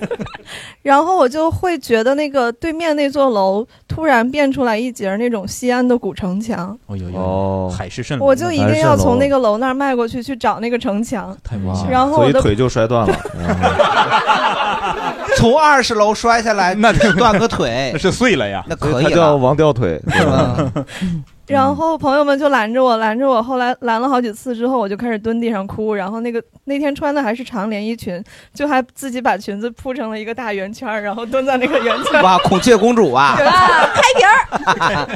Speaker 7: [laughs] 然后我就会觉得那个对面那座楼突然变出来一截儿那种西安的古城墙，
Speaker 3: 哦有有，海市蜃楼，
Speaker 7: 我就一定要从那个楼那儿迈过去去找那个城墙。
Speaker 3: 太
Speaker 7: 危险了 [laughs] 然后
Speaker 2: 所以
Speaker 7: 我的
Speaker 2: 腿就
Speaker 7: [laughs]
Speaker 2: 摔断了。
Speaker 4: [laughs]
Speaker 2: 嗯
Speaker 4: 从二十
Speaker 3: [laughs]
Speaker 4: 楼摔下来，那
Speaker 3: 得 [laughs]
Speaker 4: 断个腿，
Speaker 3: 那是碎了呀，
Speaker 4: 那可以
Speaker 2: 他叫
Speaker 4: 了。
Speaker 2: 王掉腿。对吧
Speaker 7: 然后朋友们就拦着我，拦着我，后来拦了好几次之后，我就开始蹲地上哭。然后那个那天穿的还是长连衣裙，就还自己把裙子铺成了一个大圆圈儿，然后蹲在那个圆圈儿。
Speaker 4: [laughs] 哇，孔雀公主啊！
Speaker 5: 开瓶儿，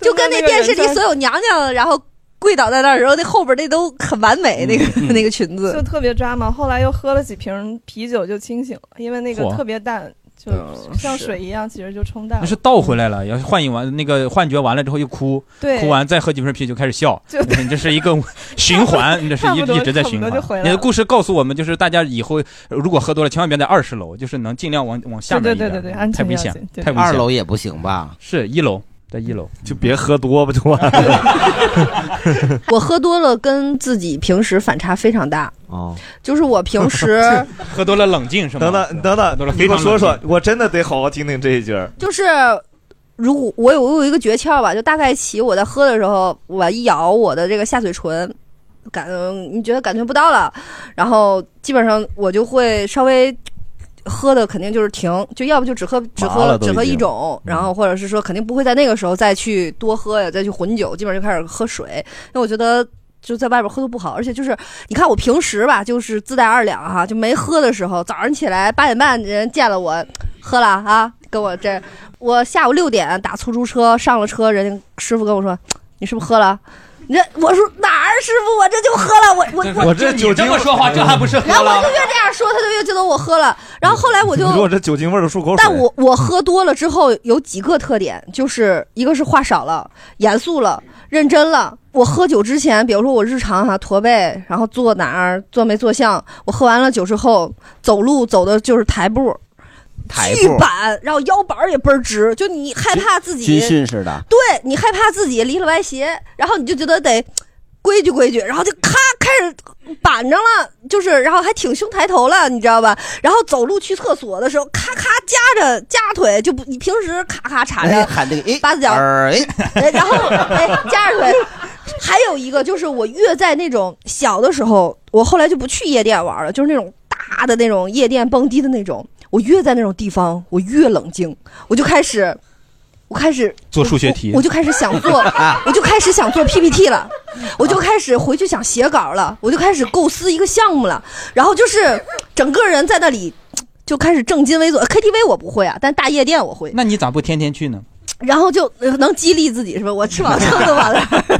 Speaker 5: 就跟那电视里所有娘娘，然后跪倒在那儿的时候，那后边那都很完美，那个、
Speaker 3: 嗯
Speaker 5: [laughs] 那个裙
Speaker 7: 就 [laughs]
Speaker 5: 子。
Speaker 7: 特别抓嘛。后来又喝了几瓶啤酒就清醒了，因为那个
Speaker 3: 嚯
Speaker 7: 特别淡，就像水一样，其实就冲
Speaker 3: 那
Speaker 7: 淡了。
Speaker 3: 是倒回来了，要是幻影完那个幻觉完了之后又哭，
Speaker 7: 对
Speaker 3: 哭完再喝几瓶啤酒开始笑，
Speaker 7: 就
Speaker 3: [laughs] 你这是一个循
Speaker 7: [laughs]
Speaker 3: 环，你这是
Speaker 7: 差
Speaker 3: 一
Speaker 7: 不多
Speaker 3: 一直在循
Speaker 7: 差不多就回
Speaker 3: 环。
Speaker 7: 来
Speaker 3: 你
Speaker 7: 了
Speaker 3: 的故事告诉我们，就是大家以后呃如果喝多了，千万别在二十楼，就是能尽量往往下面
Speaker 7: 对
Speaker 3: 一点，
Speaker 7: 对对对对安
Speaker 3: 太
Speaker 7: 全
Speaker 3: 危
Speaker 7: 要
Speaker 3: 险
Speaker 7: 紧，对
Speaker 3: 太危险。
Speaker 4: 二楼也不行吧？
Speaker 3: 是一楼，在一楼
Speaker 2: 就别喝多吧，就完了。
Speaker 5: 我喝多了，跟自己平时反差非常大。
Speaker 4: 嗯
Speaker 2: 哦，
Speaker 5: 就是我平时
Speaker 3: [laughs] 喝多了冷静是吗？
Speaker 2: 等等等等，你给我说说，我真的得好好听听这一句儿。
Speaker 5: 就是，如果我有我有一个诀窍吧，就大概其我在喝的时候，我一咬我的这个下嘴唇，感你觉得感觉不到了，然后基本上我就会稍微。喝的肯定就是停，就要不就只喝只
Speaker 9: 麻
Speaker 5: 喝
Speaker 9: 了都已
Speaker 5: 只
Speaker 9: 经嗯
Speaker 5: 喝一种，然后或者是说肯定不会在那个时候再去多喝呀，再去混酒，基本上就开始喝水。因为我觉得就在外边喝都不好，而且就是你看我平时吧，就是自带二两哈，就没喝的时候，早上起来八点半人见了我喝了啊，跟我这我下午六点打出租车上了车，人家师傅跟我说你是不是喝了？你这我说哪儿师傅，我这就喝了，我我
Speaker 2: 我这酒精
Speaker 3: 哎
Speaker 5: 然后我就越这样说，他就越觉得我喝了。然后后来我就
Speaker 2: 你说我这酒精味儿的漱口水。
Speaker 5: 但我我喝多了之后有几个特点，就是一个是话少了，严肃了，认真了。我喝酒之前，比如说我日常哈、驼背，然后坐哪儿坐没坐相，我喝完了酒之后走路走的就是抬步。
Speaker 4: 抬
Speaker 5: 巨
Speaker 4: 步
Speaker 5: 板，然后腰板儿也倍儿直，就你害怕自己
Speaker 4: 军训似的。
Speaker 5: 对你害怕自己离了歪斜，然后你就觉得得规矩规矩，然后就咔开始板正了，就是然后还挺胸抬头了，你知道吧？然后走路去厕所的时候，咔咔夹着夹腿，就不你平时咔咔叉
Speaker 4: 哎
Speaker 5: 着
Speaker 4: 喊这个，哎，
Speaker 5: 八字脚，
Speaker 4: [laughs] 哎，
Speaker 5: 哎然后哎夹着腿。还有一个就是我越在那种小的时候，我后来就不去夜店玩了，就是那种大的那种夜店蹦迪的那种，我越在那种地方，我越冷静，我就开始。我开始
Speaker 3: 做数学题啊
Speaker 5: 我就开始想
Speaker 2: [laughs]
Speaker 3: [laughs]
Speaker 5: 做，
Speaker 2: 啊
Speaker 5: 我就开始想做 PPT 了，我就开始回去想写稿了，我就开始构思一个项目了，然后就是整个人在那里就开始正襟危坐。KTV 呃我不会啊，但大夜店我会，
Speaker 3: [laughs] 那你咋不天天去呢？
Speaker 5: 然后就呃能激励自己是吧？我吃饱撑的完了， [laughs]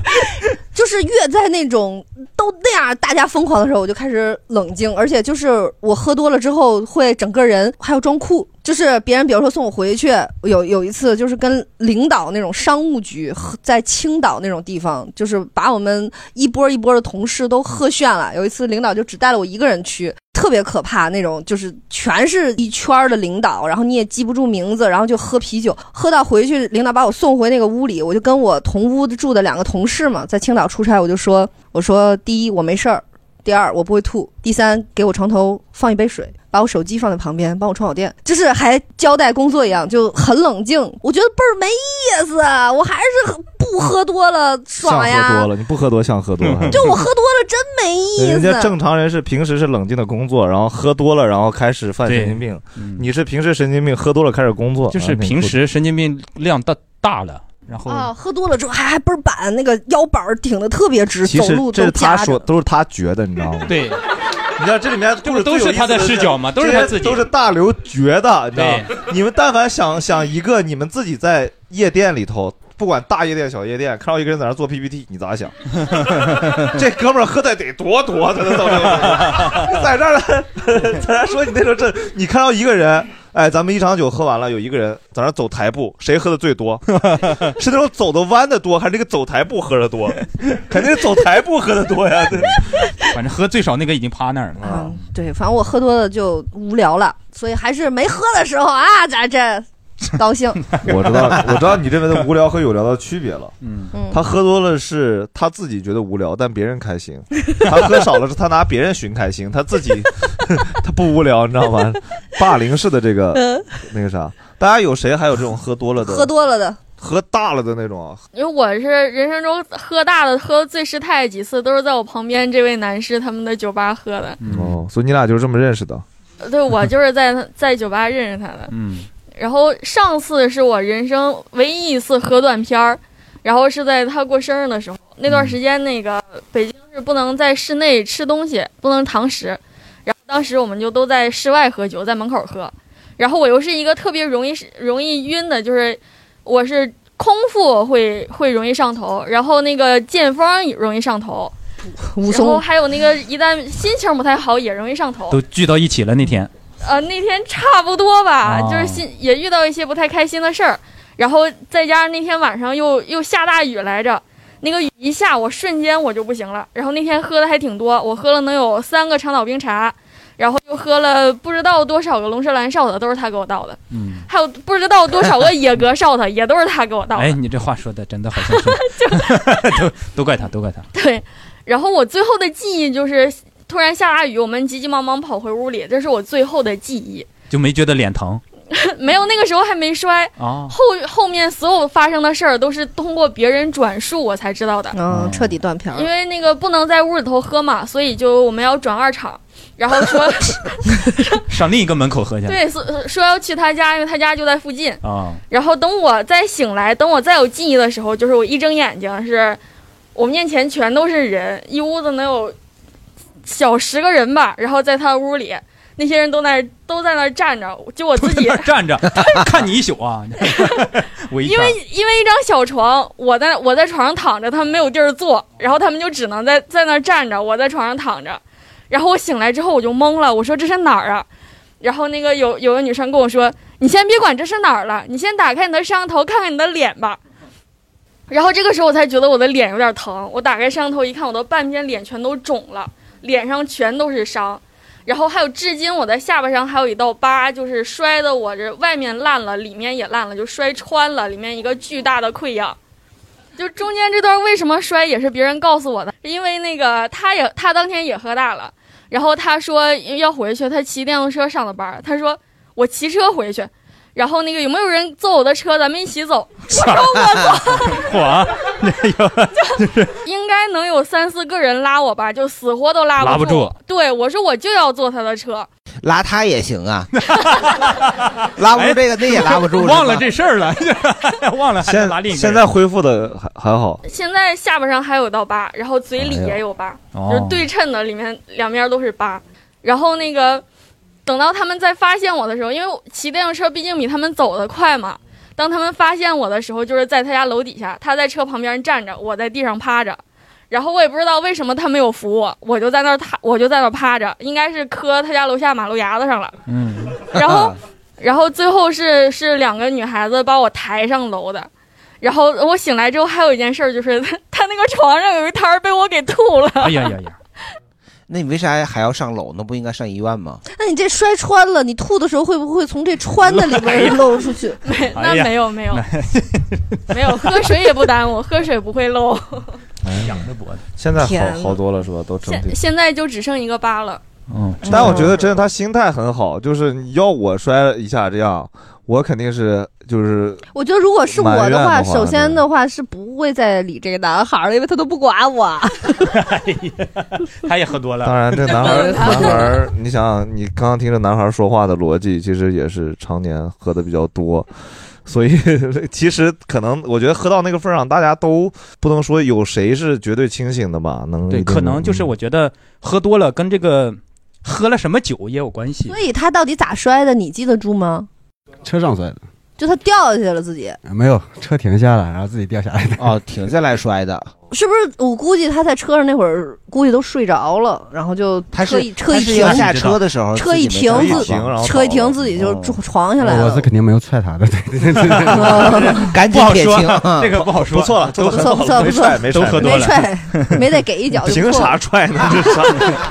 Speaker 5: 就是越在那种都那样大家疯狂的时候，我就开始冷静，而且就是我喝多了之后会整个人还要装酷，就是别人比如说送我回去，有有一次就是跟领导那种商务局喝在青岛那种地方，就是把我们一波一波的同事都喝炫了。有一次领导就只带了我一个人去。特别可怕那种，就是全是一圈儿的领导，然后你也记不住名字，然后就喝啤酒，喝到回去，领导把我送回那个屋里，我就跟我同屋住的两个同事嘛，在青岛出差，我就说，我说第一我没事儿，第二我不会吐，第三给我床头放一杯水，把我手机放在旁边，帮我充好电，就是还交代工作一样，就很冷静，我觉得倍儿没意思，啊我还是不喝多了爽
Speaker 2: 像喝
Speaker 5: 呀
Speaker 2: 多，了，你不喝多像喝
Speaker 3: [laughs]
Speaker 2: 多了。
Speaker 5: 就我喝多了真没意思。
Speaker 2: 人家正常人是平时是冷静的工作，然后喝多了，然后开始犯神经病。你是平时神经病，喝多了开始工作，
Speaker 3: 嗯
Speaker 2: 啊
Speaker 3: 就是平时神经病量大大了，然
Speaker 2: 嗯
Speaker 3: 后
Speaker 5: 啊，喝多了之后还还倍儿板，那个腰板儿挺的特别直，
Speaker 2: 其
Speaker 5: 走
Speaker 2: 实
Speaker 5: 路
Speaker 2: 这
Speaker 5: 都
Speaker 2: 是他
Speaker 5: 夹
Speaker 2: 说，
Speaker 5: 着。
Speaker 2: 都是他觉得，你知道吗？
Speaker 3: 对，
Speaker 2: 你知道这里面故事
Speaker 3: 都是
Speaker 2: 最有意思
Speaker 3: 他的视角嘛都是
Speaker 2: 这些
Speaker 3: 他自己
Speaker 2: 都是大刘觉得，你知道吗？你们但凡想想一个，你们自己在夜店里头，不管大夜店小夜店，看到一个人在那儿做 PPT，你咋想？ [laughs] 这哥们儿喝的得多多才能到这个地步， [laughs] 在这儿呢，在这儿说你那时候这，你看到一个人。哎，咱们一场酒喝完了，有一个人在那儿走台步，谁喝的最多？ [laughs] 是那种走的弯的多，还是那个走台步喝的多？ [laughs] 肯定是走台步喝的多呀。对
Speaker 3: 反正喝最少那个已经趴那儿了。
Speaker 5: 对，反正我喝多了就无聊了，所以还是没喝的时候啊，咱
Speaker 2: [laughs]
Speaker 5: 这高兴。
Speaker 2: 我知道，我知道你认为的无聊和有聊的区别了。嗯
Speaker 5: 嗯
Speaker 2: 他喝多了是他自己觉得无聊，但别人开心；他喝少了是他拿别人寻开心，他自己 [laughs] 他不无聊，你知道吗？霸凌式的这个
Speaker 5: 嗯
Speaker 2: 那个啥，大家有谁还有这种喝多了的、
Speaker 9: 喝多了的、
Speaker 2: 喝大了的那种啊？
Speaker 9: 因为我是人生中喝大的、喝最失态几次，都是在我旁边这位男士他们的酒吧喝的。
Speaker 3: 嗯
Speaker 2: 哦，所以你俩就是这么认识的。
Speaker 9: 呃对，我就是在在酒吧认识他的。
Speaker 2: 嗯，
Speaker 9: 然后上次是我人生唯一一次喝断片儿，然后是在他过生日的时候，那段时间那个北京是不能在室内吃东西，不能堂食，然后当时我们就都在室外喝酒，在门口喝。然后我又是一个特别容易容易晕的，就是我是空腹会会容易上头，然后那个见风也容易上头，
Speaker 5: 武
Speaker 9: 然后
Speaker 5: 松
Speaker 9: 还有那个一旦心情不太好也容易上头。
Speaker 3: 都聚到一起了那天。
Speaker 9: 呃，那天差不多吧，
Speaker 3: 哦
Speaker 9: 就是心也遇到一些不太开心的事儿，然后再加上那天晚上又又下大雨来着，那个雨一下，我瞬间我就不行了。然后那天喝的还挺多，我喝了能有三个长岛冰茶，然后又喝了不知道多少个龙舌兰哨子，都是他给我倒的，
Speaker 3: 嗯，
Speaker 9: 还有不知道多少个野格哨子， [laughs] 也都是他给我倒的。
Speaker 3: 哎，你这话说的真的好像
Speaker 9: [laughs]
Speaker 3: 是， [laughs] 都都怪他，都怪他。
Speaker 9: 对，然后我最后的记忆就是突然下大雨，我们急急忙忙跑回屋里，这是我最后的记忆。 [laughs]
Speaker 3: 就没觉得脸疼
Speaker 9: 没有，那个时候还没摔。
Speaker 3: 哦
Speaker 9: 后后面所有发生的事儿都是通过别人转述我才知道的。
Speaker 5: 嗯，彻底断片儿
Speaker 9: 因。为那个不能在屋里头喝嘛，所以就我们要转二厂，然后说
Speaker 3: 上另一个门口喝去了。
Speaker 9: 对，说说要去他家，因为他家就在附近。
Speaker 3: 啊，
Speaker 9: 然后等我再醒来，等我再有记忆的时候，就是我一睁眼睛是，我面前全都是人，一屋子能有小十个人吧，然后在他屋里，那些人都在都在那儿站着，就我自己
Speaker 3: 那， [laughs] 站着看你一宿啊， [laughs] 我一
Speaker 9: 因
Speaker 3: 天
Speaker 9: 为因为一张小床，我在我在床上躺着，他们没有地儿坐，然后他们就只能在在那儿站着，我在床上躺着，然后我醒来之后我就懵了，我说这是哪儿啊？然后那个有有个女生跟我说，你先别管这是哪儿了，你先打开你的摄像头看看你的脸吧。然后这个时候我才觉得我的脸有点疼，我打开摄像头一看，我的半边脸全都肿了，脸上全都是伤，然后还有至今我的下巴上还有一道疤，就是摔的我这外面烂了，里面也烂了，就摔穿了，里面一个巨大的溃疡。就中间这段为什么摔也是别人告诉我的，因为那个他也他当天也喝大了，然后他说要回去，他骑电动车上的班儿，他说我骑车回去，然后那个有没有人坐我的车，咱们一起走，我说我
Speaker 4: [laughs]
Speaker 9: 坐。
Speaker 2: [laughs]
Speaker 20: 啊
Speaker 3: 我
Speaker 9: 应该能有三四个人拉我吧，就死活都拉
Speaker 4: 拉不住
Speaker 9: 对，我说我就要坐他的车，
Speaker 4: 拉他也行啊， [laughs] 拉不住啊这个那也拉不住，
Speaker 3: 哎忘了这事儿了， [laughs] 忘了还
Speaker 2: 现
Speaker 3: 能拉另一个人
Speaker 2: 现在恢复的还还好，
Speaker 9: 现在下巴上还有道疤，然后嘴里也有疤，
Speaker 2: 哎呦
Speaker 9: 就是对称的，里面两边都是疤。然后那个，等到他们在发现我的时候，因为我骑电动车毕竟比他们走得快嘛。当他们发现我的时候，就是在他家楼底下，他在车旁边站着，我在地上趴着。然后我也不知道为什么他没有扶我，我就在那儿趴，我就在那儿趴着，应该是磕他家楼下马路牙子上了。
Speaker 3: 嗯，
Speaker 9: 然后然后最后是是两个女孩子把我抬上楼的。然后我醒来之后，还有一件事儿，就是 [laughs] 他那个床上有一摊儿被我给吐了。
Speaker 4: 哎
Speaker 3: 呀呀呀！
Speaker 4: [laughs] 那你为啥还要上楼呢？不应该上医院吗？
Speaker 5: 那你这摔穿了，你吐的时候会不会从这穿的里边漏出去？
Speaker 9: [laughs] 没，那
Speaker 4: 哎呀
Speaker 9: 没有没有
Speaker 3: [laughs]
Speaker 9: 没有，喝水也不耽误，喝水不会漏。
Speaker 3: 痒的脖子。
Speaker 2: 现在
Speaker 9: 天
Speaker 2: 好好多了是吧？都整
Speaker 9: 现
Speaker 2: 体。
Speaker 9: 现在就只剩一个疤了。
Speaker 3: 嗯，
Speaker 2: 但我觉得真的他心态很好，就是你要我摔一下这样，我肯定是就是
Speaker 5: 我觉得如果是我的
Speaker 2: 埋
Speaker 5: 话，
Speaker 2: 怨的话
Speaker 5: 首先的话是不会再理这个男孩儿了，因为他都不管
Speaker 2: [laughs]
Speaker 5: 我。
Speaker 3: 他也喝多了。
Speaker 2: 当然，这男
Speaker 5: [laughs]
Speaker 2: 孩儿，男孩儿，你想想，你刚刚听着男孩儿说话的逻辑，其实也是常年喝的比较多，所以 [laughs] 其实可能我觉得喝到那个份儿上，大家都不能说有谁是绝对清醒的吧？能
Speaker 3: 对，可能
Speaker 5: [laughs]
Speaker 3: 就是我觉得喝多了跟这个喝了什么酒也有关系
Speaker 5: 所。以他到底咋摔的？你记得住吗？
Speaker 6: 车上摔的，
Speaker 5: 就他掉下去了，自己
Speaker 6: 没有，车停下了，然后自己掉下来的。哦
Speaker 4: 哦，停下来摔的。
Speaker 5: 是不是？我估计他在车上那会儿，估计都睡着了，然后就
Speaker 4: 他
Speaker 5: 车
Speaker 4: 是
Speaker 5: 一车一
Speaker 4: 他是
Speaker 5: 停
Speaker 4: 要下车的时候
Speaker 5: 车一
Speaker 4: 自己
Speaker 5: 停
Speaker 4: 没看
Speaker 5: 自
Speaker 4: 好停然后
Speaker 5: 车一
Speaker 4: 倒
Speaker 5: 停
Speaker 4: 了
Speaker 5: 自己就撞床下来
Speaker 2: 哦
Speaker 6: 我
Speaker 5: 了。
Speaker 6: 是肯定没有踹他的，对对对
Speaker 5: 哦
Speaker 2: [laughs]
Speaker 4: 赶紧撇清
Speaker 3: 这个不好说，
Speaker 2: 不错了
Speaker 5: 不错不嗯错不错，
Speaker 3: 都喝多
Speaker 5: 没
Speaker 3: 了。
Speaker 5: 踹， [laughs] 没得给一脚就破了
Speaker 2: 踹呢？这啥？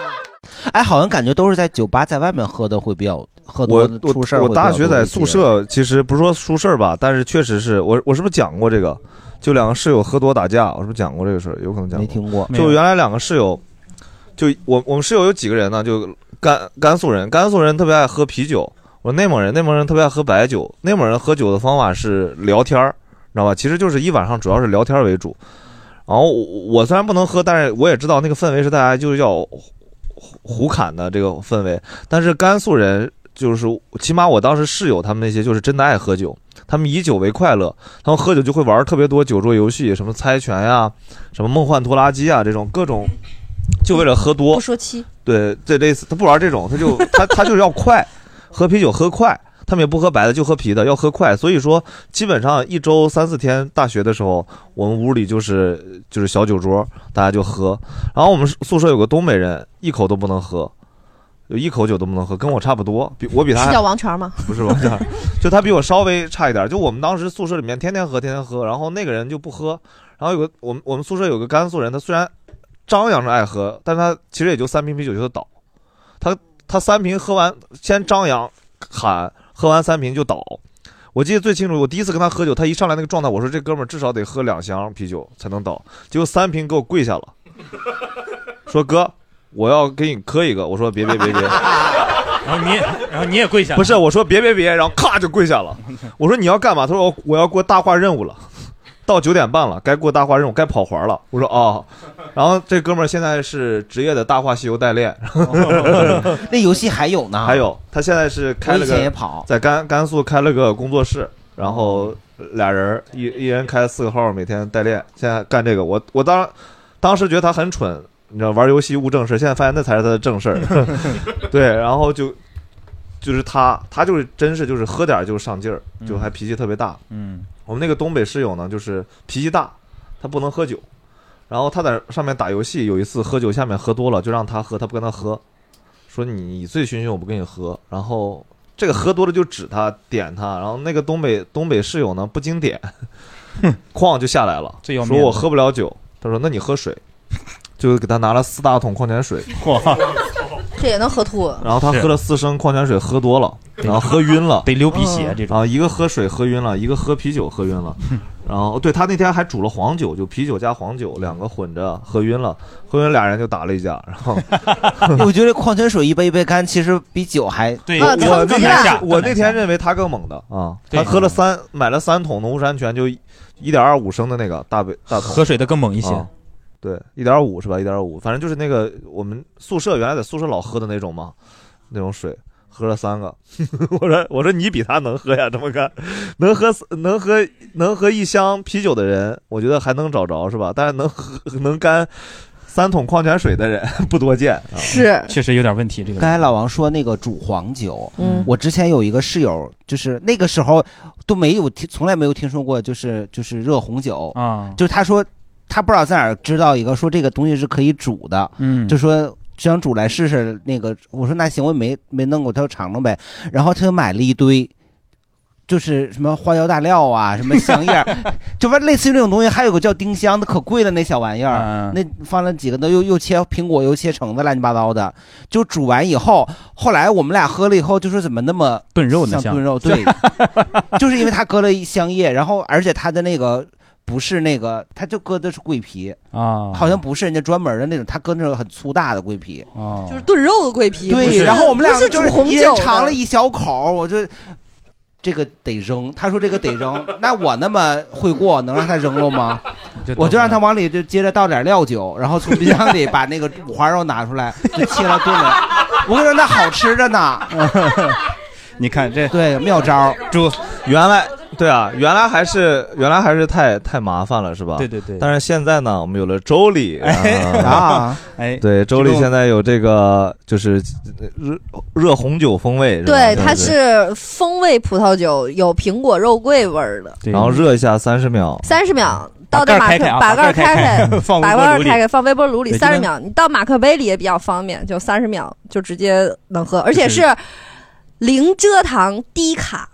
Speaker 4: [laughs] 哎，好像感觉都是在酒吧，在外面喝的会比较喝多
Speaker 2: 我
Speaker 4: 的出事
Speaker 2: 我
Speaker 4: 儿
Speaker 2: 我
Speaker 4: 会比较
Speaker 2: 大
Speaker 4: 多
Speaker 2: 学
Speaker 4: 一
Speaker 2: 在
Speaker 4: 些
Speaker 2: 宿舍，其实不是说出事儿吧，但是确实是我我是不是讲过这个？就两个室友喝多打架，我是不是讲过这个事儿？有可能讲没
Speaker 4: 听过
Speaker 2: 就原来两个室友，就我我们室友有几个人呢？就甘甘肃人，甘肃人特别爱喝啤酒。我内蒙人，内蒙人特别爱喝白酒。内蒙人喝酒的方法是聊天儿，你知道吧？其实就是一晚上主要是聊天儿为主。然后我我虽然不能喝，但是我也知道那个氛围是大家就是要胡侃的这个氛围。但是甘肃人就是，起码我当时室友他们那些就是真的爱喝酒，他们以酒为快乐，他们喝酒就会玩特别多酒桌游戏，什么猜拳呀、什么梦幻拖拉机啊这种各种，就为了喝多。
Speaker 5: 不说七，
Speaker 2: 对，这类似他不玩这种，他就他他就是要快，喝啤酒喝快，他们也不喝白的，就喝啤的，要喝快。所以说，基本上一周三四天，大学的时候，我们屋里就是就是小酒桌，大家就喝。然后我们宿舍有个东北人，一口都不能喝，有一口酒都不能喝，跟我差不多，比我比他
Speaker 5: 是
Speaker 2: 还
Speaker 5: 叫王权吗？
Speaker 2: 不是王嘉尔，就他比我稍微差一点儿。就我们当时宿舍里面天天喝，天天喝，然后那个人就不喝，然后有个我们我们宿舍有个甘肃人，他虽然张扬着爱喝，但他其实也就三瓶啤酒就倒，他他三瓶喝完先张扬喊，喝完三瓶就倒。我记得最清楚，我第一次跟他喝酒，他一上来那个状态，我说这哥们儿至少得喝两箱啤酒才能倒，结果三瓶给我跪下了，说哥，我要给你磕一个。我说别别别别。
Speaker 20: 啊
Speaker 15: 然后你也， [laughs] 然后你也跪下了，
Speaker 2: 不是，我说别别别，然后咔就跪
Speaker 15: [laughs]
Speaker 2: 下了。我说你要干嘛？他说我我要过大话任务了，到九点半了，该过大话任务，该跑环了。我说哦，然后这哥们儿现在是职业的大话西游代练， [laughs]
Speaker 4: 那游戏还有呢，
Speaker 2: 还有他现在是开了
Speaker 4: 我以前
Speaker 2: 个
Speaker 4: 也跑
Speaker 2: 在甘甘肃开了个工作室，然后俩人儿一一人开四个号，每天代练，现在干这个。我我当当时觉得他很蠢，你知道玩游戏误正事，现在发现那才是他的正事儿。
Speaker 4: [laughs]
Speaker 2: [laughs] 对，然后就就是他，他就是真是就是喝点儿就上劲儿，就还脾气特别大。
Speaker 3: 嗯，
Speaker 2: 我们那个东北室友呢，就是脾气大，他不能喝酒，然后他在上面打游戏，有一次喝酒，下面喝多了，就让他喝，他不跟他喝，说你你醉醺醺，我不跟你喝。然后这个喝多了就指他点他，然后那个东北东北室友呢不经典，
Speaker 3: [laughs]
Speaker 2: 哐就下来了，
Speaker 3: 这要
Speaker 2: 说
Speaker 3: 面
Speaker 2: 我
Speaker 3: 子
Speaker 2: 喝不了酒，他说那你喝水，就给他拿了四大桶矿泉水，
Speaker 5: 这也能喝吐。啊
Speaker 2: 然后他喝了四升矿泉水，喝多了，然后喝晕了，得流鼻血这种。啊，一个喝水喝晕了，一个喝啤酒喝晕了，然后对他那天还煮了黄酒，就啤酒加黄酒两个混着喝晕了，喝晕俩人就打了一架，然后
Speaker 4: 我觉得矿泉水一杯一杯干，其实比酒还啊
Speaker 2: 我我那天我那天认为他更猛的啊，他喝了三买了三桶农夫山泉，就一点二五升的那个大杯大桶，
Speaker 3: 喝水的更猛一些
Speaker 2: 啊对，一点五是吧？一点五，反正就是那个我们宿舍原来在宿舍老喝的那种嘛，那种水，喝了三个。 [laughs] 我说我说你比他能喝呀，这么干，能喝能喝能喝一箱啤酒的人，我觉得还能找着是吧？但是能喝能干三桶矿泉水的人 [laughs] 不多见啊。
Speaker 5: 是
Speaker 4: 确
Speaker 3: 实有点问题。这个
Speaker 4: 刚才老王说那个煮黄酒，
Speaker 5: 嗯
Speaker 4: 我之前有一个室友，就是那个时候都没有听，从来没有听说过，就是就是热红酒
Speaker 3: 啊
Speaker 4: 就是他说他不知道在哪儿知道一个，说这个东西是可以煮的，
Speaker 3: 嗯
Speaker 4: 就说。想煮来试试那个，我说那行，我也没没弄过，他说尝尝呗。然后他就买了一堆，就是什么花椒大料啊，什么香叶儿，就反正类似于那种东西。还有个叫丁香的，可贵了那小玩意儿，
Speaker 3: 嗯
Speaker 4: 那放了几个都又又切苹果，又切橙子，乱七八糟的。就煮完以后，后来我们俩喝了以后，就说怎么那么
Speaker 3: 炖肉呢
Speaker 4: 像
Speaker 3: 像
Speaker 4: 炖
Speaker 3: [laughs]
Speaker 4: 肉，对，就是因为他搁了一香叶，然后而且他的那个不是那个，他就搁的是桂皮。
Speaker 3: 啊，
Speaker 4: 好像不是人家专门的那种，他搁那种很粗大的桂皮，
Speaker 3: 哦，
Speaker 4: 就是
Speaker 5: 炖肉的桂皮不
Speaker 4: 对，
Speaker 5: 是
Speaker 4: 然后我们俩
Speaker 5: 不是
Speaker 4: 就是
Speaker 5: 煮红
Speaker 4: 一人
Speaker 5: 酒的
Speaker 4: 尝了一小口，我就这个得扔。他说这个得扔， [laughs] 那我那么会过，能让他扔了吗？我就让他往里就接着倒点料酒，然后从冰箱里把那个五花肉拿出来，就切了炖了。 [laughs] 我跟你说，那好吃着呢。
Speaker 3: 你看这
Speaker 4: 对妙招，
Speaker 2: 主原来对啊，原来还是原来还是太太麻烦了是吧？
Speaker 3: 对对对
Speaker 2: 但是现在呢，我们有了周礼啊
Speaker 3: [laughs] 啊，哎
Speaker 2: 对，周
Speaker 3: 这
Speaker 2: 礼
Speaker 3: 个
Speaker 2: 现在有这个就是呃热热红酒风味，是吧
Speaker 5: 对，它。是风味葡萄酒，有苹果肉桂味儿的。
Speaker 2: 对然后热一下三十秒，
Speaker 5: 三十秒倒在马克，哦把盖儿开开，把盖儿开 [laughs] 开，放微波炉里三十秒。你倒马克杯里也比较方便，就三十秒就直接能喝，而且是零蔗糖低卡，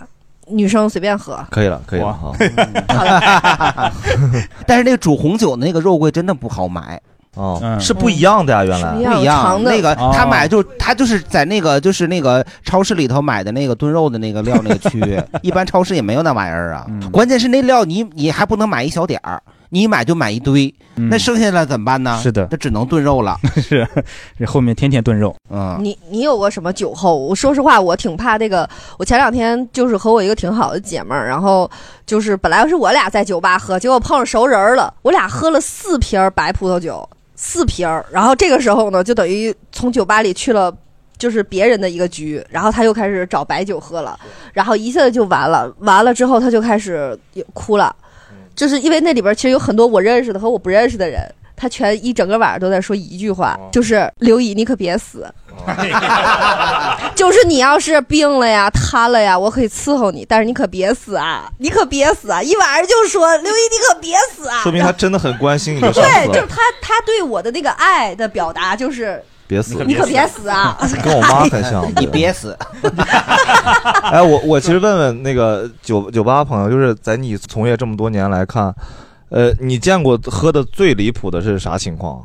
Speaker 5: 女生随便喝。
Speaker 2: 可以了，可以了，好。
Speaker 4: [laughs] 但是那个煮红酒的那个肉桂真的不好买。嗯
Speaker 2: 哦，是不一样的呀，原来
Speaker 4: 不一样，那个他买
Speaker 3: 哦
Speaker 4: 就他就是在那个就是那个超市里头买的那个炖肉的那个料那个区
Speaker 3: [laughs]
Speaker 4: 域，一般超市也没有那玩意儿啊。
Speaker 3: 嗯
Speaker 4: 关键是那料你你还不能买一小点儿，你一买就买一堆，那剩下的怎么办呢？
Speaker 3: 嗯是的
Speaker 4: 那只能炖肉了。
Speaker 3: [laughs] 是，这后面天天炖肉，
Speaker 4: 嗯，
Speaker 5: 你你有过什么酒后？我说实话，我挺怕这个。我前两天就是和我一个挺好的姐们儿，然后就是本来是我俩在酒吧喝，结果碰上熟人儿了，我俩喝了四瓶儿白葡萄酒，四瓶儿。然后这个时候呢，就等于从酒吧里去了就是别人的一个局，然后他又开始找白酒喝了，然后一下子就完了，完了之后他就开始哭了，就是因为那里边其实有很多我认识的和我不认识的人，他全一整个晚上都在说一句话，就是刘姨你可别死，就是你要是病了呀、瘫了呀，我可以伺候你，但是你可别死啊，你可别死啊，一晚上就说刘姨你可别死啊，
Speaker 2: 说明他真的很关心你的上
Speaker 5: 对，
Speaker 2: 司。
Speaker 5: 就是他他对我的那个爱的表达就是。
Speaker 2: 别死，
Speaker 5: 你可别死 [laughs] 啊！
Speaker 2: 跟我妈很像
Speaker 4: 你别死。
Speaker 2: [laughs] 哎，我我其实问问那个酒酒吧朋友，就是在你从业这么多年来看，呃，你见过喝的最离谱的是啥情况？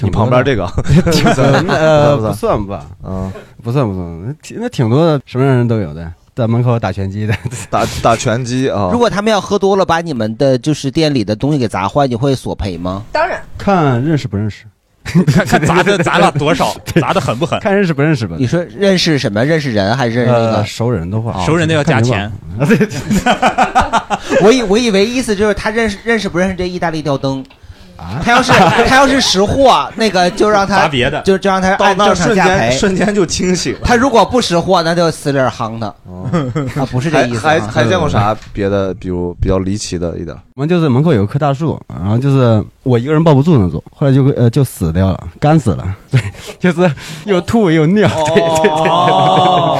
Speaker 2: 你旁边这个
Speaker 6: 挺多的呃，不算吧，
Speaker 2: 嗯，
Speaker 6: 不算不算，挺那挺多的，什么样人都有的，在门口打拳击的， [laughs]
Speaker 2: 打打拳击啊
Speaker 4: 如果他们要喝多了，把你们的就是店里的东西给砸坏，你会索赔吗？
Speaker 5: 当然，
Speaker 6: 看认识不认识，
Speaker 15: [laughs] 看看砸
Speaker 6: [laughs]
Speaker 15: 的砸了多少，砸的狠不狠？
Speaker 6: 看认识不认识吧。
Speaker 4: 你说认识什么？认识人还是认识那个
Speaker 6: 呃熟人的话，
Speaker 15: 熟人的要加钱
Speaker 6: 看情况。
Speaker 4: [laughs] 我以我以为意思就是他认识认识不认识这意大利吊灯。
Speaker 3: 啊
Speaker 4: [laughs] 他要是他要是识货，那个就让他
Speaker 2: 砸别的
Speaker 4: 就就让他
Speaker 2: 到
Speaker 4: 按
Speaker 2: 那
Speaker 4: 正常
Speaker 2: 瞬
Speaker 4: 价
Speaker 2: 间
Speaker 4: 赔，
Speaker 2: 瞬间就清醒了哦
Speaker 4: 他如果不识货，那就死理儿夯他。啊，不是这意思啊。
Speaker 2: 还还还见过
Speaker 3: 嗯
Speaker 2: 啥别的？比如比较离奇的一点，
Speaker 6: 我们就是门口有棵大树，然后就是我一个人抱不住那种，后来就呃就死掉了，干死了， [laughs] 对，就是又吐又尿，对
Speaker 4: 哦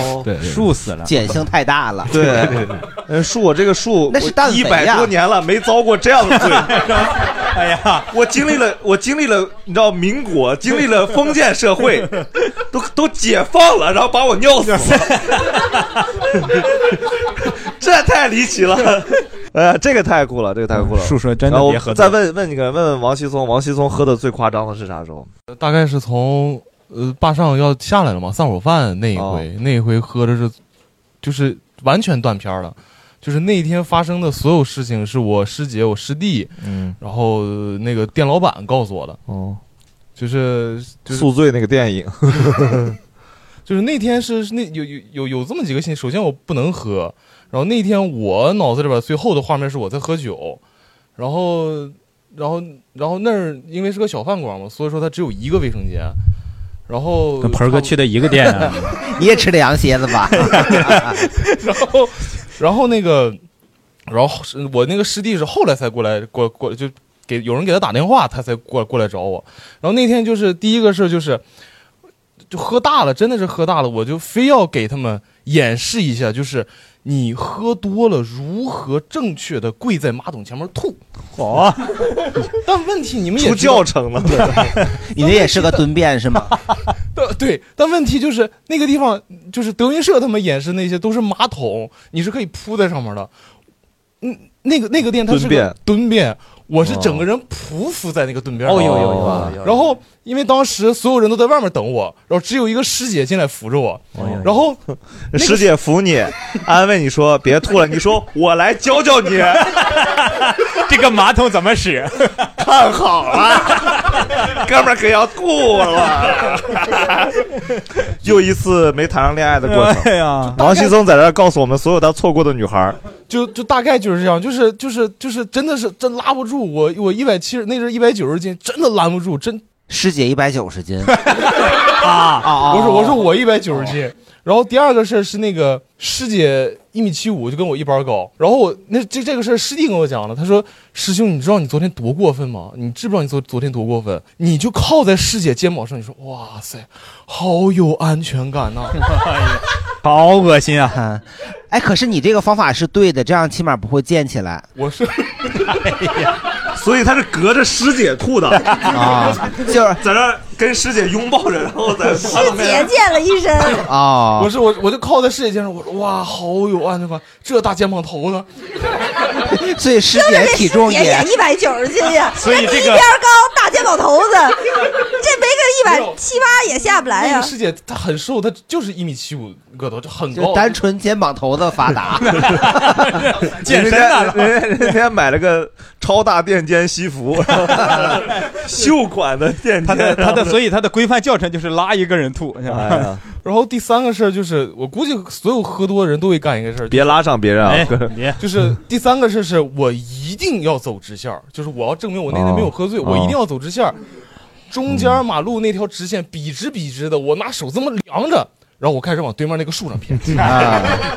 Speaker 5: 哦
Speaker 2: [laughs]
Speaker 6: 对对对对对，
Speaker 2: 树死了
Speaker 4: 碱性太大了。
Speaker 2: 对 [laughs] 呃，树我这个树
Speaker 4: 那是氮肥
Speaker 2: 一
Speaker 4: 呀
Speaker 2: 百多年了没遭过这样的罪。 [laughs] 哎呀，我经历了，我经历了，你知道民国，经历了封建社会，都都解放了，然后把我尿死了， [laughs] 这太离奇了。哎呀，这个太酷了，这个太酷了。
Speaker 3: 树说真的
Speaker 2: 然后
Speaker 3: 别喝多
Speaker 2: 再问问你个，问问王思聪，王思聪喝的最夸张的是啥时候？
Speaker 18: 呃大概是从呃坝上要下来了嘛，散伙饭那一回，那一回喝的是就是完全断片儿了。就是那一天发生的所有事情，是我师姐、我师弟，
Speaker 2: 嗯，
Speaker 18: 然后呃那个店老板告诉我的。
Speaker 2: 哦，
Speaker 18: 就是就是
Speaker 2: 宿醉那个电影。
Speaker 18: [laughs]
Speaker 2: [laughs]
Speaker 18: 就是那天是是那有有有有这么几个信，首先我不能喝，然后那天我脑子里边最后的画面是我在喝酒，然后然后然后那儿因为是个小饭馆嘛，所以说它只有一个卫生间，然后
Speaker 3: 跟盆儿哥去的一个店
Speaker 18: [laughs]
Speaker 3: 啊
Speaker 4: [laughs] 你也吃的羊蝎子
Speaker 3: [laughs]
Speaker 4: 吧？
Speaker 18: 然后然后那个然后是我那个师弟是后来才过来过过来就给有人给他打电话，他才过过来找我，然后那天就是第一个事就是。就喝大了，真的是喝大了，我就非要给他们演示一下，就是你喝多了如何正确的跪在马桶前面吐。啊
Speaker 2: [laughs]
Speaker 15: 哦，
Speaker 18: 但问题你们也
Speaker 2: 出
Speaker 18: 知道
Speaker 2: 教程了，
Speaker 4: [laughs] 你那也是个蹲便是吗？
Speaker 18: 但对，但问题就是那个地方，就是德云社他们演示那些都是马桶，你是可以铺在上面的。嗯，那个那个店它是个蹲便，我是整个人匍匐在那个蹲边上。啊
Speaker 2: 哦哦有有有有有有
Speaker 18: 然后因为当时所有人都在外面等我，然后只有一个师姐进来扶着我，
Speaker 2: 哎
Speaker 18: 然后
Speaker 2: 师姐扶 [laughs] 你，安慰你说别吐了，你说我来教教 [laughs] 你，
Speaker 15: 这个马桶怎么使？
Speaker 2: 看好
Speaker 4: [laughs]
Speaker 2: 了， [laughs] 哥们儿可要吐了。 [laughs] 又一次没谈上恋爱的
Speaker 3: [laughs]
Speaker 2: 过程。
Speaker 18: 哎呀
Speaker 2: 王希松在这儿告诉我们所有他错过的女孩儿，
Speaker 18: 就就大概就是这样，就是就是就是真的是真拉不住我，我一百七十那是一百九十斤，真的拦不住，真
Speaker 4: 师姐一百九
Speaker 18: [laughs]
Speaker 4: 十斤
Speaker 18: 啊
Speaker 4: 啊
Speaker 18: 我说我说我一百九十斤，然后第二个事儿是那个师姐一米七五，就跟我一般高。然后我那这这个事儿师弟跟我讲了，他说师兄，你知道你昨天多过分吗？你知不知道你昨昨天多过分？你就靠在师姐肩膀上，你说哇塞，好有安全感呐、
Speaker 4: 哎好恶心啊！哎，可是你这个方法是对的，这样起码不会溅起来。
Speaker 18: 我是，
Speaker 2: 所以他是隔着师姐吐的
Speaker 4: 啊
Speaker 2: [laughs]
Speaker 4: 就是
Speaker 2: 在这儿跟师姐拥抱着，然后 [laughs] 在
Speaker 5: 师
Speaker 4: 哎
Speaker 18: [laughs]
Speaker 5: 姐溅了一身。
Speaker 4: 啊
Speaker 18: 我是我我就靠在师姐肩上，我说哇，好有安全感，这大肩膀头呢。
Speaker 4: [laughs] 所以师
Speaker 5: 真的这师姐也一百九十斤
Speaker 4: [laughs]
Speaker 5: 呀，
Speaker 18: 所以
Speaker 5: 那
Speaker 18: 这
Speaker 5: 一
Speaker 18: 个
Speaker 5: 边高大肩膀头
Speaker 18: [laughs]
Speaker 5: 子，这没个一百七八也下不来啊
Speaker 18: 那
Speaker 5: 呀
Speaker 18: 个。师姐她很瘦，她就是一米七五个头，就很
Speaker 4: 就
Speaker 18: 高。
Speaker 4: 单纯肩膀头子
Speaker 2: [laughs]
Speaker 4: 发达，
Speaker 2: 人家人家人家买了个超大垫肩西服，秀款的垫肩，
Speaker 15: 他的他的，所以他的规范教程就是拉一个人吐。
Speaker 2: [laughs] 哎
Speaker 3: [laughs]
Speaker 2: 呀
Speaker 18: 然后第三个事儿就是，我估计所有喝多的人都会干一个事儿，
Speaker 2: 别拉上别人啊
Speaker 18: 哎！
Speaker 2: 哥 [laughs]
Speaker 15: 别
Speaker 18: 就是第三个事儿是我一定要走直线儿，就是我要证明我那天没有喝醉，
Speaker 2: 哦
Speaker 18: 我一定要走直线儿。中间马路那条直线笔直笔直的，我拿手这么量着，然后我开始往对面那个树上偏，
Speaker 2: 啊
Speaker 18: [laughs]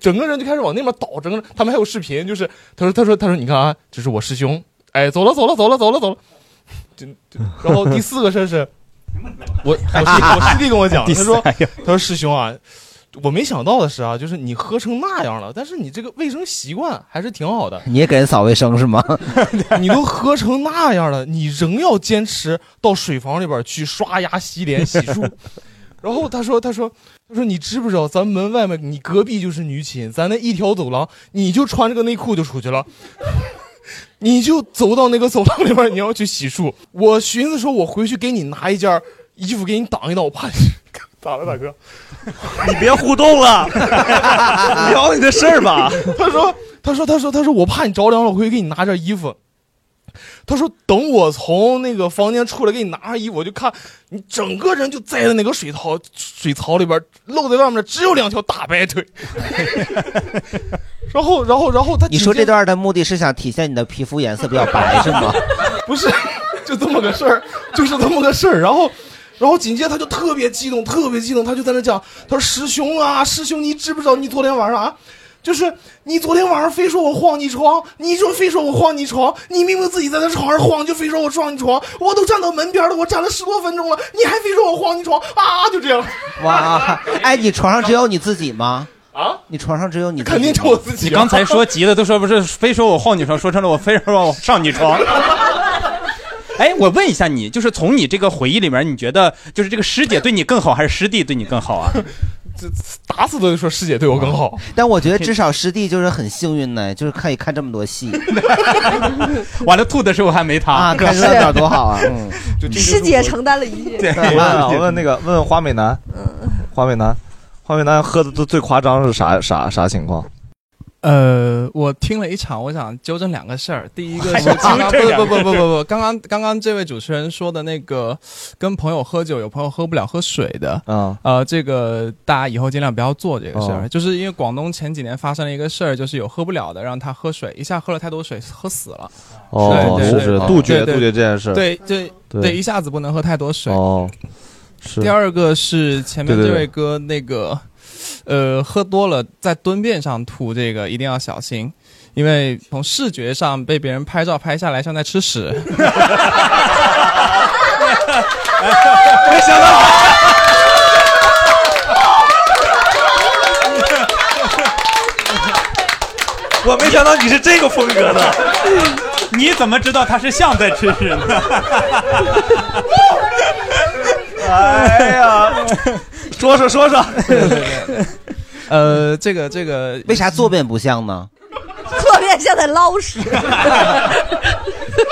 Speaker 18: 整个人就开始往那边倒，整个人他们还有视频，就是他说他说他说你看啊，这是我师兄，哎，走了走了走了走了走了，这这然后第四个事儿是，我我师我师弟跟我讲，他说
Speaker 15: 第四
Speaker 18: 他说师兄啊。我没想到的是啊，就是你喝成那样了，但是你这个卫生习惯还是挺好的。
Speaker 4: 你也给人扫卫生
Speaker 20: [laughs]
Speaker 4: 是吗？
Speaker 18: 你都喝成那样了，你仍要坚持到水房里边去刷牙、洗脸、洗漱。然后他说：“他说，他说，你知不知道咱门外面，你隔壁就是女寝，咱那一条走廊，你就穿着个内裤就出去了， [laughs] 你就走到那个走廊里边，你要去洗漱。我寻思说，我回去给你拿一件衣服给你挡一挡，我怕你 [laughs] 咋了，大哥？
Speaker 2: 你别互动
Speaker 18: [laughs]
Speaker 2: 了，聊你的事儿吧。
Speaker 18: 他说，他说，他说，他说，我怕你着凉了，我回去给你拿件衣服。他说，等我从那个房间出来给你拿上衣服，我就看你整个人就栽在那个水槽水槽里边，露在外面的只有两条大白腿。 [laughs] 然后，然后，然后他
Speaker 4: 你说这段的目的是想体现你的皮肤颜色比较白是
Speaker 20: [laughs]
Speaker 4: 吗？
Speaker 18: 不是， [laughs] 就这么个事儿，就是这么个事儿。然后，然后紧接着他就特别激动，特别激动，他就在那讲，他说：“师兄啊，师兄，你知不知道你昨天晚上啊？”就是你昨天晚上非说我晃你床，你就非说我晃你床，你明明自己在那床上晃，就非说我撞你床，我都站到门边了，我站了十多分钟了，你还非说我晃你床啊？就这样，
Speaker 4: 哇，哎，你床上只有你自己吗？
Speaker 18: 啊，
Speaker 4: 你床上只有你自己吗？
Speaker 18: 肯定只有我自己啊
Speaker 20: 你刚才说急的都说不是，非说我晃你床，说成了我非说我上你床。 [laughs] 哎，我问一下你，就是从你这个回忆里面，你觉得就是这个师姐对你更好，还是师弟对你更好啊？
Speaker 18: 这打死都得说师姐对我更好。
Speaker 4: [laughs] 但我觉得至少师弟就是很幸运呢，就是可以看这么多戏
Speaker 20: [laughs] 完了，吐的时候还没他
Speaker 4: 啊，看热闹
Speaker 2: [laughs]
Speaker 4: 多好啊！嗯，
Speaker 5: 师姐承担了一切。 [laughs]
Speaker 2: 我问啊我问那个问花美男，
Speaker 4: 嗯
Speaker 2: 花美男，花美男喝的都最夸张是啥啥啥情况？
Speaker 20: 呃，我听了一场，我想纠正两个事儿。第一个是
Speaker 2: 还
Speaker 20: 刚
Speaker 2: 要
Speaker 20: 刚
Speaker 2: 哎
Speaker 20: 不
Speaker 2: 纠正两个
Speaker 20: 不不不不不，刚刚刚刚这位主持人说的那个，跟朋友喝酒，有朋友喝不了喝水的，
Speaker 2: 啊，
Speaker 20: 呃，这个大家以后尽量不要做这个事儿，
Speaker 2: 哦
Speaker 20: 就是因为广东前几年发生了一个事儿，就是有喝不了的让他喝水，一下喝了太多水喝死了。
Speaker 2: 哦
Speaker 20: 对对
Speaker 2: 是
Speaker 20: 对
Speaker 2: 是
Speaker 20: 对
Speaker 2: 杜绝
Speaker 20: 对对
Speaker 2: 杜绝这件事
Speaker 20: 对对
Speaker 2: 对
Speaker 20: 一下子不能喝太多水。
Speaker 2: 哦，是
Speaker 20: 第二个是前面
Speaker 2: 对对
Speaker 20: 这
Speaker 2: 对
Speaker 20: 位哥那个，呃，喝多了在蹲便上吐，这个一定要小心，因为从视觉上被别人拍照拍下来像在吃屎。
Speaker 2: 没想到。我没想到你是这个风格的，
Speaker 15: 你怎么知道他是像在吃
Speaker 20: [laughs]
Speaker 15: 屎呢？
Speaker 2: 哎呀， [laughs] 说说说说，
Speaker 20: [laughs]
Speaker 4: [laughs]
Speaker 20: 呃，这个这个，
Speaker 4: 为啥坐便不像呢？
Speaker 5: 坐便像在捞屎，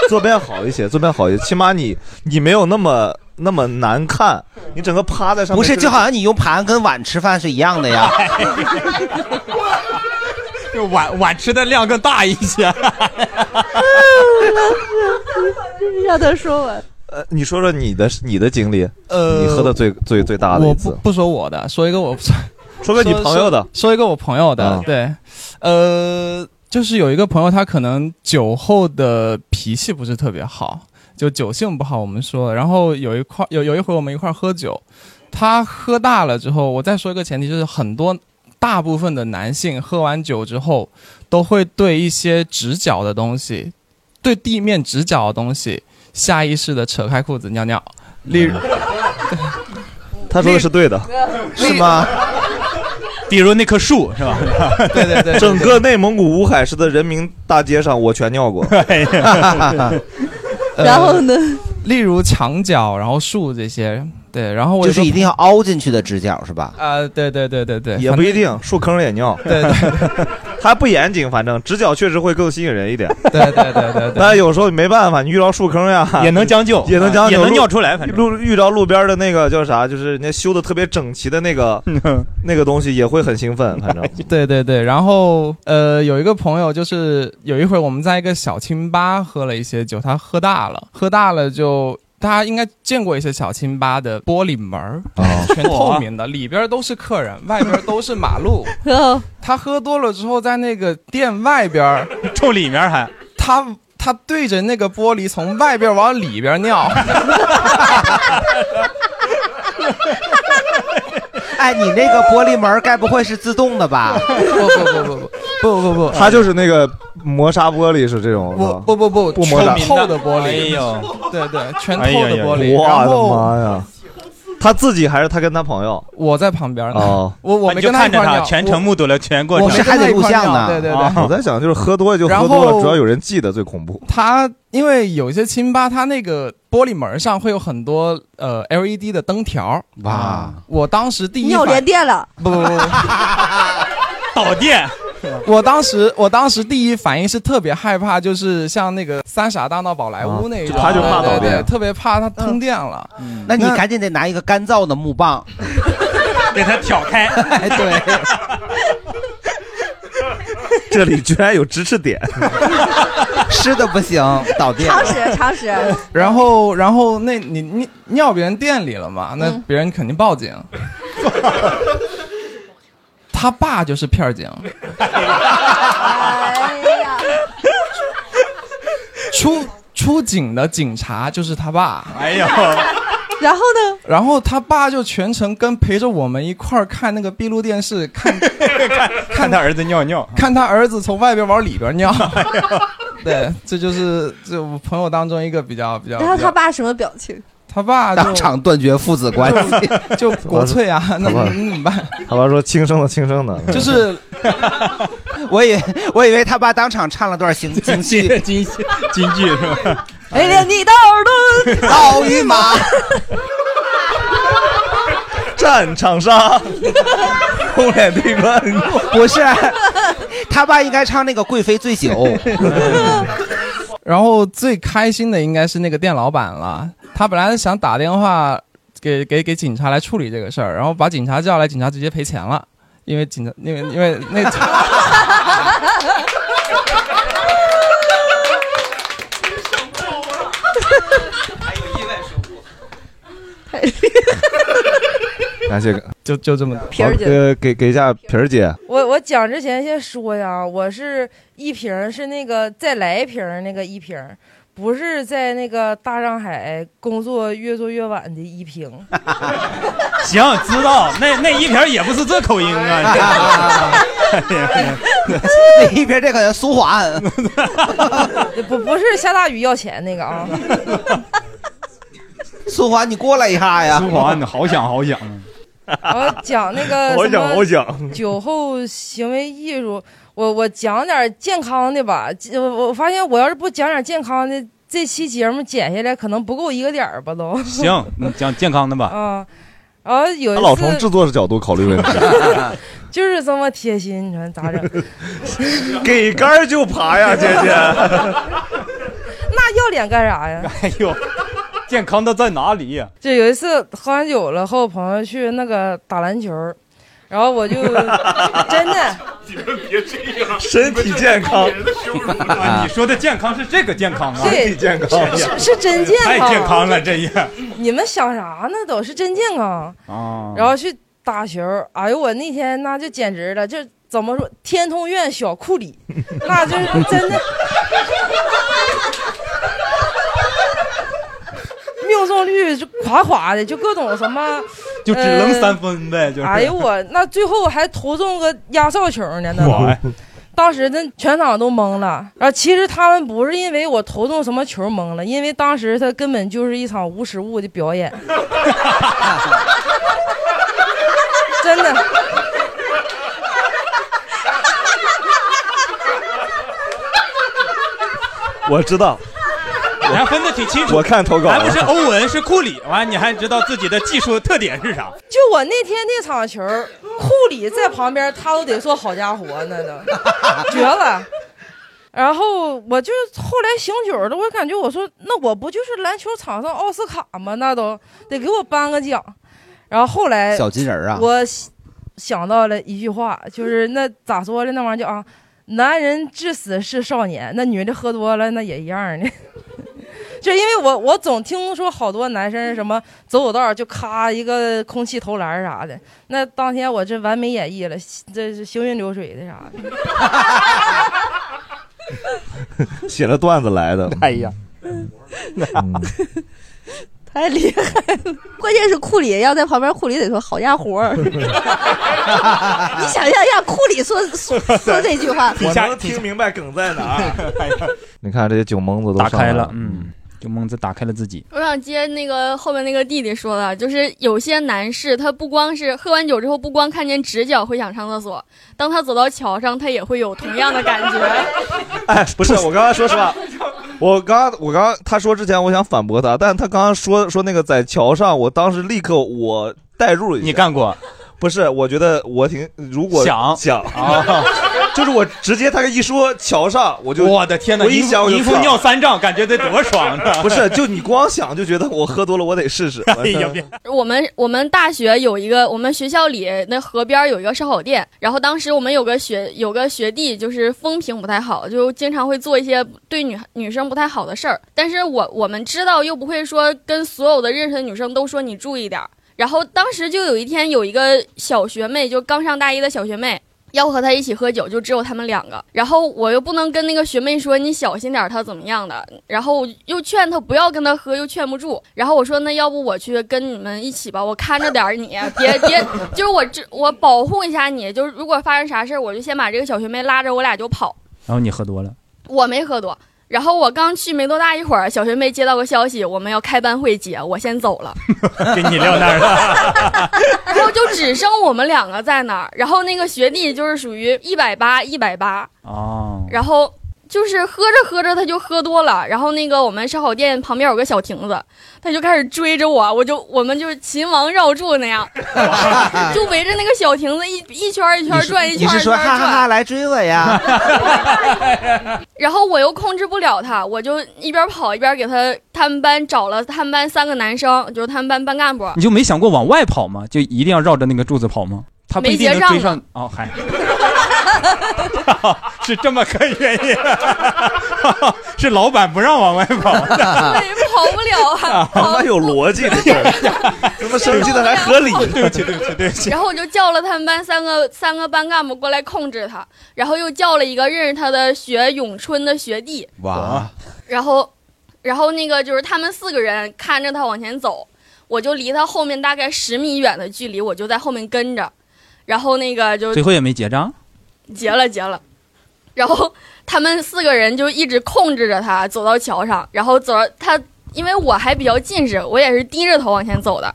Speaker 2: 坐便好一些，坐便好一些，起码你你没有那么那么难看，你整个趴在上面
Speaker 4: 不是，
Speaker 2: 就 [laughs]
Speaker 4: 就好像你用盘跟碗吃饭是一样的呀。
Speaker 20: [laughs] 就碗碗吃的量更大一些。
Speaker 23: 让他说
Speaker 7: [laughs]
Speaker 23: 完。
Speaker 2: 呃，你说说你的你的经历，
Speaker 20: 呃
Speaker 2: 你喝的最最最大的一
Speaker 20: 我
Speaker 2: 次
Speaker 20: 不，不说我的，说一个我， [laughs]
Speaker 2: 说个你朋友的
Speaker 20: 说说一个我朋友的，
Speaker 2: 嗯
Speaker 20: 对，呃，就是有一个朋友，他可能酒后的脾气不是特别好，就酒性不好，我们说。然后有一块有有一回我们一块儿喝酒，他喝大了之后，我再说一个前提，就是很多大部分的男性喝完酒之后，都会对一些直角的东西，对地面直角的东西，下意识的扯开裤子尿尿。例如，
Speaker 2: 嗯他说的是对的，
Speaker 20: 是
Speaker 2: 吗？
Speaker 20: 比如那棵树是吧？ [laughs] 对对对，
Speaker 2: 整个内蒙古乌海市的人民大街上我全
Speaker 20: [laughs]
Speaker 2: 尿过。
Speaker 20: 哎
Speaker 2: [laughs]
Speaker 20: 然后呢？呃例如墙角，然后树这些，对，然后我
Speaker 4: 就是一定要凹进去的直角
Speaker 20: [laughs]
Speaker 4: 是吧？
Speaker 20: 啊、对对对对对，
Speaker 2: 呃也不一定，树坑也尿。
Speaker 20: 对
Speaker 2: 对， [laughs] 它不严谨，反正直角确实会更吸引人一点。
Speaker 20: [laughs] 对对对对
Speaker 2: 但哎有时候没办法，你遇到树坑呀，
Speaker 20: 也能将就
Speaker 2: [laughs]
Speaker 20: 啊
Speaker 2: 也能将就，
Speaker 20: 也能
Speaker 2: 路
Speaker 20: 尿出来反正
Speaker 2: 路遇到路边的那个叫啥，就是人家修的特别整齐的那个
Speaker 20: 嗯
Speaker 2: 那个东西，也会很兴奋。反正
Speaker 20: [laughs] 对对对，然后呃，有一个朋友就是有一回我们在一个小清吧喝了一些酒，他喝大了，喝大了就大家应该见过一些小清吧的玻璃门儿，
Speaker 2: 哦
Speaker 20: 全透明的，里边都是客人，外边都是马路。
Speaker 15: [laughs]
Speaker 20: 他喝多了之后，在那个店外边冲里面还他他对着那个玻璃从外边往里边尿。
Speaker 4: 哎，你那个玻璃门该不会是自动的吧？
Speaker 20: [laughs] 不不不不不不哎不
Speaker 2: 它就是那个磨砂玻璃是这种，是吧
Speaker 20: [laughs] 不不不
Speaker 2: 不磨砂
Speaker 20: 全透的玻璃，
Speaker 2: 哎呦，
Speaker 20: 对对，全
Speaker 15: 哎
Speaker 2: 哎
Speaker 20: 透的玻璃。
Speaker 2: 我
Speaker 20: 然
Speaker 2: 的
Speaker 20: 后
Speaker 2: 妈呀！他自己还是他跟他朋友？
Speaker 20: 我在旁边呢
Speaker 2: 哦，
Speaker 20: 我我没
Speaker 15: 你就
Speaker 20: 跟他一
Speaker 15: 看着
Speaker 20: 块儿
Speaker 15: 他
Speaker 20: 尿
Speaker 15: 全程目睹了全过
Speaker 20: 我
Speaker 15: 程，
Speaker 20: 没跟他一块儿尿对对对，
Speaker 2: 哦我在想就是喝多了就喝
Speaker 20: 然
Speaker 2: 多
Speaker 20: 后
Speaker 2: 了，只要有人记得最恐怖。
Speaker 20: 它因为有些清吧，它那个玻璃门上会有很多呃 LED 的灯条。
Speaker 2: 哇！
Speaker 20: 我当时第一
Speaker 5: 你有
Speaker 20: 反
Speaker 5: 连电了，
Speaker 20: 不
Speaker 4: [laughs]
Speaker 20: 不不，导电。我当时，我当时第一反应是特别害怕，就是像那个《三傻大闹宝莱
Speaker 2: 哦
Speaker 20: 坞》那一种，
Speaker 4: 啊他就怕
Speaker 20: 对对
Speaker 4: 导电
Speaker 20: 对特别怕它通电
Speaker 2: 嗯
Speaker 20: 了。
Speaker 4: 嗯那你赶紧得拿一个干燥的木棒，
Speaker 15: 给他挑 [laughs] 开。
Speaker 4: 对，
Speaker 2: 这里居然有知
Speaker 5: [laughs]
Speaker 2: 识点， [laughs]
Speaker 4: 湿的不行，导电
Speaker 5: 常识常识。
Speaker 20: [laughs] 然后，然后那你你尿别人店里了嘛？
Speaker 5: 嗯
Speaker 20: 那别人肯定报
Speaker 5: [laughs]
Speaker 20: 警。他爸就是片儿警，
Speaker 5: 哎
Speaker 20: 出出警的警察就是他爸。
Speaker 15: 哎呦，
Speaker 5: 然后呢？
Speaker 20: 然后他爸就全程跟陪着我们一块儿看那个闭路电视，看
Speaker 15: [laughs] 看他儿子尿尿，
Speaker 20: 看他儿子从外边往里边尿。 [laughs] 对，这就是这我朋友当中一个比较比较。
Speaker 5: 然后
Speaker 20: 比
Speaker 5: 他
Speaker 20: 较
Speaker 5: 爸什么表情？
Speaker 20: 他爸就
Speaker 4: 当场断绝父子关
Speaker 16: [laughs]
Speaker 4: 系。
Speaker 20: 就 [laughs] 国粹
Speaker 4: [laughs]
Speaker 20: 啊，那
Speaker 2: [laughs] 好吧
Speaker 20: 你怎么办？
Speaker 2: 他爸说轻声的，轻声的，
Speaker 20: [laughs] 就是
Speaker 4: 我以我以为他爸当场唱了段京京戏，
Speaker 15: 京戏京剧是
Speaker 4: [laughs]
Speaker 15: 吧？
Speaker 5: 哎呀，你的耳朵
Speaker 4: 刀与
Speaker 22: [laughs]
Speaker 4: 马，
Speaker 2: 战
Speaker 20: [laughs]
Speaker 2: 场上，
Speaker 4: 红脸对关。不是，他爸应该唱那个《贵妃醉酒》。
Speaker 16: [laughs]
Speaker 20: 然后最开心的应该是那个店老板了，他本来是想打电话给给给警察来处理这个事儿，然后把警察叫来，警察直接赔钱了，因为警察因为因为那
Speaker 2: 感谢，
Speaker 20: 就就这么
Speaker 2: 皮呃，给给一下皮儿姐，
Speaker 22: 我我讲之前先说呀，我是一瓶儿是那个再来一瓶儿那个一瓶儿，不是在那个大上海工作越做越晚的一瓶。
Speaker 15: 行，知道那那一瓶也不是这口音
Speaker 20: [laughs]
Speaker 15: 啊。
Speaker 4: [laughs]
Speaker 15: [laughs]
Speaker 4: 那一边这个苏华恩，
Speaker 22: 不不是下大雨要钱那个啊。
Speaker 4: [laughs] 苏华，你过来一下呀！
Speaker 15: 苏华，你好想好想，
Speaker 22: 然后讲
Speaker 15: [laughs]
Speaker 22: 那个
Speaker 15: 好
Speaker 22: 什
Speaker 15: 讲
Speaker 22: 么
Speaker 15: 好讲
Speaker 22: 酒后行为艺术，我我讲点健康的吧。这我我发现我要是不讲点健康的，这期节目剪下来可能不够一个点儿吧都。 [laughs]
Speaker 15: 行，你讲健康的吧。
Speaker 22: 啊，然后有
Speaker 2: [laughs] 他老
Speaker 22: 一
Speaker 2: 从制
Speaker 22: 次
Speaker 2: 作角度考虑
Speaker 15: [laughs]
Speaker 2: 问题，
Speaker 22: 就是这么贴心，你说咋整？
Speaker 2: 给杆儿就
Speaker 22: [laughs]
Speaker 2: 爬呀，姐姐。
Speaker 22: 那要脸干啥呀？
Speaker 15: 哎呦，健康的在哪里呀？
Speaker 22: 就有一次喝完酒了，和我朋友去那个打篮球，然后我就真的
Speaker 15: 你们别这 [laughs] 样，
Speaker 2: 身体健康。
Speaker 15: 啊， [laughs] 你说的健康是这个健康啊，
Speaker 22: 对身体健康是是是真健康
Speaker 15: 太健康了，这也
Speaker 22: 你们想啥呢？都是真健康。
Speaker 15: 啊
Speaker 22: 然后去打球，哎呦我那天那就简直了，就怎么说天通苑小
Speaker 15: [laughs]
Speaker 22: 库里，那就是真的命中率就垮垮的，就各种什么，
Speaker 15: [laughs] 就只能三分呗，就是。
Speaker 22: 呃。哎呦我那最后还投中个压哨球呢，那都。
Speaker 15: 我
Speaker 22: 当时那全场都懵了，然后其实他们不是因为我投中什么球懵了，因为当时他根本就是一场无实物的表演，真的。
Speaker 2: [laughs] 我知道， [laughs]
Speaker 15: 你还分得挺清楚。
Speaker 2: 我看投稿
Speaker 15: 还不是欧文是库里，完你还知道自己的技术特点是啥？
Speaker 22: [laughs] 就我那天那场球，库里在旁边，他都得说好家伙那都绝了。然后我就后来醒酒了，我感觉我说那我不就是篮球场上奥斯卡吗？那都得给我颁个奖。然后后来
Speaker 4: 小金人儿啊
Speaker 22: 我想想到了一句话，就是那咋说的那玩意儿叫啊，男人至死是少年，那女的喝多了那也一样的。就因为我我总听说好多男生什么走走道儿就咔一个空气投篮儿啥的，那当天我这完美演绎了，这是行云流水的啥的。
Speaker 2: 写了段子
Speaker 15: [laughs]
Speaker 2: 来的。嗯
Speaker 13: 哎呀，
Speaker 5: 太厉害了！关键是库里要在旁边，库里得说“好家伙儿”。 [laughs] 你想象一下，库里说说说这句话，
Speaker 2: 我能听明白梗在哪儿。你看这些酒蒙子都
Speaker 3: 打
Speaker 2: 上来
Speaker 3: 开了，嗯，就蒙子打开了自己。
Speaker 9: 我想接那个后面那个弟弟说的，就是有些男士他不光是喝完酒之后，不光看见直角会想上厕所，当他走到桥上，他也会有同样的感觉。
Speaker 2: [laughs] 哎，不是，我刚刚说实 [laughs] 话，我刚我刚他说之前，我想反驳他，但他刚刚说说那个在桥上，我当时立刻我代入了一下。你干
Speaker 3: 过？
Speaker 2: 不是，我觉得我挺如果
Speaker 3: 想
Speaker 2: 想啊，就是我直接他一说桥上，我就
Speaker 15: 哦我的天哪！
Speaker 2: 我一想我就
Speaker 15: 一副
Speaker 2: 跳
Speaker 15: 尿三丈，感觉得多爽呢！
Speaker 2: 不是，就你光想就觉得我喝多了，我得试试。
Speaker 15: [laughs] 哎呀别
Speaker 9: 我们我们大学有一个，我们学校里那河边儿有一个烧烤店，然后当时我们有个学有个学弟，就是风评不太好，就经常会做一些对女女生不太好的事儿。但是我我们知道又不会说跟所有的认识的女生都说你注意点儿。然后当时就有一天有一个小学妹，就刚上大一的小学妹。要和她一起喝酒，就只有他们两个。然后我又不能跟那个学妹说你小心点儿，她怎么样的。然后我又劝她不要跟她喝，又劝不住。然后我说那要不我去跟你们一起吧，我看着点儿你，别别， [laughs] 就是我这我保护一下你。就是如果发生啥事儿，我就先把这个小学妹拉着，我俩就跑。
Speaker 3: 然后你喝多了，
Speaker 9: 我没喝多。然后我刚去没多大一会儿，小学妹接到个消息，我们要开班会姐，我先走了。
Speaker 15: 给你撂那儿了。
Speaker 9: 然后就只剩我们两个在那儿。然后那个学弟就是属于一百八一百八，
Speaker 3: 哦，
Speaker 9: 然后就是喝着喝着他就喝多了。然后那个我们烧烤店旁边有个小亭子，他就开始追着我，我就我们就秦王绕柱那
Speaker 4: [laughs]
Speaker 9: 样，就围着那个小亭子一一圈儿一圈儿转，一
Speaker 4: 你
Speaker 9: 圈儿
Speaker 4: 是
Speaker 9: 一
Speaker 4: 说
Speaker 9: 圈儿
Speaker 4: 哈哈
Speaker 9: 转。
Speaker 4: 哈来追
Speaker 9: [laughs]
Speaker 4: 我呀？
Speaker 9: 然后我又控制不了他，我就一边跑一边给他他们班找了他们班三个男生，就是他们班班干部。
Speaker 4: 嗯
Speaker 3: 你就没想过往外跑吗？就一定要绕着那个柱子跑吗？他不一定
Speaker 9: 没结
Speaker 3: 能
Speaker 9: 账
Speaker 3: 追
Speaker 9: 呢
Speaker 3: 上。哦，嗨， [laughs] 是这么个原因。
Speaker 15: 是老板不让往外跑，
Speaker 9: 跑不了啊！
Speaker 4: [laughs]
Speaker 2: 他妈有逻辑，这事儿他妈生气的还合理。
Speaker 15: 对不起，对不起，对不起
Speaker 9: 然。后我就叫了他们班三个三个班干部过来控制他，然后又叫了一个认识他的学咏春的学弟，
Speaker 4: 哇，
Speaker 9: 然后，然后那个就是他们四个人看着他往前走，我就离他后面大概十米远的距离，我就在后面跟着，然后那个就
Speaker 3: 最后也没结账。
Speaker 9: 结了结了，然后他们四个人就一直控制着他走到桥上，然后走到他，因为我还比较近视，我也是低着头往前走的，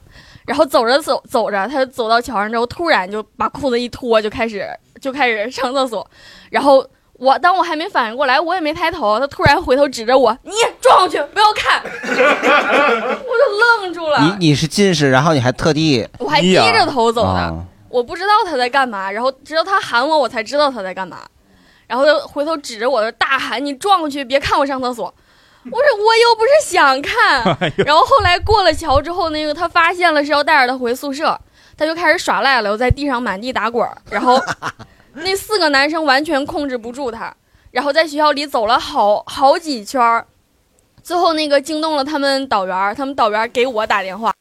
Speaker 9: 然后走着走走着，他走到桥上之后，突然就把裤子一脱，就开始就开始上厕所，然后。我当我还没反应过来，我也没抬头，他突然回头指着我：“你撞上去，不要看！” [laughs] 我就愣住了，
Speaker 4: 你你是近视，然后你还特地，哎
Speaker 9: 我还低着头走的，
Speaker 4: 啊
Speaker 9: 我不知道他在干嘛，然后直到他喊我，我才知道他在干嘛，然后他回头指着我大喊：“你撞过去，别看我上厕所！”我说我又不是想看
Speaker 10: [laughs] 哎，呦
Speaker 9: 然后后来过了桥之后，那个他发现了是要带着他回宿舍，他就开始耍赖了，又在地上满地打滚儿，
Speaker 10: [laughs]
Speaker 9: 然后那四个男生完全控制不住他，然后在学校里走了好好几圈儿，最后那个惊动了他们导员儿，他们导员儿给我打电话，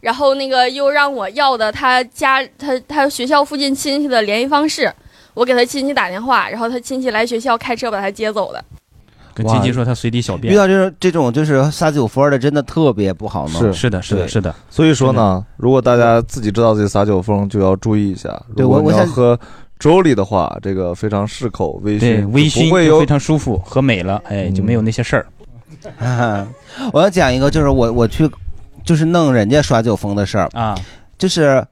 Speaker 9: 然后那个又让我要的他家他他学校附近亲戚的联系方式，我给他亲戚打电话，然后他亲戚来学校开车把他接走的。
Speaker 3: 跟亲戚说他随地小
Speaker 4: 遇
Speaker 3: 便。
Speaker 4: 到这种这种就是撒酒疯儿的，真的特别不好弄。
Speaker 2: 是
Speaker 3: 的，是的，是的。
Speaker 2: 所以说呢，如果大家自己知道自己撒酒疯，就要注意一下。
Speaker 4: 对
Speaker 2: 如
Speaker 4: 我
Speaker 2: 果你
Speaker 4: 我
Speaker 2: 要
Speaker 4: 想
Speaker 2: 喝 Jolly 的话，这个非常适口，微
Speaker 3: 对，
Speaker 2: 醺，
Speaker 3: 微醺
Speaker 2: 不会有
Speaker 3: 非常舒服，喝美了，哎，就没有那些事儿。
Speaker 4: 嗯 [laughs] 我要讲一个，就是我我去，就是弄人家耍酒疯的事儿
Speaker 3: 啊，
Speaker 4: 就是。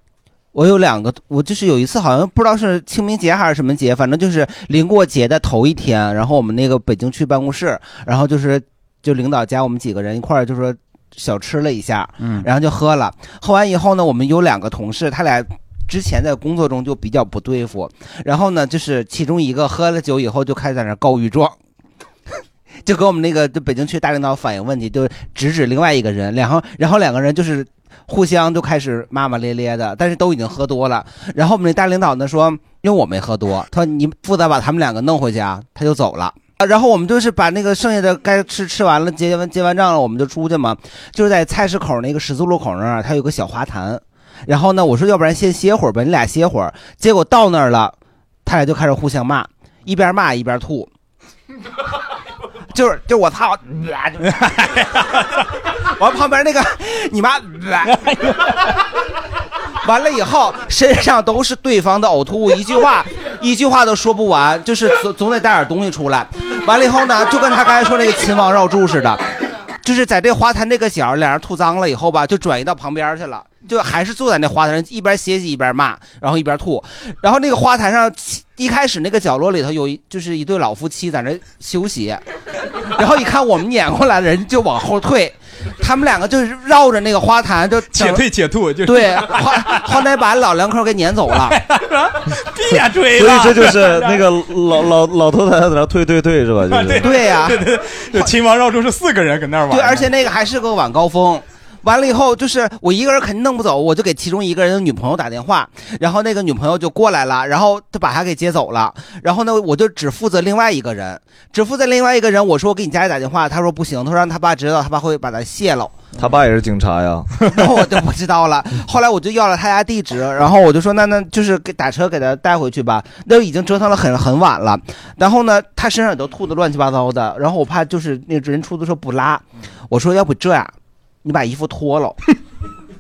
Speaker 4: 我有两个，我就是有一次好像不知道是清明节还是什么节，反正就是临过节的头一天，然后我们那个北京区办公室，然后就是就领导加我们几个人一块儿就说小吃了一下，
Speaker 3: 嗯
Speaker 4: 然后就喝了。喝完以后呢，我们有两个同事，他俩之前在工作中就比较不对付，然后呢，就是其中一个喝了酒以后就开始在那儿告御状。就跟我们那个就北京区大领导反映问题，就直指另外一个人，然后然后两个人就是互相就开始骂骂咧咧的，但是都已经喝多了。然后我们那大领导呢说，因为我没喝多，他说你负责把他们两个弄回去啊，他就走了。啊然后我们就是把那个剩下的该吃吃完了，结完结完账了，我们就出去嘛。就是在菜市口那个十字路口那儿，它有个小花坛。然后呢，我说要不然先歇会儿吧，你俩歇会儿。结果到那儿了，他俩就开始互相骂，一边骂一边吐。就是就我操，啊就 [laughs] 完旁边那个你妈， [laughs] 啊完了以后身上都是对方的呕吐物，一句话 [laughs] 一句话都说不完，就是总总得带点东西出来。完了以后呢，就跟他刚才说那个秦王绕柱似的，就是在这花坛这个角，俩人吐脏了以后吧，就转移到旁边去了。就还是坐在那花坛上，一边歇息一边骂，然后一边吐。然后那个花坛上，一开始那个角落里头有一就是一对老夫妻在那休息， [laughs] 然后一看我们撵过来，人就往后退，他们两个就是绕着那个花
Speaker 20: [laughs]
Speaker 4: 坛就
Speaker 20: 且退且吐，就是
Speaker 4: 对，花花奶把老两口给撵走了，
Speaker 15: 闭眼追
Speaker 2: 所以
Speaker 15: 了，
Speaker 2: 这就是那个老老老头在那退退退是吧？就是
Speaker 4: 对
Speaker 20: [laughs]
Speaker 4: 呀、
Speaker 20: 对对，就秦王绕柱是四个人跟那儿玩
Speaker 4: 对，而且那个还是个晚高峰。完了以后，就是我一个人肯定弄不走，我就给其中一个人的女朋友打电话，然后那个女朋友就过来了，然后就把他给接走了。然后呢，我就只负责另外一个人，只负责另外一个人。我说我给你家里打电话，他说不行，他说让他爸知道，他爸会把他卸了。
Speaker 2: 他爸也是警察呀，
Speaker 4: 然 [laughs] 后我就不知道了。
Speaker 3: 嗯
Speaker 4: 后来我就要了他家地址，然后我就说那那就是给打车给他带回去吧。那已经折腾了很很晚了。然后呢，他身上也都吐的乱七八糟的。然后我怕就是那人出租车不拉，我说要不这样，你把衣服脱
Speaker 3: [laughs]
Speaker 4: 了，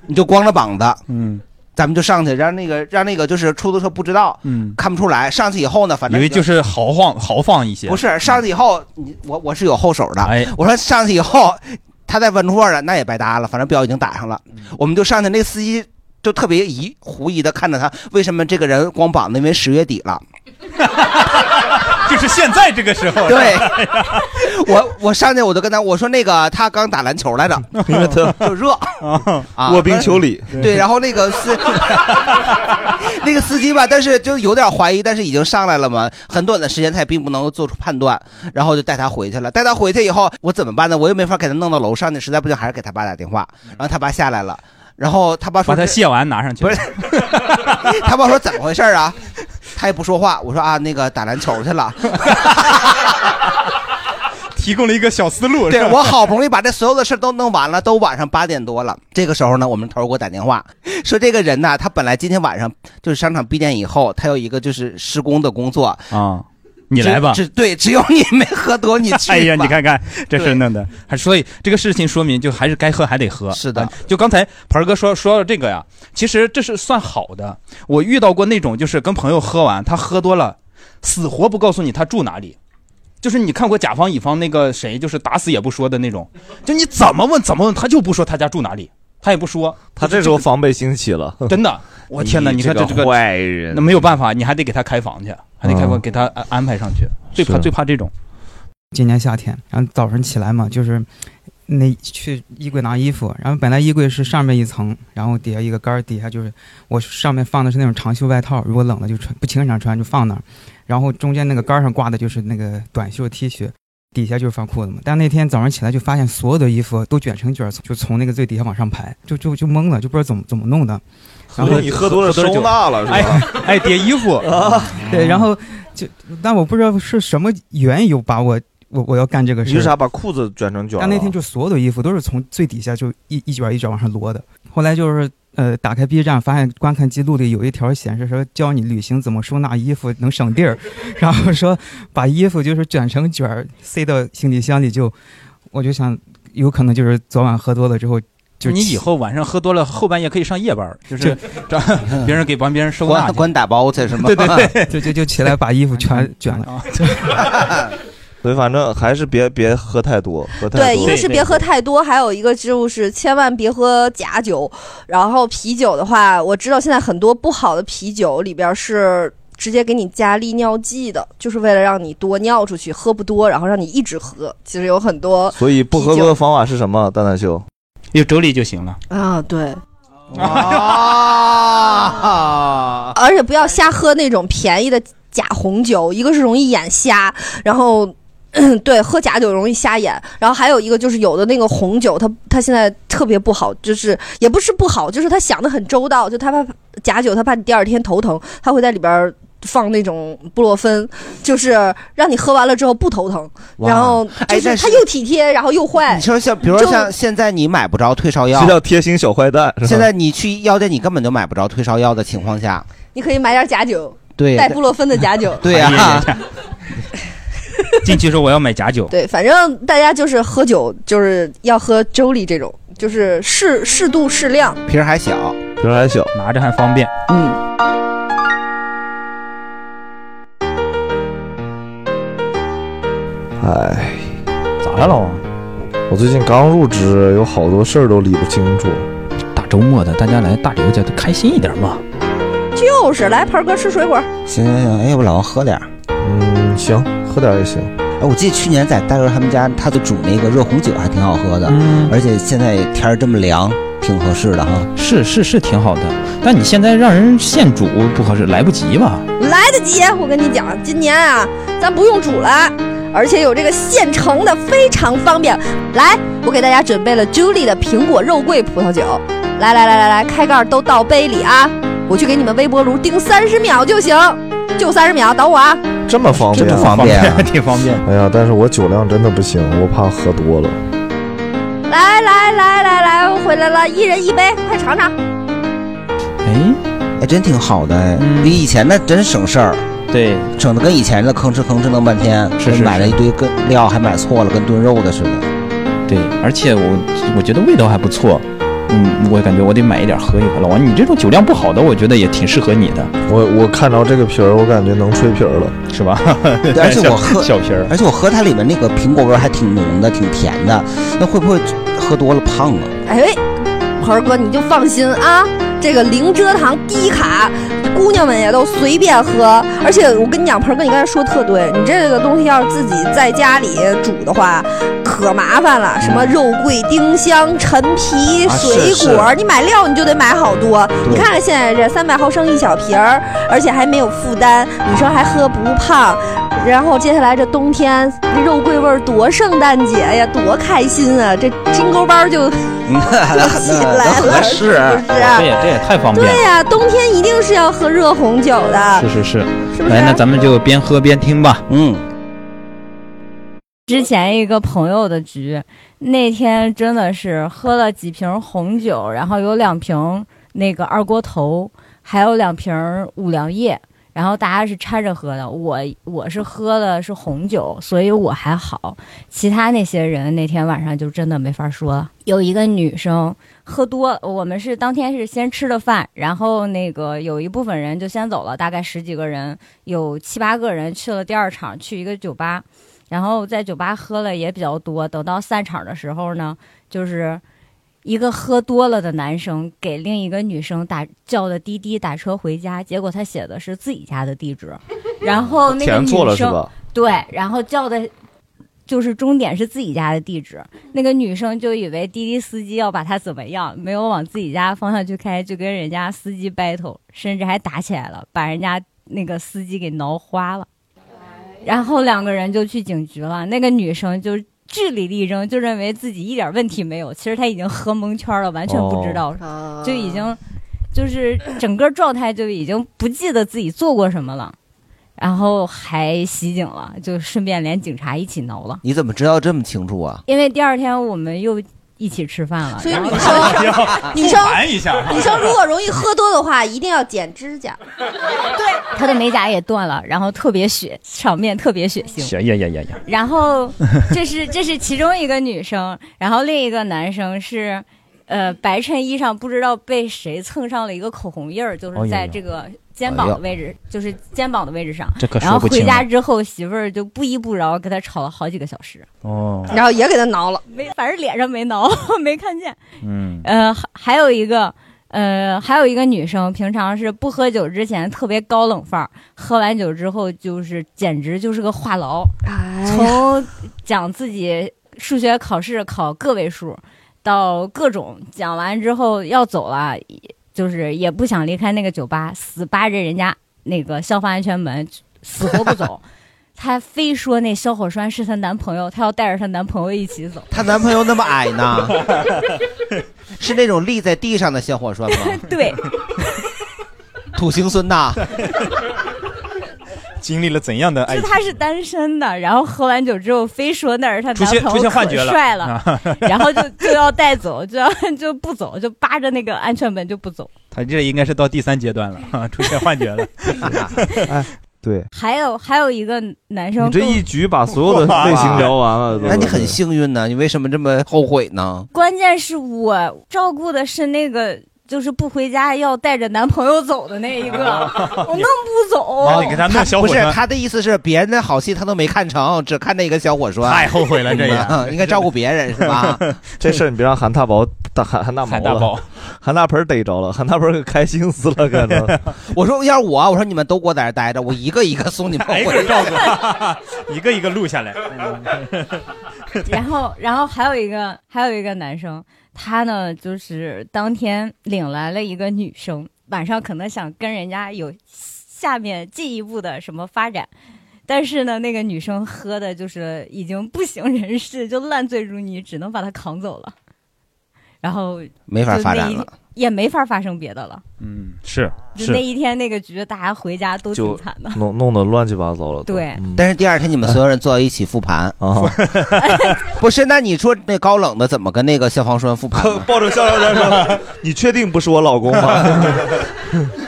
Speaker 4: 你就光着膀子，嗯，咱们就上去，让那个让那个就是出租车不知道，
Speaker 3: 嗯，
Speaker 4: 看不出来。上去以后呢，反
Speaker 3: 因
Speaker 4: 正
Speaker 3: 为就是豪放豪放一些，
Speaker 4: 不是上去以后，你我我是有后手的。
Speaker 3: 哎
Speaker 4: 我说上去以后，他在文桌上那也白搭了，反正表已经打上了。我们就上去，那司机就特别疑狐疑的看着他，为什么这个人光膀子？因为十月底了。 [laughs]
Speaker 15: 就是现在这个时候，
Speaker 4: 对，我我上去我就跟他我说那个他刚打篮球来着，
Speaker 2: [laughs] 因为他
Speaker 4: 就热 [laughs] 啊，
Speaker 2: 嗯卧冰求鲤
Speaker 4: 对对，然后那个司 [laughs] 那个司机吧，但是就有点怀疑，但是已经上来了嘛，很短的时间他也并不能够做出判断，然后就带他回去了。带他回去以后，我怎么办呢？我又没法给他弄到楼上去，实在不行还是给他爸打电话，然后他爸下来了。然后他爸说：“
Speaker 3: 把他卸完拿上去。
Speaker 4: 不是， [laughs] 他爸说怎么回事儿啊？他也不说话。我说啊，那个打篮球去了。 [laughs]
Speaker 3: 提供了一个小思路。
Speaker 4: 对
Speaker 3: 是吧
Speaker 4: 我好不容易把这所有的事儿都弄完了，都晚上八点多了。这个时候呢，我们头儿给我打电话说，这个人呢，他本来今天晚上就是商场闭店以后，他有一个就是施工的工作
Speaker 3: 啊。你来吧
Speaker 4: 只只对，只有 [laughs] 你没喝多，你去吧。
Speaker 3: 哎呀，你看看这事儿弄的，还所以这个事情说明，就还是该喝还得喝。是的，就刚才盆儿哥说说到这个呀，其实这是算好的。我遇到过那种就是跟朋友喝完，他喝多了，死活不告诉你他住哪里。就是你看过甲方乙方那个谁，就是打死也不说的那种，就你怎么问怎么问，他就不说他家住哪里，他也不说。
Speaker 2: 他这时候防备心起了，
Speaker 3: 真的，我天哪！
Speaker 2: 你
Speaker 3: 你看
Speaker 2: 这
Speaker 3: 这
Speaker 2: 个
Speaker 3: 这个
Speaker 2: 坏人啊
Speaker 3: 那没有办法，你还得给他开房去，还得开房给他安安排上去。最怕
Speaker 10: 是
Speaker 3: 最怕这种，
Speaker 10: 今年夏天，然后早晨起来嘛，就是那去衣柜拿衣服，然后本来衣柜是上面一层，然后底下一个杆儿，底下就是我上面放的是那种长袖外套，如果冷了就穿，不情想穿就放那儿，然后中间那个杆儿上挂的就是那个短袖 T 恤。底下就是放裤子嘛，但那天早上起来就发现所有的衣服都卷成卷儿，就从那个最底下往上排，就就就懵了，就不知道怎么怎么弄的。然后
Speaker 2: 所以你喝多了收纳了是吧？
Speaker 3: 哎，叠衣服
Speaker 10: [laughs] 对，然后就，但我不知道是什么缘由把我我我要干这个
Speaker 2: 你
Speaker 10: 事儿。
Speaker 2: 为啥把裤子卷成卷
Speaker 3: 啊
Speaker 2: 儿
Speaker 10: 但
Speaker 2: 了
Speaker 10: 那？天就所有的衣服都是从最底下就一一卷一卷往上摞的。后来就是呃，打开 B 站发现观看记录里有一条显示说教你旅行怎么收纳衣服能省
Speaker 3: [laughs]
Speaker 10: 地儿，然后说把衣服就是卷成卷儿塞到行李箱里就，我就想有可能就是昨晚喝多了之后就
Speaker 3: 你
Speaker 10: 起 [laughs]
Speaker 3: 以后晚上喝多了，后半夜可以上夜班儿，就是
Speaker 4: [laughs]
Speaker 3: 这别人给帮别人收纳
Speaker 10: 管
Speaker 3: 去，
Speaker 10: 管
Speaker 4: 打包去是
Speaker 10: 吗
Speaker 3: 对对
Speaker 4: [laughs]
Speaker 3: 对，
Speaker 10: [laughs] 就就就起来把衣服全卷了。
Speaker 2: 所以反正还是别别喝太多，喝太多。
Speaker 5: 对，一个是别喝太多，还有一个就是千万别喝假酒。然后啤酒的话，我知道现在很多不好的啤酒里边是直接给你加利尿剂的，就是为了让你多尿出去，喝不多，然后让你一直喝。其实有很多
Speaker 2: 所以不喝
Speaker 5: 啤
Speaker 2: 多
Speaker 5: 酒
Speaker 2: 的方法是什么？蛋蛋秀，
Speaker 3: 有周丽就行了。
Speaker 5: 啊，对，
Speaker 4: 啊，
Speaker 5: 而且不要瞎喝那种便宜的假红酒，一个是容易眼瞎，然后。嗯对，喝假酒容易瞎眼，然后还有一个就是有的那个红酒，它它现在特别不好，就是也不是不好，就是他想的很周到，就他怕假酒，他怕你第二天头疼，他会在里边儿放那种布洛芬，就是让你喝完了之后不头疼，
Speaker 4: 哇
Speaker 5: 然后
Speaker 4: 哎
Speaker 5: 就是
Speaker 4: 但是
Speaker 5: 他又体贴，然后又坏。
Speaker 4: 你说像，比如说
Speaker 5: 就
Speaker 4: 像现在你买不着退烧药，
Speaker 2: 这叫贴心小坏蛋。是吧
Speaker 4: 现在你去药店，你根本就买不着退烧药的情况下，
Speaker 5: 你可以买点假酒，
Speaker 4: [laughs] 对，
Speaker 3: 哎 [laughs]
Speaker 5: 带布洛芬的假酒
Speaker 4: 对呀、
Speaker 3: 进去说我要买假酒，
Speaker 5: 对，反正大家就是喝酒就是要喝 Jolly 这种，就是适适度适量。
Speaker 4: 瓶儿还小，
Speaker 2: 瓶儿还小，
Speaker 3: 拿着还方便。
Speaker 5: 嗯，
Speaker 2: 哎，
Speaker 3: 咋了老王？
Speaker 2: 我最近刚入职，有好多事儿都理不清楚。
Speaker 3: 大周末的，大家来大刘家都开心一点嘛。
Speaker 5: 就是来盆哥吃水果。
Speaker 4: 行行行，哎要不老王喝点儿？
Speaker 2: 嗯，行，喝点儿也行。
Speaker 4: 哎，我记得去年在大刘他们家，他就煮那个热红酒，还挺好喝的。
Speaker 3: 嗯
Speaker 4: 而且现在天儿这么凉，挺合适的哈。
Speaker 3: 是是是挺好的，但你现在让人现煮不合适，来不及吧？
Speaker 5: 来得及，我跟你讲，今年啊，咱不用煮了，而且有这个现成的，非常方便。来，我给大家准备了 Julie 的苹果肉桂葡萄酒，来来来来来，开盖都倒杯里啊！我去给你们微波炉叮三十秒就行，就三十秒，等我啊！
Speaker 2: 这么方便，
Speaker 3: 这么方便啊挺方便。
Speaker 2: 哎呀，但是我酒量真的不行，我怕喝多了。
Speaker 5: 来来来来来，我回来了，一人一杯，快尝尝。
Speaker 3: 哎，嗯
Speaker 4: 哎，真挺好的哎，比以前的真省事儿。
Speaker 3: 对，
Speaker 4: 省得跟以前的吭哧吭哧弄半天，
Speaker 3: 是是
Speaker 4: 买了一堆跟料还买错了，跟炖肉的似的。
Speaker 3: 对，而且我我觉得味道还不错，嗯，我感觉我得买一点喝一喝。老王，你这种酒量不好的，我觉得也挺适合你的，
Speaker 2: 我我看着这个瓶儿，我感觉能吹瓶儿了，
Speaker 3: 是吧？
Speaker 2: [laughs]
Speaker 4: 对，而且我喝
Speaker 3: 小瓶儿，
Speaker 4: 而且我喝它里面那个苹果味儿还挺浓的，挺甜的。那会不会喝多了胖啊？
Speaker 5: 哎，盆儿哥你就放心啊，这个零蔗糖低卡，姑娘们也都随便喝。而且我跟你讲，盆儿哥你刚才说特对，你这个东西要是自己在家里煮的话，可麻烦了，什么肉桂、丁香、陈皮、
Speaker 8: 啊
Speaker 5: 水
Speaker 8: 是
Speaker 5: 果，
Speaker 8: 是
Speaker 5: 你买料你就得买好多。
Speaker 8: 对
Speaker 5: 你看看现在这三百毫升一小瓶儿，而且还没有负担，女生还喝不胖。然后接下来这冬天，这肉桂味儿多圣诞节呀，多开心啊！这金钩包就 [laughs] 起来了，
Speaker 3: 合适，这也这也太方便了。
Speaker 5: 啊对呀、冬天一定是要喝热红酒的
Speaker 3: 是。是是，
Speaker 5: 是不是
Speaker 3: 来，那咱们就边喝边听吧。
Speaker 4: 嗯，
Speaker 8: 之前一个朋友的局，那天真的是喝了几瓶红酒，然后有两瓶那个二锅头，还有两瓶五粮液，然后大家是掺着喝的。我我是喝的是红酒，所以我还好。其他那些人那天晚上就真的没法说了。有 [laughs] 一个女
Speaker 2: [laughs]
Speaker 8: 生喝多了，我们是当天是先吃的饭，然后那个有一部分人就先走了，大概十几个人，有七八个人去了第二场，去一个酒吧。然后在酒吧喝了也比较多。等到散场的时候呢，就是一个喝多了的男生给另一个女生打叫的滴滴打车回家，结果他写的是自己家的地址，然后那个
Speaker 2: 填
Speaker 8: 女
Speaker 2: 错了是
Speaker 8: 生
Speaker 2: 吧
Speaker 8: 对，然后叫的。就是终点是自己家的地址，那个女生就以为滴滴司机要把她怎么样，没有往自己家方向去开，就跟人家司机 battle，甚至还打起来了，把人家那个司机给挠花了。然后两个人就去警局了。那个女生就据理力争，就认为自己一点问题没有。其实她已经喝蒙圈了，完全不知道，就已经就是整个状态就已经不记得自己做过什么了，然后还袭警了，就顺便连警察一起挠了。
Speaker 4: 你怎么知道这么清楚啊？
Speaker 8: 因为第二天我们又一起吃饭了，
Speaker 5: 所以
Speaker 8: 然后
Speaker 5: 女生，
Speaker 8: [laughs]
Speaker 5: 女生
Speaker 8: 复盘一下，
Speaker 5: 女生如果容易喝多的话，一定要剪指甲。
Speaker 8: 她的美甲也断了，然后特别血，场面特别血腥。
Speaker 3: 行，呀呀呀呀，
Speaker 8: 然后这是 [laughs] 这是其中一个女生，然后另一个男生是，呃，白衬衣上不知道被谁蹭上了一个口红印儿，就
Speaker 3: 哎呦
Speaker 8: 是在这个肩膀的位置，就是肩膀的位置上。
Speaker 3: 哎这可说
Speaker 8: 然后
Speaker 3: 不
Speaker 8: 回
Speaker 3: 清啊
Speaker 8: 家
Speaker 3: 了
Speaker 8: 之后，媳妇儿就不依不饶，跟他吵了好几个小时，
Speaker 3: 哦，
Speaker 5: 然后也给他挠了，
Speaker 8: 没，反正脸上没挠， [laughs] 没看见。
Speaker 3: 嗯，
Speaker 8: 呃，还还有一个，呃，还有一个女生，平常是不喝酒之前特别高冷范儿，喝完酒之后就是简直就是个话痨，从讲自己数学考试考个位数，到各种讲完之后要走了，就是也不想离开那个酒吧，死扒着人家那个消防安全门，死活不走。她非说那消火栓是她男朋友，她要带着她男朋友一起走。
Speaker 4: 她男朋友那么矮
Speaker 2: [laughs]
Speaker 4: 呢？是那种立在地上的消火栓吗？
Speaker 8: 对，
Speaker 4: 土行孙呐？
Speaker 16: 经历了怎样的爱
Speaker 8: 就
Speaker 16: 情？
Speaker 8: 他是单身的，然后喝完酒之后非说那是她
Speaker 16: 出
Speaker 8: 男
Speaker 16: 现出
Speaker 8: 朋友
Speaker 16: 现幻
Speaker 8: 可
Speaker 16: 觉
Speaker 8: 帅了，
Speaker 16: 啊
Speaker 8: 然后就就要带走，就要就不走，就扒着那个安全门就不走。
Speaker 5: [laughs]
Speaker 16: 他这应该是到第三阶段了，啊，出现幻觉了。
Speaker 4: 哎，
Speaker 2: 对，
Speaker 8: 还有还有一个男生
Speaker 2: 你这
Speaker 8: 更
Speaker 2: 一局把所有的类型聊完
Speaker 4: [laughs]
Speaker 2: 了，
Speaker 4: 那你很幸运呢，你为什么这么后悔呢？
Speaker 8: 关键是我照顾的是那个，就是不回家要带着男朋友走的那一
Speaker 16: [laughs]
Speaker 8: 个，我弄不走。
Speaker 4: 哦，不是他的意思是，别人的好戏他都没看成，只看那个小火栓，
Speaker 2: 太后悔了这也
Speaker 4: 嗯应该照顾别人是吧？
Speaker 2: 这事儿你别让韩大宝、大韩韩大毛
Speaker 4: 韩大宝
Speaker 2: 了，韩大盆儿逮着了，韩大盆儿给开心死了，
Speaker 3: [laughs]
Speaker 2: 可能
Speaker 4: 我说要是我，我说你们都给我在这儿待着，我一个一个送你们
Speaker 15: 挨
Speaker 4: 回
Speaker 15: 个
Speaker 4: 来。
Speaker 15: 照
Speaker 4: [laughs]
Speaker 15: 顾，一个一个录下来。
Speaker 8: 然后，然后还有一个，还有一个男生，他呢就是当天领来了一个女生，晚上可能想跟人家有下面进一步的什么发展，但是呢，那个女生喝的就是已经不省人事，就烂醉如泥，只能把他扛走了，然后
Speaker 4: 没法
Speaker 8: 就
Speaker 4: 发
Speaker 8: 那
Speaker 4: 展
Speaker 8: 一
Speaker 4: 了，
Speaker 8: 也没法发生别的了。
Speaker 2: 嗯， [laughs] 是
Speaker 8: 就那一天那个局，大家回家都挺
Speaker 2: 就
Speaker 8: 惨的。
Speaker 2: 弄弄得乱七八糟了都。
Speaker 8: 对
Speaker 2: 嗯
Speaker 4: 但是第二天你们所有人坐在一起复盘
Speaker 2: 啊，
Speaker 4: [laughs] 不是？那你说那高冷的怎么跟那个消防栓复盘呢？
Speaker 2: 抱着笑笑在说：“ [laughs] 你确定不是我老公吗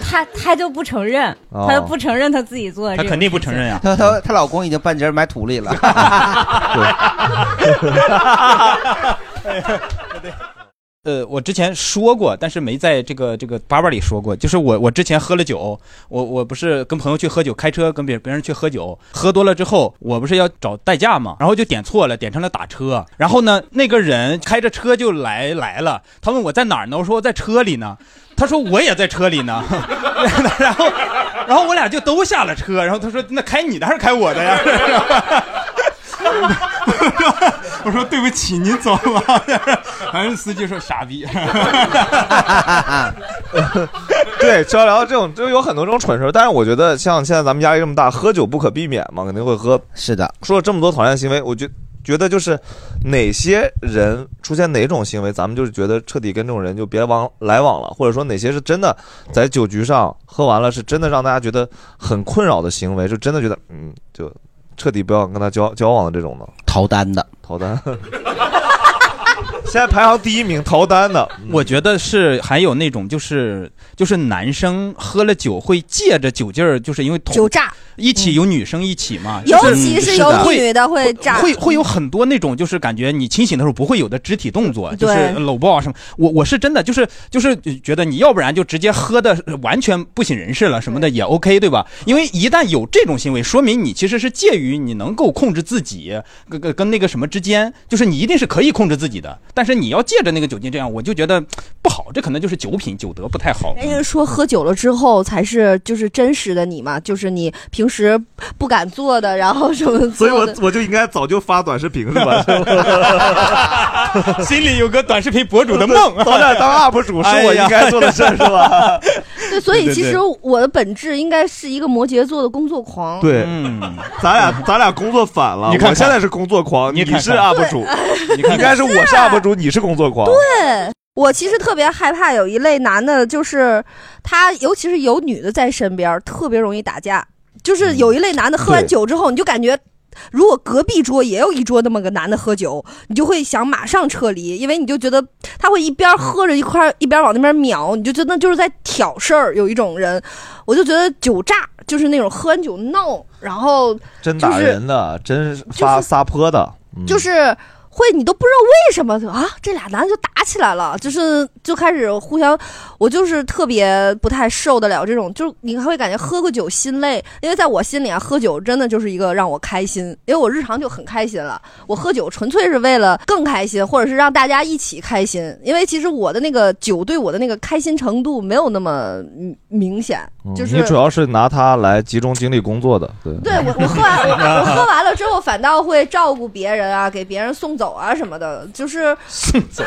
Speaker 4: [laughs]
Speaker 8: 他他就不承认，
Speaker 4: 哦
Speaker 8: 他就不承认他自己做的这个事情
Speaker 4: 呀、她她她老公已经半截儿埋土
Speaker 2: [laughs]
Speaker 4: 里了。
Speaker 3: 呃，我之前说过，但是没在这个这个叭叭里说过。就是我我之前喝了酒，我我不是跟朋友去喝酒，开车跟别别人去喝酒，喝多了之后，我不是要找代驾嘛，然后就点错了，点成了打车。然后呢，那个人开着车就来来了，他问我在哪儿呢，我说我在车里呢，他说我也在车里呢， [laughs] 然后然后我俩就都下了车，然后他说那开你的还是开我的呀？ [laughs]
Speaker 15: [laughs] 我说对不起，您走吧。反正司机说傻逼。 [laughs]
Speaker 2: [laughs] 对，逍遥这种就有很多这种蠢事儿，但是我觉得像现在咱们压力这么大，喝酒不可避免嘛，肯定会喝。
Speaker 4: 是的，
Speaker 2: 说了这么多讨厌行为，我觉觉得就是哪些人出现哪种行为，咱们就是觉得彻底跟这种人就别往来往了，或者说哪些是真的在酒局上喝完了，是真的让大家觉得很困扰的行为，就真的觉得嗯，就彻底不要跟他交交往的这种的，
Speaker 4: 逃单的，
Speaker 2: 逃单。现在排行第一名逃单的，
Speaker 3: 我觉得是还有那种就是就是男生喝了酒会借着酒劲儿，就是因为同
Speaker 5: 酒炸
Speaker 3: 一起有女生一起嘛，
Speaker 5: 尤
Speaker 3: 就
Speaker 5: 其
Speaker 3: 是
Speaker 5: 是有女
Speaker 3: 的
Speaker 5: 的会炸，
Speaker 3: 会会有很多那种就是感觉你清醒的时候不会有的肢体动作，就
Speaker 5: 对
Speaker 3: 是搂抱啊什么。我我是真的就是就是觉得你要不然就直接喝的完全不省人事了什么的也 OK 对吧？因为一旦有这种行为，说明你其实是介于你能够控制自己跟跟跟那个什么之间，就是你一定是可以控制自己的，但是你要借着那个酒精这样，我就觉得不好，这可能就是酒品酒德不太好。
Speaker 5: 人家说喝酒了之后才是就是真实的你嘛，就是你平时不敢做的，然后什么做的。
Speaker 2: [laughs] 所以我我就应该早就发短视频是 [laughs] 吧？
Speaker 3: 心里有个短视频博主的梦
Speaker 2: [laughs] 早点当 UP 主是我应该做的事儿是吧？
Speaker 5: 对，所以
Speaker 2: 对对
Speaker 5: 其
Speaker 2: 对
Speaker 5: 实我的本质应该是一个摩羯座的工作狂。
Speaker 2: 对，咱俩咱俩工作反了。
Speaker 15: 你看看
Speaker 2: 我现在是工作狂，你
Speaker 15: 看看
Speaker 2: 是 UP 主，应该是我是 UP 主，你是工作狂。
Speaker 5: 对我其实特别害怕有一类男的，就是他，尤其是有女的在身边，特别容易打架。
Speaker 2: 嗯
Speaker 5: 就是有一类男的喝完
Speaker 16: 对
Speaker 5: 酒之后，你就感觉。如果隔壁桌也有一桌那么个男的喝酒，你就会想马上撤离，因为你就觉得他会一边喝着一块儿一边往那边瞄，你就觉得那就是在挑事儿。有一种人，我就觉得酒炸就是那种喝完酒闹，然后
Speaker 2: 真打人的，真发撒泼的，嗯
Speaker 5: 就是会你都不知道为什么就啊，这俩男的就打起来了，就是就开始互相，我就是特别不太受得了这种，就是你会感觉喝个酒心累，因为在我心里啊，喝酒真的就是一个让我开心，因为我日常就很开心了，我喝酒纯粹是为了更开心，或者是让大家一起开心，因为其实我的那个酒对我的那个开心程度没有那么嗯明显，
Speaker 2: 嗯
Speaker 5: 就是
Speaker 2: 你主要是拿它来集中精力工作的，对。
Speaker 5: 对我，我喝完我我喝完了之后，反倒会照顾别人啊，给别人送走啊什么的，就是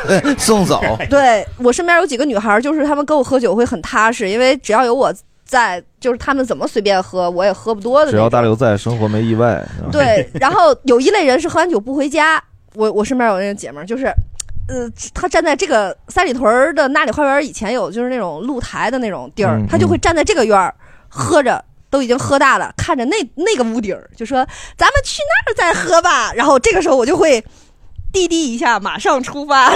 Speaker 2: 哎
Speaker 4: 送走，
Speaker 5: [laughs] 对我身边有几个女孩儿，就是她们跟我喝酒会很踏实，因为只要有我在，就是她们怎么随便喝，我也喝不多的
Speaker 2: [laughs] 只
Speaker 5: 那
Speaker 2: 要
Speaker 5: 种。
Speaker 2: 大刘在，生活没意外。
Speaker 17: 啊
Speaker 2: 嗯
Speaker 5: 对，然后有一类人是喝完酒不回家，我我身边有那个姐们儿，就是。呃，她站在这个三里屯儿的那里花园以前有就是那种露台的那种地儿
Speaker 17: 嗯，
Speaker 5: 她就会
Speaker 17: 嗯
Speaker 5: 站在这个院儿喝着，都已经喝大了，看着那那个屋顶儿，就说咱们去那儿再喝吧。然后这个时候我就会滴滴一下，马上出发。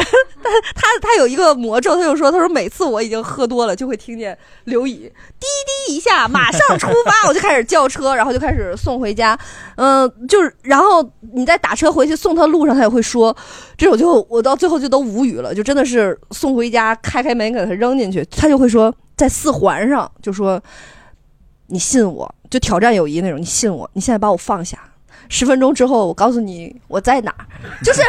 Speaker 5: 但他他有一个魔咒，他就说，他说每次我已经喝多了，就会听见刘乙滴滴一下，马上出发，我就开始叫车，然后就开始送回家。嗯、就是然后你在打车回去送他路上，他也会说，这种就我到最后就都无语了，就真的是送回家，开开门给他扔进去，他就会说在四环上就说。你信我，就挑战友谊那种，你信我，你现在把我放下。十分钟之后，我告诉你我在哪儿，就是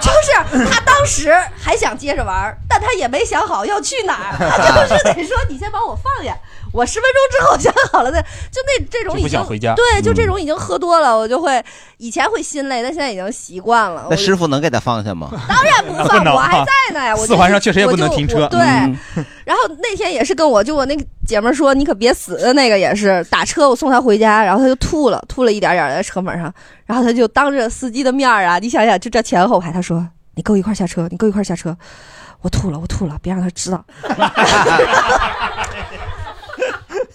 Speaker 5: 就是他当时还想接着玩儿，但他也没想好要去哪儿，他就是得说你先把我放下，我十分钟之后想好了再，就那这种已
Speaker 16: 就不
Speaker 5: 经
Speaker 16: 想回家
Speaker 5: 对，就这种
Speaker 4: 嗯
Speaker 5: 已经喝多了，我就会以前会心累，但现在已经习惯了。
Speaker 4: 那
Speaker 5: 我
Speaker 4: 师傅能给他放下吗？
Speaker 5: 当然
Speaker 4: [laughs]
Speaker 5: 不放，我还在呢呀。我就
Speaker 4: 啊四环上确实也不能
Speaker 5: 我就
Speaker 4: 停车
Speaker 5: 我对，
Speaker 4: 嗯
Speaker 5: 然后那天也是跟我就我那个姐们儿说，你可别死的那个也是打车，我送她回家，然后她就吐了，吐了一点点儿在车门上，然后她就当着司机的面儿啊，你想想就这前后排，她说你跟我一块儿下车，你跟我一块儿下车，我吐了，我吐了，别让她知道。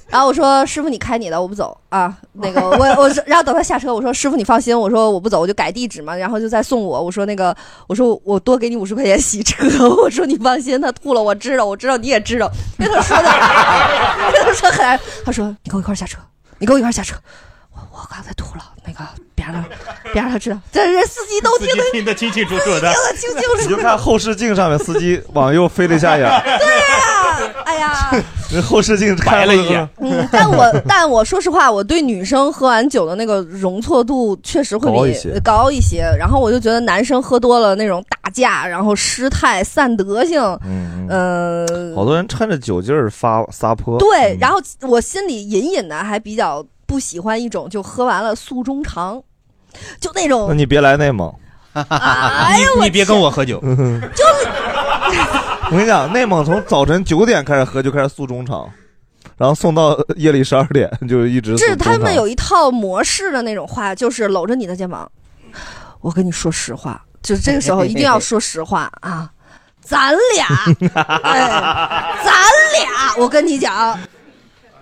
Speaker 5: 然后我说师傅你开你的，我不走啊。那个我我说，然后等他下车，我说师傅你放心，我说我不走，我就改地址嘛，然后就再送我。我说那个我说我多给你五十块钱洗车， [laughs] 我说你放心，他吐了我知道，我知道你也知道，跟他 [laughs] 说的，跟他说很，他说你跟我一块儿下车，你跟我一块儿下车。我我刚才吐了，那个别让他别让他知道，这人司机都听得
Speaker 16: 听得清清楚楚的，
Speaker 5: 听得清楚楚。
Speaker 2: 你就看后视镜上面，司机往右飞了一下眼儿，
Speaker 5: 哎呀。
Speaker 2: 那后视镜看了一眼。
Speaker 5: 嗯，但我 [laughs] 但我说实话，我对女生喝完酒的那个容错度确实会比
Speaker 2: 高一些
Speaker 5: 高一些然后我就觉得男生喝多了那种打架，然后失态、散德性，
Speaker 2: 嗯，
Speaker 5: 呃，
Speaker 2: 好嗯多人趁着酒劲儿发撒泼。
Speaker 5: 对。然后我心里隐隐的还比较不喜欢一种，就喝完了诉衷肠，就那种
Speaker 2: 那你别来内蒙。
Speaker 5: 哎呀我
Speaker 16: 你别跟我喝酒。
Speaker 2: [laughs] 我跟你讲，内蒙从早晨九点开始喝，就开始诉衷肠，然后送到夜里 [laughs] 十二点，就一直。
Speaker 5: 是他们有一套模式的那种话，就是搂着你的肩膀，我跟你说实话，就是这个时候
Speaker 2: 哎
Speaker 5: 一定要说实话啊，咱俩
Speaker 3: [laughs]
Speaker 5: 咱俩，我跟你讲，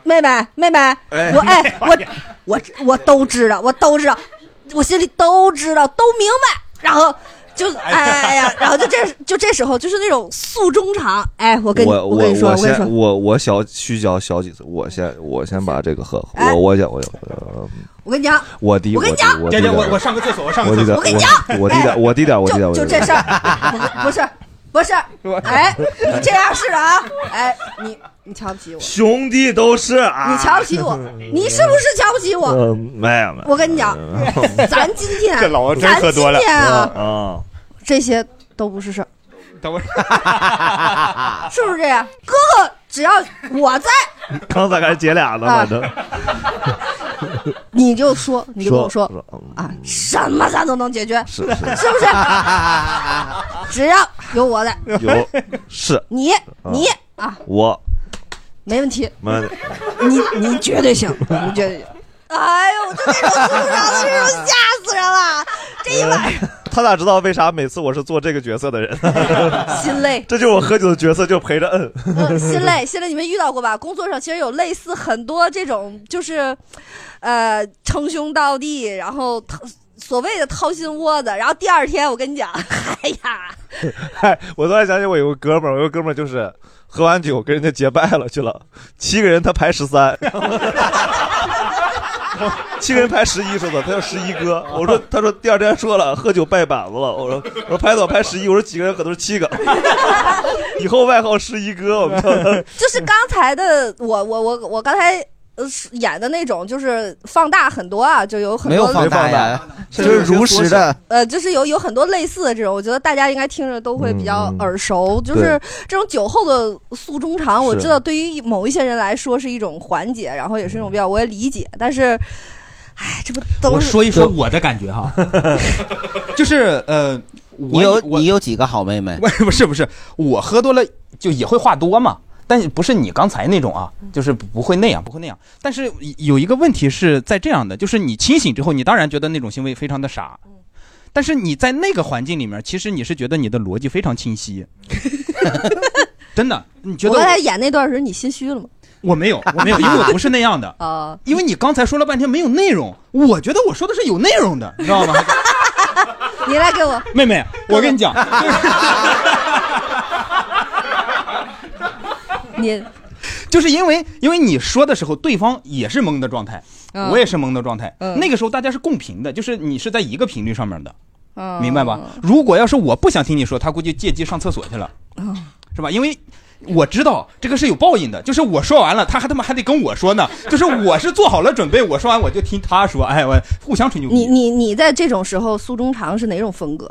Speaker 5: 妹妹妹妹，
Speaker 16: 哎
Speaker 5: 我哎我我我都知道，我都知道，我心里都知道，都明白，然后。就哎呀，然后就这就这时候就是那种诉衷肠，哎，我跟你
Speaker 2: 我
Speaker 5: 跟你说，我跟你说
Speaker 2: 先，我我小虚脚小几次，我先我先把这个喝，我我讲我我
Speaker 5: 我跟你讲，
Speaker 2: 我低
Speaker 5: 哎我跟你讲，
Speaker 2: 我低点
Speaker 15: 我我上个厕所，我上
Speaker 2: 我
Speaker 15: 个
Speaker 2: 低
Speaker 15: 厕
Speaker 2: 点
Speaker 15: 所。
Speaker 2: 我我低点我低点我低点我
Speaker 5: 就
Speaker 2: 低
Speaker 5: 这
Speaker 2: 点
Speaker 5: 事
Speaker 2: [laughs]
Speaker 5: 儿，不是不是不是，哎，你这样是的啊，哎，你你瞧不起我，
Speaker 2: 兄弟都是啊
Speaker 5: 你瞧不起
Speaker 2: [laughs]
Speaker 5: 我，你是不是瞧不起我？
Speaker 2: 嗯，没有没有。
Speaker 5: 我跟你讲，咱今天啊
Speaker 16: 这老王真
Speaker 5: 咱
Speaker 16: 喝多了
Speaker 5: 今天啊，
Speaker 2: 啊！
Speaker 5: 这些都不是事儿，
Speaker 16: 等会儿，
Speaker 2: 啊
Speaker 10: [laughs]
Speaker 5: 是不是这样？哥哥，只要我
Speaker 2: [laughs]
Speaker 5: 在，
Speaker 2: 刚才还姐俩呢，
Speaker 5: 啊
Speaker 2: 反正
Speaker 5: 你就说，你就跟我说
Speaker 2: 说嗯
Speaker 5: 啊，什么咱都能解决，
Speaker 2: 是
Speaker 5: 是不
Speaker 2: [laughs]
Speaker 5: 是？只要有我在，
Speaker 2: 有是
Speaker 5: 你你啊，
Speaker 2: 我
Speaker 5: 没问题，
Speaker 2: 们
Speaker 5: 你你绝对
Speaker 2: [laughs]
Speaker 5: 行，你绝对行。哎呦，我就那种素常的这种吓死人了， [laughs] 这一晚
Speaker 2: 呃他咋知道为啥每次我是做这个角色的人？ [laughs]
Speaker 5: 心累，
Speaker 2: 这就是我喝酒的角色，就陪着
Speaker 5: 嗯
Speaker 2: 摁。
Speaker 5: 心累，心累，你们遇到过吧？工作上其实有类似很多这种，就是，呃，称兄道弟，然后掏所谓的掏心窝子，然后第二天我跟你讲， [laughs] 哎呀，
Speaker 2: 哎， [laughs] 我突然想起我有个哥们儿，我有个哥们儿就是喝完酒跟人家结拜了去了，七个人他排十三，七个人排十一，说的他叫十一哥。我说，他说第二天说了喝酒拜板子了。我说，我说排早排十一，我说几个人可能是七个， [laughs] 以后外号十一哥，我们叫他。
Speaker 5: 就是刚才的我，我我我刚才。呃，演的那种就是放大很多啊，就有很多
Speaker 4: 没有放大哎呀，就是如实的。
Speaker 5: 呃，就是有有很多类似的这种，我觉得大家应该听着都会比较耳熟。就是
Speaker 2: 对
Speaker 5: 这种酒后的诉衷肠，我
Speaker 2: 是
Speaker 5: 知道对于某一些人来说是一种缓解，然后也是一种比较，我也理解。但是，哎，这不都
Speaker 16: 我
Speaker 5: 是
Speaker 16: 说一说我的感觉哈， [laughs] 就是呃，
Speaker 4: 你有你
Speaker 16: 有几个好妹妹？ [laughs] 不是不是，我喝多了就也会话多嘛，但不是你刚才那种啊，就是不不会那样，不会那样。但是有一个问题是在这样的，就是你清醒之后，你当然觉得那种行为非常的傻，但是你在那个环境里面，其实你是觉得你的逻辑非常清晰，真的，你觉
Speaker 5: 我
Speaker 16: 得
Speaker 5: 刚才演那段时，你心虚了吗？
Speaker 16: 我没有，我没有，因为我不是那样的。
Speaker 5: 啊、
Speaker 16: 因为你刚才说了半天没有内容，我觉得我说的是有内容的，你知道吗？
Speaker 5: 你来给我，
Speaker 3: [laughs] 妹妹，我跟你讲，
Speaker 5: [laughs] 你
Speaker 3: 就是因为因为你说的时候，对方也是懵的状态，
Speaker 5: 嗯
Speaker 3: 我也是懵的状态。
Speaker 5: 嗯
Speaker 3: 那个时候大家是共频的，就是你是在一个频率上面的，
Speaker 5: 嗯
Speaker 3: 明白吧？如果要是我不想听你说，他估计借机上厕所去了，
Speaker 5: 嗯
Speaker 3: 是吧？因为。我知道这个是有报应的，就是我说完了，他还他妈还得跟我说呢， [laughs] 就是我是做好了准备，我说完我就听他说，哎，我互相吹牛逼。
Speaker 5: 你你你在这种时候，苏中长是哪种风格？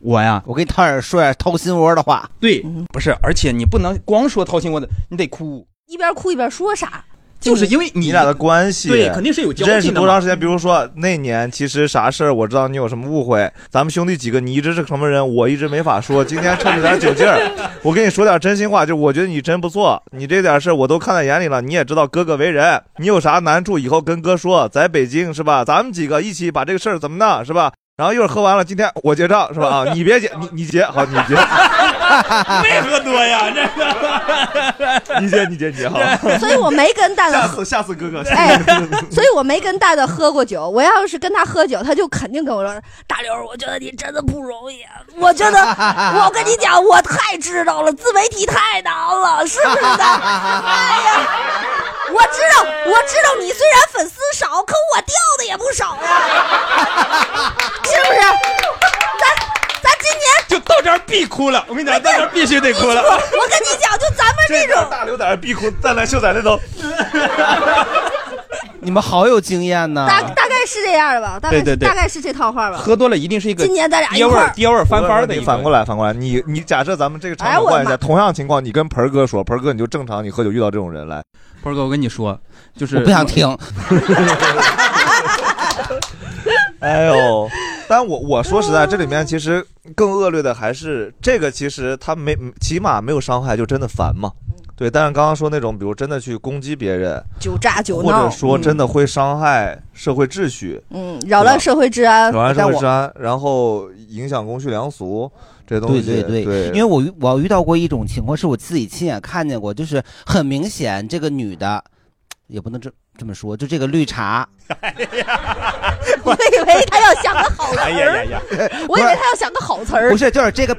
Speaker 3: 我呀，
Speaker 4: 我给你掏点说点掏心窝的话。
Speaker 3: 对，不是，而且你不能光说掏心窝子，你得哭。
Speaker 5: 一边哭一边说啥？
Speaker 3: 就是因为你
Speaker 2: 俩的关系，
Speaker 3: 对肯定是有交集的嘛
Speaker 2: 认识多长时间？比如说那年，其实啥事儿我知道你有什么误会，咱们兄弟几个，你一直是什么人，我一直没法说。今天趁着点酒劲儿，我跟你说点真心话，就我觉得你真不错，你这点事儿我都看在眼里了。你也知道哥哥为人，你有啥难处以后跟哥说，在北京是吧？咱们几个一起把这个事儿怎么弄是吧？然后一会儿喝完了，今天我结账是吧？啊，你别结，你你结，好，你结， [laughs]
Speaker 6: 没喝多呀，这个。
Speaker 2: 你结，你结，你结好。
Speaker 5: [laughs] 所以我没跟蛋蛋
Speaker 2: 下次下次哥哥，
Speaker 5: [laughs] 哎，所以我没跟大大喝过酒。我要是跟他喝酒，他就肯定跟我说：“大刘，我觉得你真的不容易，啊我
Speaker 2: [laughs]
Speaker 5: 觉得我跟你讲，我太知道了，自媒体太难了，是不是的？哎呀，我知道，我知道你虽然粉丝少，可我掉的也不少
Speaker 2: [laughs]
Speaker 5: 呀，是不是？咱咱今年
Speaker 3: [laughs] 就到这儿必哭了，我跟你讲，到这儿必须得哭了。
Speaker 5: 我跟你讲，就咱们这种
Speaker 2: 大刘在那逼哭，蛋蛋秀在
Speaker 4: [laughs]
Speaker 2: 那头。
Speaker 4: 你们好有经验呐！
Speaker 5: 大大概是这样的吧，大概是
Speaker 2: 对对对
Speaker 5: 大概是这套话吧。
Speaker 3: 喝多了一定是 [laughs] 一
Speaker 5: 个今年咱俩一爹味儿块儿
Speaker 3: 爹味儿翻番儿的一
Speaker 2: 你
Speaker 3: 个
Speaker 2: 反过来，反过来，你你假设咱们这个场
Speaker 5: 哎
Speaker 2: 景
Speaker 5: 我的
Speaker 2: 换一下，
Speaker 5: 妈
Speaker 2: 同样情况，你跟盆儿哥说，盆儿哥你就正常，你喝酒遇到这种人来，
Speaker 3: 盆儿哥我跟你说，就是
Speaker 2: 我不想听。 [laughs] 哎呦，但我我说实在，这里面其实更恶劣的还是这个，其实他没起码没有伤害，就真的烦嘛。对，但是刚刚说那种，比如真的去攻击别人，
Speaker 5: 酒炸酒
Speaker 2: 或
Speaker 5: 闹，
Speaker 2: 者说真的
Speaker 5: 嗯
Speaker 2: 会伤害社会秩序，
Speaker 5: 嗯扰乱社会治安，
Speaker 2: 扰乱社
Speaker 5: 但
Speaker 2: 会
Speaker 5: 我
Speaker 2: 治安，然后影响公序良俗这些东
Speaker 4: 对
Speaker 2: 西。
Speaker 4: 对
Speaker 2: 对
Speaker 4: 因为我遇我遇到过一种情况，是我自己亲眼看见过，就是很明显这个女的，也不能这这么说，就这个绿茶，
Speaker 5: 我以为他要想个好词
Speaker 4: 哎
Speaker 5: 儿，
Speaker 4: 呀呀
Speaker 2: [laughs]
Speaker 5: 我以为他要想个好词
Speaker 3: [laughs]
Speaker 5: 儿，
Speaker 4: 不是，就是这个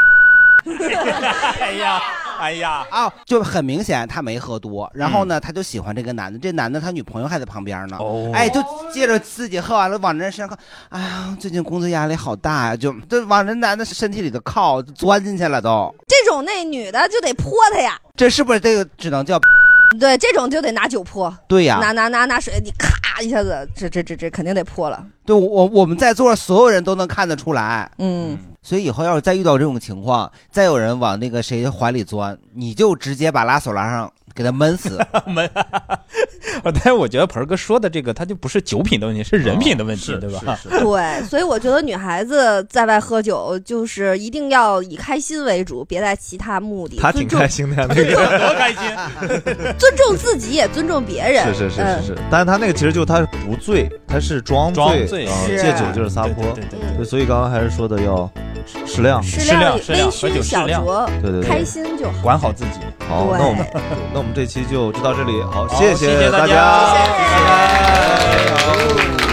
Speaker 6: 哎呀，哎呀，
Speaker 4: 啊，就很明显他没喝多，然后呢，他就喜欢这个男的，这男的他女朋友还在旁边呢，哎，就借着自己喝完了往人身上靠，哎呀，最近工作压力好大呀，就就往人男的身体里头靠，就钻进去了都，
Speaker 5: 这种那女的就得泼他呀，
Speaker 4: 这是不是这个只能叫？
Speaker 5: 对，这种就得拿酒泼，
Speaker 4: 对呀
Speaker 5: 拿拿拿拿水，你咔一下子，这这这这肯定得泼了。
Speaker 4: 对我，我们在座的所有人都能看得出来。
Speaker 5: 嗯，
Speaker 4: 所以以后要是再遇到这种情况，再有人往那个谁怀里钻，你就直接把拉手拉上，给他闷死。
Speaker 3: [laughs] 但是我觉得盆儿哥说的这个，他就不是酒品的问题，哦是人品的问题，对吧？
Speaker 2: 嗯
Speaker 5: 对，所以我觉得女孩子在外喝酒，就是一定要以开心为主，别带其他目的。
Speaker 2: 他挺
Speaker 5: 尊重
Speaker 2: 开心的呀，那个
Speaker 5: 尊重自己，也尊重别人。
Speaker 2: 是是是
Speaker 5: 嗯
Speaker 2: 是是，但是他那个其实就他是不醉，他是装
Speaker 6: 装
Speaker 2: 醉，
Speaker 6: 醉
Speaker 2: 啊
Speaker 6: 是
Speaker 2: 借酒就是撒泼，
Speaker 6: 对对
Speaker 2: 对，所以刚刚还是说的要适量，
Speaker 5: 适量适量微适量醺喝酒适小量酌
Speaker 2: 对对对，
Speaker 5: 开心就好
Speaker 2: 管好自己。好，
Speaker 5: 对
Speaker 2: 那我们那我们这期就就到这里，好，
Speaker 6: 谢
Speaker 2: 谢
Speaker 6: 大
Speaker 2: 大家。
Speaker 6: 家
Speaker 2: 拜拜